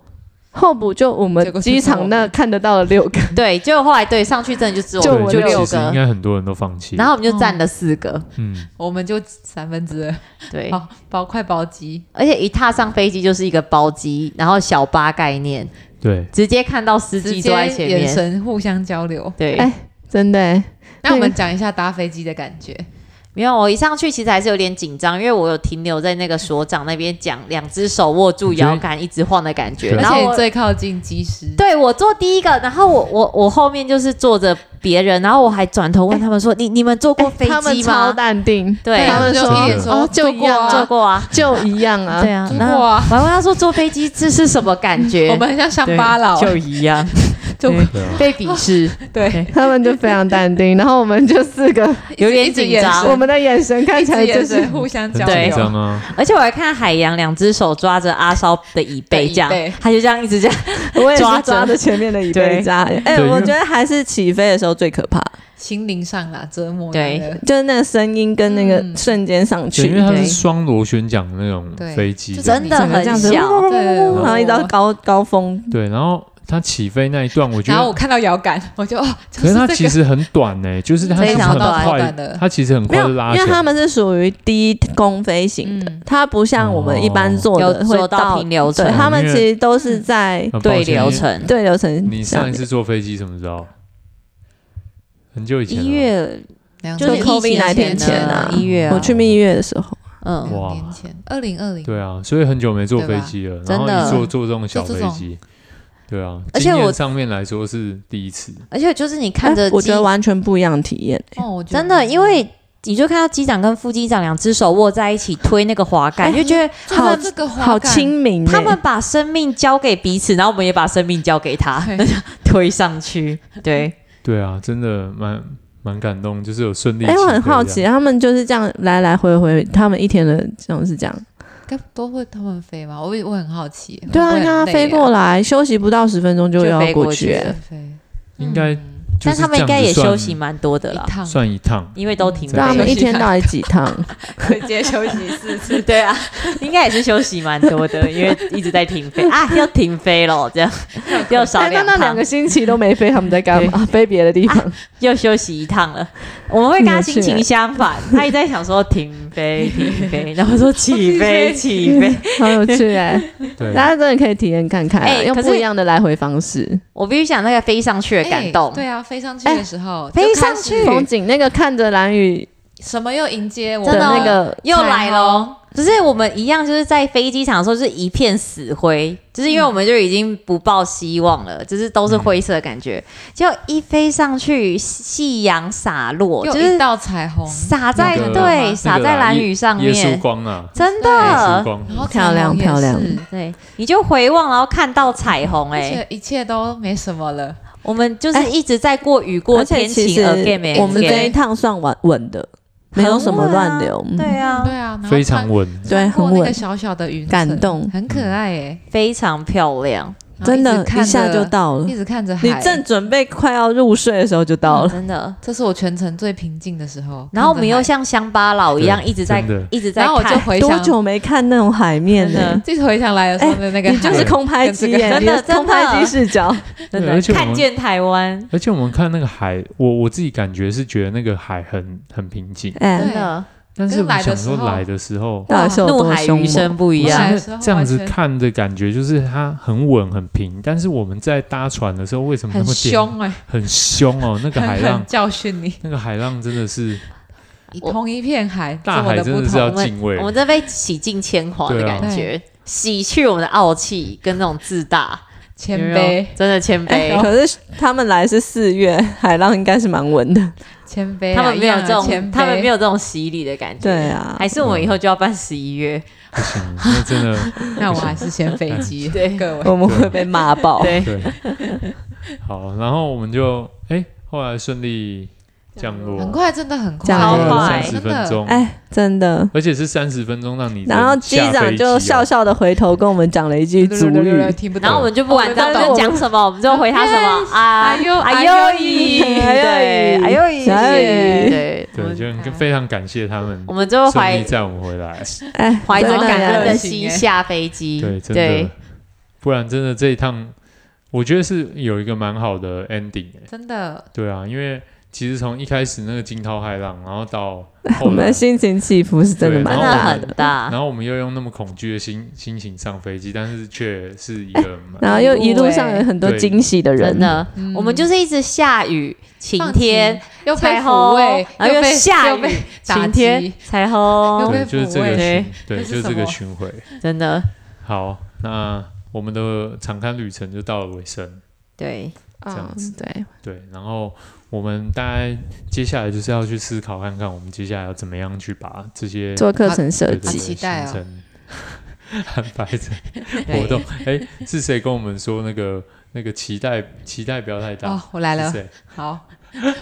[SPEAKER 3] 候补就我
[SPEAKER 4] 结
[SPEAKER 3] 们
[SPEAKER 4] 果是
[SPEAKER 3] 机场那看得到的六个，
[SPEAKER 2] 对，结果后来对上去真的就只有
[SPEAKER 3] 就
[SPEAKER 2] 我
[SPEAKER 1] 对，
[SPEAKER 2] 们
[SPEAKER 3] 我
[SPEAKER 2] 就
[SPEAKER 3] 六
[SPEAKER 1] 其
[SPEAKER 2] 六
[SPEAKER 1] 实应
[SPEAKER 2] 个，
[SPEAKER 1] 该很多人都放弃。
[SPEAKER 2] 然后我们就占了四个，
[SPEAKER 1] 嗯，
[SPEAKER 4] 我们就三分之二，
[SPEAKER 2] 对，
[SPEAKER 4] 好包快包机，
[SPEAKER 2] 而且一踏上飞机就是一个包机，然后小巴概念，
[SPEAKER 1] 对，
[SPEAKER 2] 直接看到司
[SPEAKER 4] 直
[SPEAKER 2] 机
[SPEAKER 4] 接
[SPEAKER 2] 坐在前
[SPEAKER 4] 眼
[SPEAKER 2] 面，
[SPEAKER 4] 神互相交流。
[SPEAKER 2] 对，
[SPEAKER 3] 哎 真的欸。
[SPEAKER 4] 那我们讲一下搭飞机的感觉，
[SPEAKER 2] 没有，我一上去其实还是有点紧张，因为我有停留在那个所长那边讲，两只手握住摇杆一直晃的感觉，
[SPEAKER 1] 对
[SPEAKER 4] 而
[SPEAKER 2] 然后
[SPEAKER 4] 且
[SPEAKER 2] 我
[SPEAKER 4] 你最靠近机师，
[SPEAKER 2] 对我坐第一个，然后我我我后面就是坐着别人，然后我还转头问他们说：“你你们坐过飞
[SPEAKER 3] 哎他们
[SPEAKER 2] 机
[SPEAKER 3] 超
[SPEAKER 2] 吗
[SPEAKER 3] 淡定，
[SPEAKER 2] 对
[SPEAKER 3] 他们
[SPEAKER 4] 就一脸
[SPEAKER 3] 说
[SPEAKER 4] 说
[SPEAKER 3] 哦就
[SPEAKER 4] 不
[SPEAKER 3] 一
[SPEAKER 4] 一样
[SPEAKER 3] 样，
[SPEAKER 2] 坐
[SPEAKER 3] 啊，
[SPEAKER 2] 过啊，
[SPEAKER 3] 就一样啊
[SPEAKER 2] 对，啊。”
[SPEAKER 4] 坐
[SPEAKER 2] 然后
[SPEAKER 4] 过啊
[SPEAKER 2] 我还问他说：“坐飞机这是什么感觉？”
[SPEAKER 4] 我们很像乡
[SPEAKER 2] 对
[SPEAKER 4] 巴佬，
[SPEAKER 2] 就一样，
[SPEAKER 4] 就
[SPEAKER 2] 对
[SPEAKER 1] 对啊，
[SPEAKER 2] 被鄙 视，
[SPEAKER 4] 对，
[SPEAKER 3] 他们就非常淡 定，然后我们就四个，
[SPEAKER 2] 有
[SPEAKER 4] 一
[SPEAKER 2] 点
[SPEAKER 4] 直
[SPEAKER 2] 紧
[SPEAKER 4] 眼
[SPEAKER 2] 张
[SPEAKER 4] 神。
[SPEAKER 3] 我们的眼神看
[SPEAKER 4] 一
[SPEAKER 3] 起
[SPEAKER 4] 直
[SPEAKER 3] 来就
[SPEAKER 4] 眼
[SPEAKER 3] 是
[SPEAKER 4] 神互相
[SPEAKER 1] 很
[SPEAKER 4] 交
[SPEAKER 1] 紧
[SPEAKER 2] 对
[SPEAKER 4] 流。
[SPEAKER 1] 张啊，
[SPEAKER 2] 而且我还看海洋两只手抓着阿烧的椅背，这样
[SPEAKER 4] 的椅背
[SPEAKER 2] 他就这样一直这样，
[SPEAKER 3] 我也是
[SPEAKER 2] 抓着
[SPEAKER 3] 抓着前面的椅背
[SPEAKER 2] 对
[SPEAKER 3] 扎。哎、
[SPEAKER 1] 对
[SPEAKER 3] 我
[SPEAKER 1] 因为
[SPEAKER 3] 觉得还是起飞的时候最可怕，
[SPEAKER 4] 心灵上啦折磨
[SPEAKER 2] 对
[SPEAKER 4] 人的
[SPEAKER 3] 就是那个声音跟那个
[SPEAKER 4] 嗯
[SPEAKER 3] 瞬间上
[SPEAKER 1] 对，
[SPEAKER 3] 去，
[SPEAKER 1] 因为它
[SPEAKER 2] 对
[SPEAKER 1] 是双螺旋桨的那种
[SPEAKER 4] 对
[SPEAKER 1] 飞机
[SPEAKER 4] 就，是
[SPEAKER 2] 真的
[SPEAKER 3] 整个这
[SPEAKER 2] 很
[SPEAKER 3] 样子
[SPEAKER 2] 小。
[SPEAKER 4] 对，
[SPEAKER 3] 然后一到
[SPEAKER 4] 我
[SPEAKER 3] 高高峰，
[SPEAKER 1] 对，然后它起飞那一段，我觉
[SPEAKER 4] 然后我
[SPEAKER 1] 得。
[SPEAKER 4] 看到摇杆，我就哦，就
[SPEAKER 1] 可是它
[SPEAKER 4] 这
[SPEAKER 1] 其
[SPEAKER 4] 个
[SPEAKER 1] 实很短 呢、就是它
[SPEAKER 2] 非
[SPEAKER 1] 是
[SPEAKER 2] 常
[SPEAKER 1] 很
[SPEAKER 2] 短
[SPEAKER 1] 快
[SPEAKER 4] 短的，
[SPEAKER 1] 它其实很
[SPEAKER 3] 没
[SPEAKER 1] 快
[SPEAKER 3] 有，
[SPEAKER 1] 就拉
[SPEAKER 3] 因
[SPEAKER 1] 起来。
[SPEAKER 3] 为他们是属于低空飞行的，
[SPEAKER 4] 嗯
[SPEAKER 3] 它不像我们一般坐
[SPEAKER 2] 有
[SPEAKER 3] 的会
[SPEAKER 2] 坐到平流
[SPEAKER 3] 对
[SPEAKER 2] 层
[SPEAKER 3] 他们
[SPEAKER 1] 因
[SPEAKER 3] 其
[SPEAKER 1] 为
[SPEAKER 3] 实都是在
[SPEAKER 1] 很抱
[SPEAKER 2] 对
[SPEAKER 1] 歉
[SPEAKER 2] 流程，
[SPEAKER 3] 对流程。
[SPEAKER 1] 你上一次坐飞机什么时候？很久以前了。
[SPEAKER 2] 一月
[SPEAKER 4] 两
[SPEAKER 2] 就是
[SPEAKER 4] 年
[SPEAKER 3] 就 COVID 那
[SPEAKER 2] 疫情
[SPEAKER 3] 天前啊
[SPEAKER 2] 一月啊
[SPEAKER 3] 我，去蜜月的时候，
[SPEAKER 2] 嗯，
[SPEAKER 4] 两
[SPEAKER 1] 哇
[SPEAKER 4] 年前，二零二零，
[SPEAKER 1] 对啊，所以很久没坐飞机了，
[SPEAKER 2] 对
[SPEAKER 1] 然
[SPEAKER 2] 吧
[SPEAKER 1] 后一
[SPEAKER 2] 真的
[SPEAKER 1] 坐坐这种小
[SPEAKER 4] 就
[SPEAKER 1] 飞
[SPEAKER 4] 这种
[SPEAKER 1] 机，对啊，
[SPEAKER 2] 而且
[SPEAKER 1] 经验
[SPEAKER 2] 我
[SPEAKER 1] 上面来说是第一次，
[SPEAKER 2] 而且就是你看着
[SPEAKER 3] 哎我
[SPEAKER 2] 机
[SPEAKER 3] 觉得完全不一样的体验。
[SPEAKER 4] 哦，我觉得
[SPEAKER 2] 真的，因为你就看到机长跟副机长两只手握在一起推那个滑杆，
[SPEAKER 3] 哎
[SPEAKER 2] 就觉得
[SPEAKER 4] 坐在
[SPEAKER 3] 好
[SPEAKER 4] 这个滑
[SPEAKER 3] 好
[SPEAKER 4] 杆，
[SPEAKER 3] 亲民欸、
[SPEAKER 2] 他们把生命交给彼此，然后我们也把生命交给他，
[SPEAKER 4] 对
[SPEAKER 2] 推上去。对，
[SPEAKER 1] 对啊，真的蛮蛮感动，就是有顺利。
[SPEAKER 3] 哎、我很好奇，，他们就是这样来来回回，他们一天的这种是这样。
[SPEAKER 4] 该不都会他们飞吗？我我很好奇，
[SPEAKER 3] 对啊，
[SPEAKER 4] 会不会
[SPEAKER 3] 你看
[SPEAKER 4] 很
[SPEAKER 3] 他
[SPEAKER 4] 累
[SPEAKER 3] 飞过来，休息不到十分钟就
[SPEAKER 2] 就
[SPEAKER 3] 要
[SPEAKER 2] 飞过
[SPEAKER 3] 去、
[SPEAKER 2] 去
[SPEAKER 3] 哎
[SPEAKER 4] 飞，
[SPEAKER 1] 应该
[SPEAKER 4] 嗯
[SPEAKER 1] 就
[SPEAKER 2] 但
[SPEAKER 1] 是
[SPEAKER 2] 他们应
[SPEAKER 1] 这样
[SPEAKER 2] 该
[SPEAKER 1] 子
[SPEAKER 2] 也
[SPEAKER 1] 算
[SPEAKER 2] 休息蛮多的
[SPEAKER 4] 一
[SPEAKER 2] 啦，
[SPEAKER 4] 趟
[SPEAKER 1] 算一趟，
[SPEAKER 2] 因为都停
[SPEAKER 1] 对
[SPEAKER 3] 啊让他
[SPEAKER 2] 飞
[SPEAKER 3] 们一天到底几 趟？
[SPEAKER 4] 直接休息四次，
[SPEAKER 2] 对啊，应该也是休息蛮 多的，因为一直在停飞啊，要停飞咯，这样又少
[SPEAKER 3] 但哎那
[SPEAKER 2] 两
[SPEAKER 3] 那两
[SPEAKER 2] 趟啊
[SPEAKER 3] 个，星期都没飞，他们在干嘛？飞别的地方？
[SPEAKER 2] 又休息一趟了。我们会跟他
[SPEAKER 3] 很有趣啊
[SPEAKER 2] 心情相反，他一直在想说停飞停飞，然后说起 飞起飞。
[SPEAKER 3] 好有趣哎！
[SPEAKER 1] 对，
[SPEAKER 3] 大家真的可以体验看看啊，
[SPEAKER 2] 哎
[SPEAKER 3] 用
[SPEAKER 2] 可是
[SPEAKER 3] 不一样的来回方式。
[SPEAKER 2] 我必须讲那个飞上去的感动，
[SPEAKER 3] 哎
[SPEAKER 2] 哎
[SPEAKER 4] 对啊，飞上去的时候，就
[SPEAKER 2] 飞
[SPEAKER 4] 开
[SPEAKER 2] 上
[SPEAKER 4] 始
[SPEAKER 2] 去
[SPEAKER 3] 风景那个看着蓝雨
[SPEAKER 4] 什么又迎接我
[SPEAKER 3] 的
[SPEAKER 2] 真的哦
[SPEAKER 3] 那个，
[SPEAKER 2] 又
[SPEAKER 4] 彩
[SPEAKER 2] 来
[SPEAKER 4] 虹
[SPEAKER 2] 喽。就是我们一样，就是在飞机场的时候就是一片死灰，就是因为我们就已经不抱希望
[SPEAKER 3] 嗯
[SPEAKER 2] 了，就是都是灰色的感觉。就一飞上去，夕阳洒落，
[SPEAKER 4] 又
[SPEAKER 2] 就是
[SPEAKER 4] 一道彩虹，
[SPEAKER 2] 洒在
[SPEAKER 1] 那个那
[SPEAKER 2] 对
[SPEAKER 1] 个
[SPEAKER 2] 洒在
[SPEAKER 1] 啦
[SPEAKER 2] 蓝
[SPEAKER 1] 耶
[SPEAKER 2] 雨上
[SPEAKER 1] 耶稣
[SPEAKER 2] 面，
[SPEAKER 1] 光啊，
[SPEAKER 2] 真
[SPEAKER 1] 耶稣
[SPEAKER 2] 的。
[SPEAKER 1] 光，
[SPEAKER 4] 然后
[SPEAKER 3] 漂
[SPEAKER 4] 彩虹
[SPEAKER 3] 亮
[SPEAKER 4] 也是
[SPEAKER 3] 漂亮
[SPEAKER 2] 对，你就回望，然后看到彩虹、
[SPEAKER 4] 而
[SPEAKER 2] 哎，
[SPEAKER 4] 且一切都没什么了，
[SPEAKER 2] 我们就是一直在过雨过
[SPEAKER 3] 哎而且
[SPEAKER 2] 天
[SPEAKER 3] 其
[SPEAKER 2] 晴
[SPEAKER 3] 实
[SPEAKER 2] again again 欸
[SPEAKER 3] 我们这一趟算稳稳的，没有什么乱流，
[SPEAKER 2] 对
[SPEAKER 3] 嗯
[SPEAKER 2] 啊
[SPEAKER 4] 对，啊，然后
[SPEAKER 1] 非常
[SPEAKER 4] 穿
[SPEAKER 1] 稳，
[SPEAKER 3] 对，
[SPEAKER 4] 过
[SPEAKER 3] 很
[SPEAKER 4] 那个
[SPEAKER 3] 稳，
[SPEAKER 4] 小小的云层
[SPEAKER 3] 感动嗯
[SPEAKER 4] 很可爱哎，
[SPEAKER 2] 非常漂亮，
[SPEAKER 4] 然后
[SPEAKER 3] 真的
[SPEAKER 4] 直，看
[SPEAKER 3] 一下
[SPEAKER 4] 着
[SPEAKER 3] 就到了
[SPEAKER 4] 一。直看着海，
[SPEAKER 3] 你正准备快要入睡的时候就到了，
[SPEAKER 2] 真的。
[SPEAKER 4] 这是我全程最平静的时候。
[SPEAKER 2] 然后我们又
[SPEAKER 4] 看着
[SPEAKER 2] 像乡巴佬一样
[SPEAKER 1] 对
[SPEAKER 2] 一直在
[SPEAKER 1] 真的
[SPEAKER 2] 一直在
[SPEAKER 4] 海，然
[SPEAKER 2] 看，
[SPEAKER 4] 后我就回
[SPEAKER 3] 多
[SPEAKER 4] 想，
[SPEAKER 3] 久没看那种海面
[SPEAKER 2] 真的
[SPEAKER 3] 了？
[SPEAKER 4] 就是回想来的时候的那个海，
[SPEAKER 3] 你就是空拍机耶，
[SPEAKER 2] 跟
[SPEAKER 3] 你
[SPEAKER 2] 这个
[SPEAKER 3] 的
[SPEAKER 2] 真的
[SPEAKER 3] 空拍机 视角，
[SPEAKER 2] 真
[SPEAKER 1] 对而且
[SPEAKER 2] 的
[SPEAKER 1] 我们
[SPEAKER 2] 看见台湾，
[SPEAKER 1] 而且我们看那个海，我我自己感觉是觉得那个海很很平静，
[SPEAKER 3] 哎，
[SPEAKER 2] 真的
[SPEAKER 1] 但
[SPEAKER 4] 可是
[SPEAKER 1] 是我
[SPEAKER 4] 来的
[SPEAKER 1] 们想
[SPEAKER 4] 时
[SPEAKER 1] 说
[SPEAKER 4] 候
[SPEAKER 1] 来的时候，
[SPEAKER 3] 到底是有
[SPEAKER 2] 怒
[SPEAKER 3] 多
[SPEAKER 2] 海
[SPEAKER 3] 凶
[SPEAKER 2] 余
[SPEAKER 3] 猛？
[SPEAKER 2] 声不一
[SPEAKER 1] 不
[SPEAKER 4] 来
[SPEAKER 2] 样
[SPEAKER 4] 的
[SPEAKER 1] 是
[SPEAKER 4] 时候
[SPEAKER 1] 那这样子
[SPEAKER 4] 完全
[SPEAKER 1] 看的感觉，就是它很稳很平，但是我们在搭船的时候为什么那
[SPEAKER 4] 很
[SPEAKER 1] 么点
[SPEAKER 4] 凶哎、
[SPEAKER 1] 很 凶哦？那个海
[SPEAKER 4] 很
[SPEAKER 1] 浪
[SPEAKER 4] 很，教训你。
[SPEAKER 1] 那个海浪真的是
[SPEAKER 2] 我
[SPEAKER 4] 同一片海，
[SPEAKER 1] 大海
[SPEAKER 4] 这么不
[SPEAKER 1] 真的是要
[SPEAKER 4] 同。
[SPEAKER 1] 敬畏
[SPEAKER 2] 我，们在被洗尽铅华的
[SPEAKER 1] 对啊
[SPEAKER 2] 感觉，洗去我们的傲气跟那种自大，
[SPEAKER 4] 谦
[SPEAKER 2] 有没有哎
[SPEAKER 4] 卑，
[SPEAKER 2] 真的谦卑。
[SPEAKER 3] 哎可是他们来是四月，海浪应该是蛮稳的。
[SPEAKER 4] 谦卑啊，
[SPEAKER 2] 他们没有这
[SPEAKER 4] 一样
[SPEAKER 2] 种，
[SPEAKER 4] 的谦卑
[SPEAKER 2] 他们没有这种洗礼的感觉。
[SPEAKER 3] 对啊
[SPEAKER 2] 还是我们以后就要办十一月，
[SPEAKER 1] 不行，嗯那真的
[SPEAKER 4] 那我还是先飞 机，
[SPEAKER 2] 对
[SPEAKER 4] 各位，
[SPEAKER 3] 我们会被骂爆。
[SPEAKER 2] 对，
[SPEAKER 1] 对。好，然后我们就哎，后来顺利降落，
[SPEAKER 4] 很快，真的很快，
[SPEAKER 3] 讲
[SPEAKER 2] 超
[SPEAKER 1] 降落
[SPEAKER 2] 快
[SPEAKER 1] 三十
[SPEAKER 4] 真
[SPEAKER 1] 分
[SPEAKER 4] 的。
[SPEAKER 1] 钟，
[SPEAKER 3] 哎，真的。
[SPEAKER 1] 而且是三十分钟让你
[SPEAKER 3] 然后
[SPEAKER 1] 人
[SPEAKER 3] 机
[SPEAKER 1] 下
[SPEAKER 3] 长
[SPEAKER 1] 飞
[SPEAKER 3] 就
[SPEAKER 1] 哦
[SPEAKER 3] 笑笑的回头跟我们讲了一句
[SPEAKER 4] 对
[SPEAKER 3] 族
[SPEAKER 4] 对对对
[SPEAKER 3] 语
[SPEAKER 4] 对，听不懂。
[SPEAKER 2] 然哦后我们就不管
[SPEAKER 4] 我们
[SPEAKER 2] 他
[SPEAKER 4] 都
[SPEAKER 2] 们讲什么，我们就回他什么啊，
[SPEAKER 4] 哎呦
[SPEAKER 2] 哎
[SPEAKER 4] 哎
[SPEAKER 2] 呦
[SPEAKER 4] 呦
[SPEAKER 2] 咦，
[SPEAKER 3] 哎
[SPEAKER 2] 对，
[SPEAKER 3] 呦
[SPEAKER 2] 哎
[SPEAKER 3] 咦
[SPEAKER 2] 呦咦，
[SPEAKER 3] 哎呦咦
[SPEAKER 2] 对，我
[SPEAKER 1] 对，
[SPEAKER 2] 们
[SPEAKER 1] 就很非常感谢他们
[SPEAKER 2] 我们就
[SPEAKER 1] 顺
[SPEAKER 2] 怀
[SPEAKER 1] 利载我们回来。
[SPEAKER 3] 哎，
[SPEAKER 2] 怀着
[SPEAKER 3] 真的
[SPEAKER 2] 感恩的
[SPEAKER 4] 耶
[SPEAKER 2] 心下飞机，
[SPEAKER 1] 对，真的，不然真的这一趟，我觉得是有一个蛮好的 ending 哎、
[SPEAKER 4] 真的
[SPEAKER 1] 对啊，因为其实从一开始那个惊涛骇浪，然后到
[SPEAKER 3] 我
[SPEAKER 1] 后
[SPEAKER 3] 们
[SPEAKER 1] 来
[SPEAKER 3] 的，心情起伏是真的
[SPEAKER 1] 对
[SPEAKER 3] 蛮
[SPEAKER 2] 真
[SPEAKER 1] 然后
[SPEAKER 2] 的
[SPEAKER 1] 我
[SPEAKER 3] 大
[SPEAKER 2] 很
[SPEAKER 3] 的。
[SPEAKER 2] 大
[SPEAKER 1] 然。后我们又用那么恐惧的心心情上飞机，但是却是一个 蛮
[SPEAKER 3] 然后又一路上有很多
[SPEAKER 1] 对
[SPEAKER 3] 惊喜的人
[SPEAKER 2] 真，的，
[SPEAKER 4] 嗯
[SPEAKER 2] 我们就是一直下雨、晴
[SPEAKER 4] 放
[SPEAKER 2] 天、
[SPEAKER 4] 又被
[SPEAKER 2] 彩
[SPEAKER 4] 抚
[SPEAKER 2] 虹
[SPEAKER 4] 慰，，
[SPEAKER 2] 然后又
[SPEAKER 4] 被
[SPEAKER 2] 下
[SPEAKER 4] 又
[SPEAKER 2] 雨
[SPEAKER 4] 被、打
[SPEAKER 2] 晴天
[SPEAKER 4] 击、，
[SPEAKER 2] 彩
[SPEAKER 4] 又
[SPEAKER 2] 虹，
[SPEAKER 4] 被
[SPEAKER 1] 对，就是这
[SPEAKER 4] 抚
[SPEAKER 1] 个
[SPEAKER 4] 慰
[SPEAKER 2] 对
[SPEAKER 1] 巡，对，
[SPEAKER 4] 那
[SPEAKER 1] 就是这
[SPEAKER 4] 什
[SPEAKER 1] 个
[SPEAKER 4] 么
[SPEAKER 1] 巡回。
[SPEAKER 2] 真的，
[SPEAKER 1] 好，那我们的常看旅程就到了尾声。
[SPEAKER 2] 对，
[SPEAKER 1] 这样
[SPEAKER 3] 子嗯对，
[SPEAKER 1] 对，然后我们大概接下来就是要去思考看看，我们接下来要怎么样去把这些
[SPEAKER 3] 做课程设
[SPEAKER 1] 对对
[SPEAKER 3] 计
[SPEAKER 1] 对，
[SPEAKER 4] 期待哦
[SPEAKER 1] 行程 安排 成活
[SPEAKER 2] 对
[SPEAKER 1] 动。哎，是谁跟我们说那个那个期待期待不要太
[SPEAKER 4] 哦
[SPEAKER 1] 大？，
[SPEAKER 4] 我来
[SPEAKER 1] 是
[SPEAKER 4] 了，
[SPEAKER 1] 谁？
[SPEAKER 4] 好，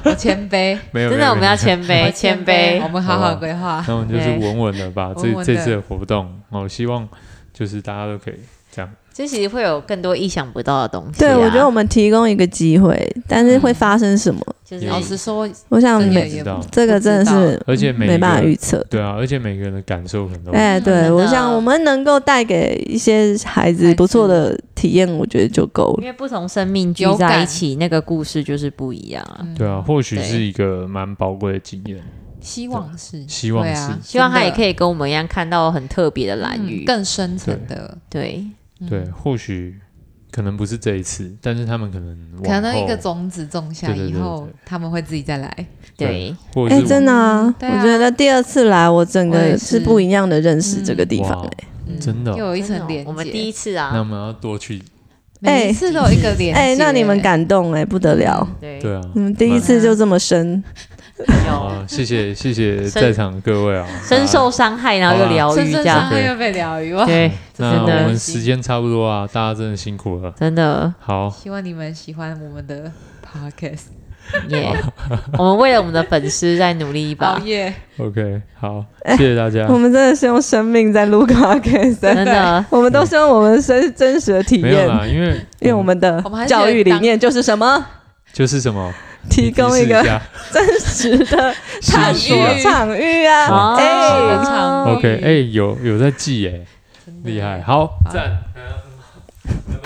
[SPEAKER 4] 我谦卑，
[SPEAKER 1] 没有，
[SPEAKER 2] 真
[SPEAKER 1] 没
[SPEAKER 2] 的
[SPEAKER 1] 有
[SPEAKER 2] 我们要。谦
[SPEAKER 4] 我
[SPEAKER 2] 卑，谦卑
[SPEAKER 4] 我。们好好规划。
[SPEAKER 1] 那我们就是
[SPEAKER 2] 对
[SPEAKER 1] 稳稳的 把这
[SPEAKER 4] 稳稳
[SPEAKER 1] 这
[SPEAKER 4] 地
[SPEAKER 1] 次的活动，我希望就是大家都可以这样。
[SPEAKER 2] 这其实会有更多意想不到的东西啊。
[SPEAKER 3] 对我觉得我们提供一个机会，但是
[SPEAKER 1] 嗯
[SPEAKER 3] 会发生什么，
[SPEAKER 2] 就是
[SPEAKER 1] 也
[SPEAKER 4] 老实说，
[SPEAKER 3] 我想
[SPEAKER 4] 真的
[SPEAKER 1] 也
[SPEAKER 3] 每
[SPEAKER 4] 也
[SPEAKER 1] 知道
[SPEAKER 4] 不
[SPEAKER 3] 这个真的
[SPEAKER 4] 不
[SPEAKER 3] 是
[SPEAKER 1] 而且每
[SPEAKER 3] 没
[SPEAKER 1] 一
[SPEAKER 3] 办法
[SPEAKER 1] 个
[SPEAKER 3] 预测。
[SPEAKER 1] 对啊，而且每个人的感受可能都
[SPEAKER 4] 嗯
[SPEAKER 3] 哎，对，
[SPEAKER 2] 真的
[SPEAKER 3] 我想我们能够带给一些孩子不错的体验，我觉得就够
[SPEAKER 2] 因
[SPEAKER 3] 了。
[SPEAKER 2] 为不同生命聚
[SPEAKER 4] 有
[SPEAKER 2] 在一
[SPEAKER 4] 感
[SPEAKER 2] 起，那个故事就是不一样啊。
[SPEAKER 4] 嗯
[SPEAKER 1] 对啊，，或许
[SPEAKER 2] 对
[SPEAKER 1] 是一个蛮宝贵的经验。
[SPEAKER 4] 希望是，
[SPEAKER 1] 希望
[SPEAKER 4] 对啊
[SPEAKER 1] 是
[SPEAKER 2] 希望他也可
[SPEAKER 4] 以
[SPEAKER 2] 以跟我们一样看到很特别的蓝鱼。
[SPEAKER 4] 更深层的，
[SPEAKER 2] 对，
[SPEAKER 4] 嗯
[SPEAKER 1] 对，或许可能不是这一次，但是他们可能往
[SPEAKER 4] 可能一
[SPEAKER 1] 后
[SPEAKER 4] 个种子种下
[SPEAKER 1] 对对
[SPEAKER 4] 以
[SPEAKER 1] 对
[SPEAKER 4] 后
[SPEAKER 1] 对，
[SPEAKER 4] 他们会自己再来。
[SPEAKER 2] 对，
[SPEAKER 1] 或者
[SPEAKER 3] 哎，
[SPEAKER 1] 是
[SPEAKER 3] 真的啊，
[SPEAKER 4] 嗯对啊
[SPEAKER 3] 我觉得第二次来，我整
[SPEAKER 4] 我
[SPEAKER 3] 个
[SPEAKER 4] 也
[SPEAKER 3] 是
[SPEAKER 4] 是
[SPEAKER 3] 不一样的认识这个地方哎
[SPEAKER 1] 哇。
[SPEAKER 4] 嗯
[SPEAKER 1] 真的哦
[SPEAKER 4] 又有一层连接。
[SPEAKER 2] 我们第一次
[SPEAKER 1] 那我
[SPEAKER 2] 啊，
[SPEAKER 1] 们要多去，
[SPEAKER 4] 每一次都有一个连接。
[SPEAKER 3] 哎，那你们感动哎，不得了！
[SPEAKER 2] 对，
[SPEAKER 1] 对啊，
[SPEAKER 3] 你们第一次就这么深，
[SPEAKER 1] 啊，谢谢谢谢
[SPEAKER 2] 深
[SPEAKER 1] 在场各位啊，
[SPEAKER 2] 深受伤害，然后又疗
[SPEAKER 4] 啊深
[SPEAKER 2] 愈这
[SPEAKER 4] 深
[SPEAKER 2] 样
[SPEAKER 4] 伤。害又被疗愈哇！
[SPEAKER 1] 大
[SPEAKER 2] 对
[SPEAKER 1] 家，
[SPEAKER 2] 真
[SPEAKER 1] 那我
[SPEAKER 2] 的
[SPEAKER 1] 们时间差不多啊，大家真的辛苦了。
[SPEAKER 2] 真的
[SPEAKER 1] 好，
[SPEAKER 4] 希望你们喜欢我们的 podcast。
[SPEAKER 2] 耶！我们为了我们的粉丝再努力一
[SPEAKER 4] 熬
[SPEAKER 2] 把，
[SPEAKER 4] 夜，
[SPEAKER 1] OK，好，谢谢大家
[SPEAKER 3] 哎我。们真的是用生命在录 podcast，
[SPEAKER 2] 真的
[SPEAKER 3] 我们都是用我们真真实的体
[SPEAKER 1] 没有
[SPEAKER 3] 验，
[SPEAKER 1] 啦，因为
[SPEAKER 2] 嗯
[SPEAKER 3] 因为我们的
[SPEAKER 4] 我们还是
[SPEAKER 3] 教育理念就是什么？
[SPEAKER 1] 就是什么
[SPEAKER 3] 提供一个真 实的 探索场域啊！
[SPEAKER 4] 哦
[SPEAKER 2] 好
[SPEAKER 3] 哎、
[SPEAKER 1] 是
[SPEAKER 4] 场
[SPEAKER 1] OK，哎、有有在记哎、厉害， 好赞，嗯要不然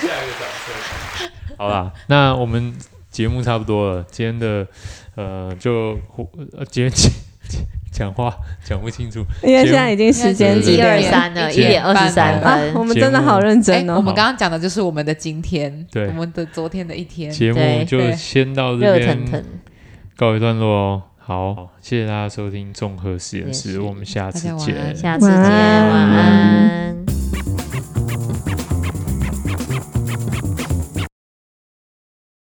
[SPEAKER 1] 下一个掌声好啦，那我们节目差不多了，今天的呃就呃今天讲话讲不清楚，
[SPEAKER 3] 因为现在已经时间几
[SPEAKER 2] 一
[SPEAKER 3] 点
[SPEAKER 2] 二
[SPEAKER 3] 了？
[SPEAKER 2] 三了，一
[SPEAKER 1] 一点
[SPEAKER 2] 点二十三
[SPEAKER 3] 啊，我
[SPEAKER 2] 分。
[SPEAKER 3] 们真的好认真
[SPEAKER 4] 哎，我
[SPEAKER 3] 哦！
[SPEAKER 4] 们刚刚讲的就是我们的今天，
[SPEAKER 1] 对
[SPEAKER 4] 我们的昨天的一天，
[SPEAKER 1] 节目
[SPEAKER 2] 对
[SPEAKER 1] 就
[SPEAKER 4] 对
[SPEAKER 1] 先到这
[SPEAKER 2] 热腾腾
[SPEAKER 1] 边，告一段落哦。好，谢谢大家收听综合实验
[SPEAKER 2] 也
[SPEAKER 1] 室，
[SPEAKER 2] 是
[SPEAKER 1] 我们下次
[SPEAKER 4] 大家晚
[SPEAKER 1] 见
[SPEAKER 4] 安。
[SPEAKER 2] 下次见，
[SPEAKER 3] 晚
[SPEAKER 2] 晚
[SPEAKER 3] 安
[SPEAKER 2] 安。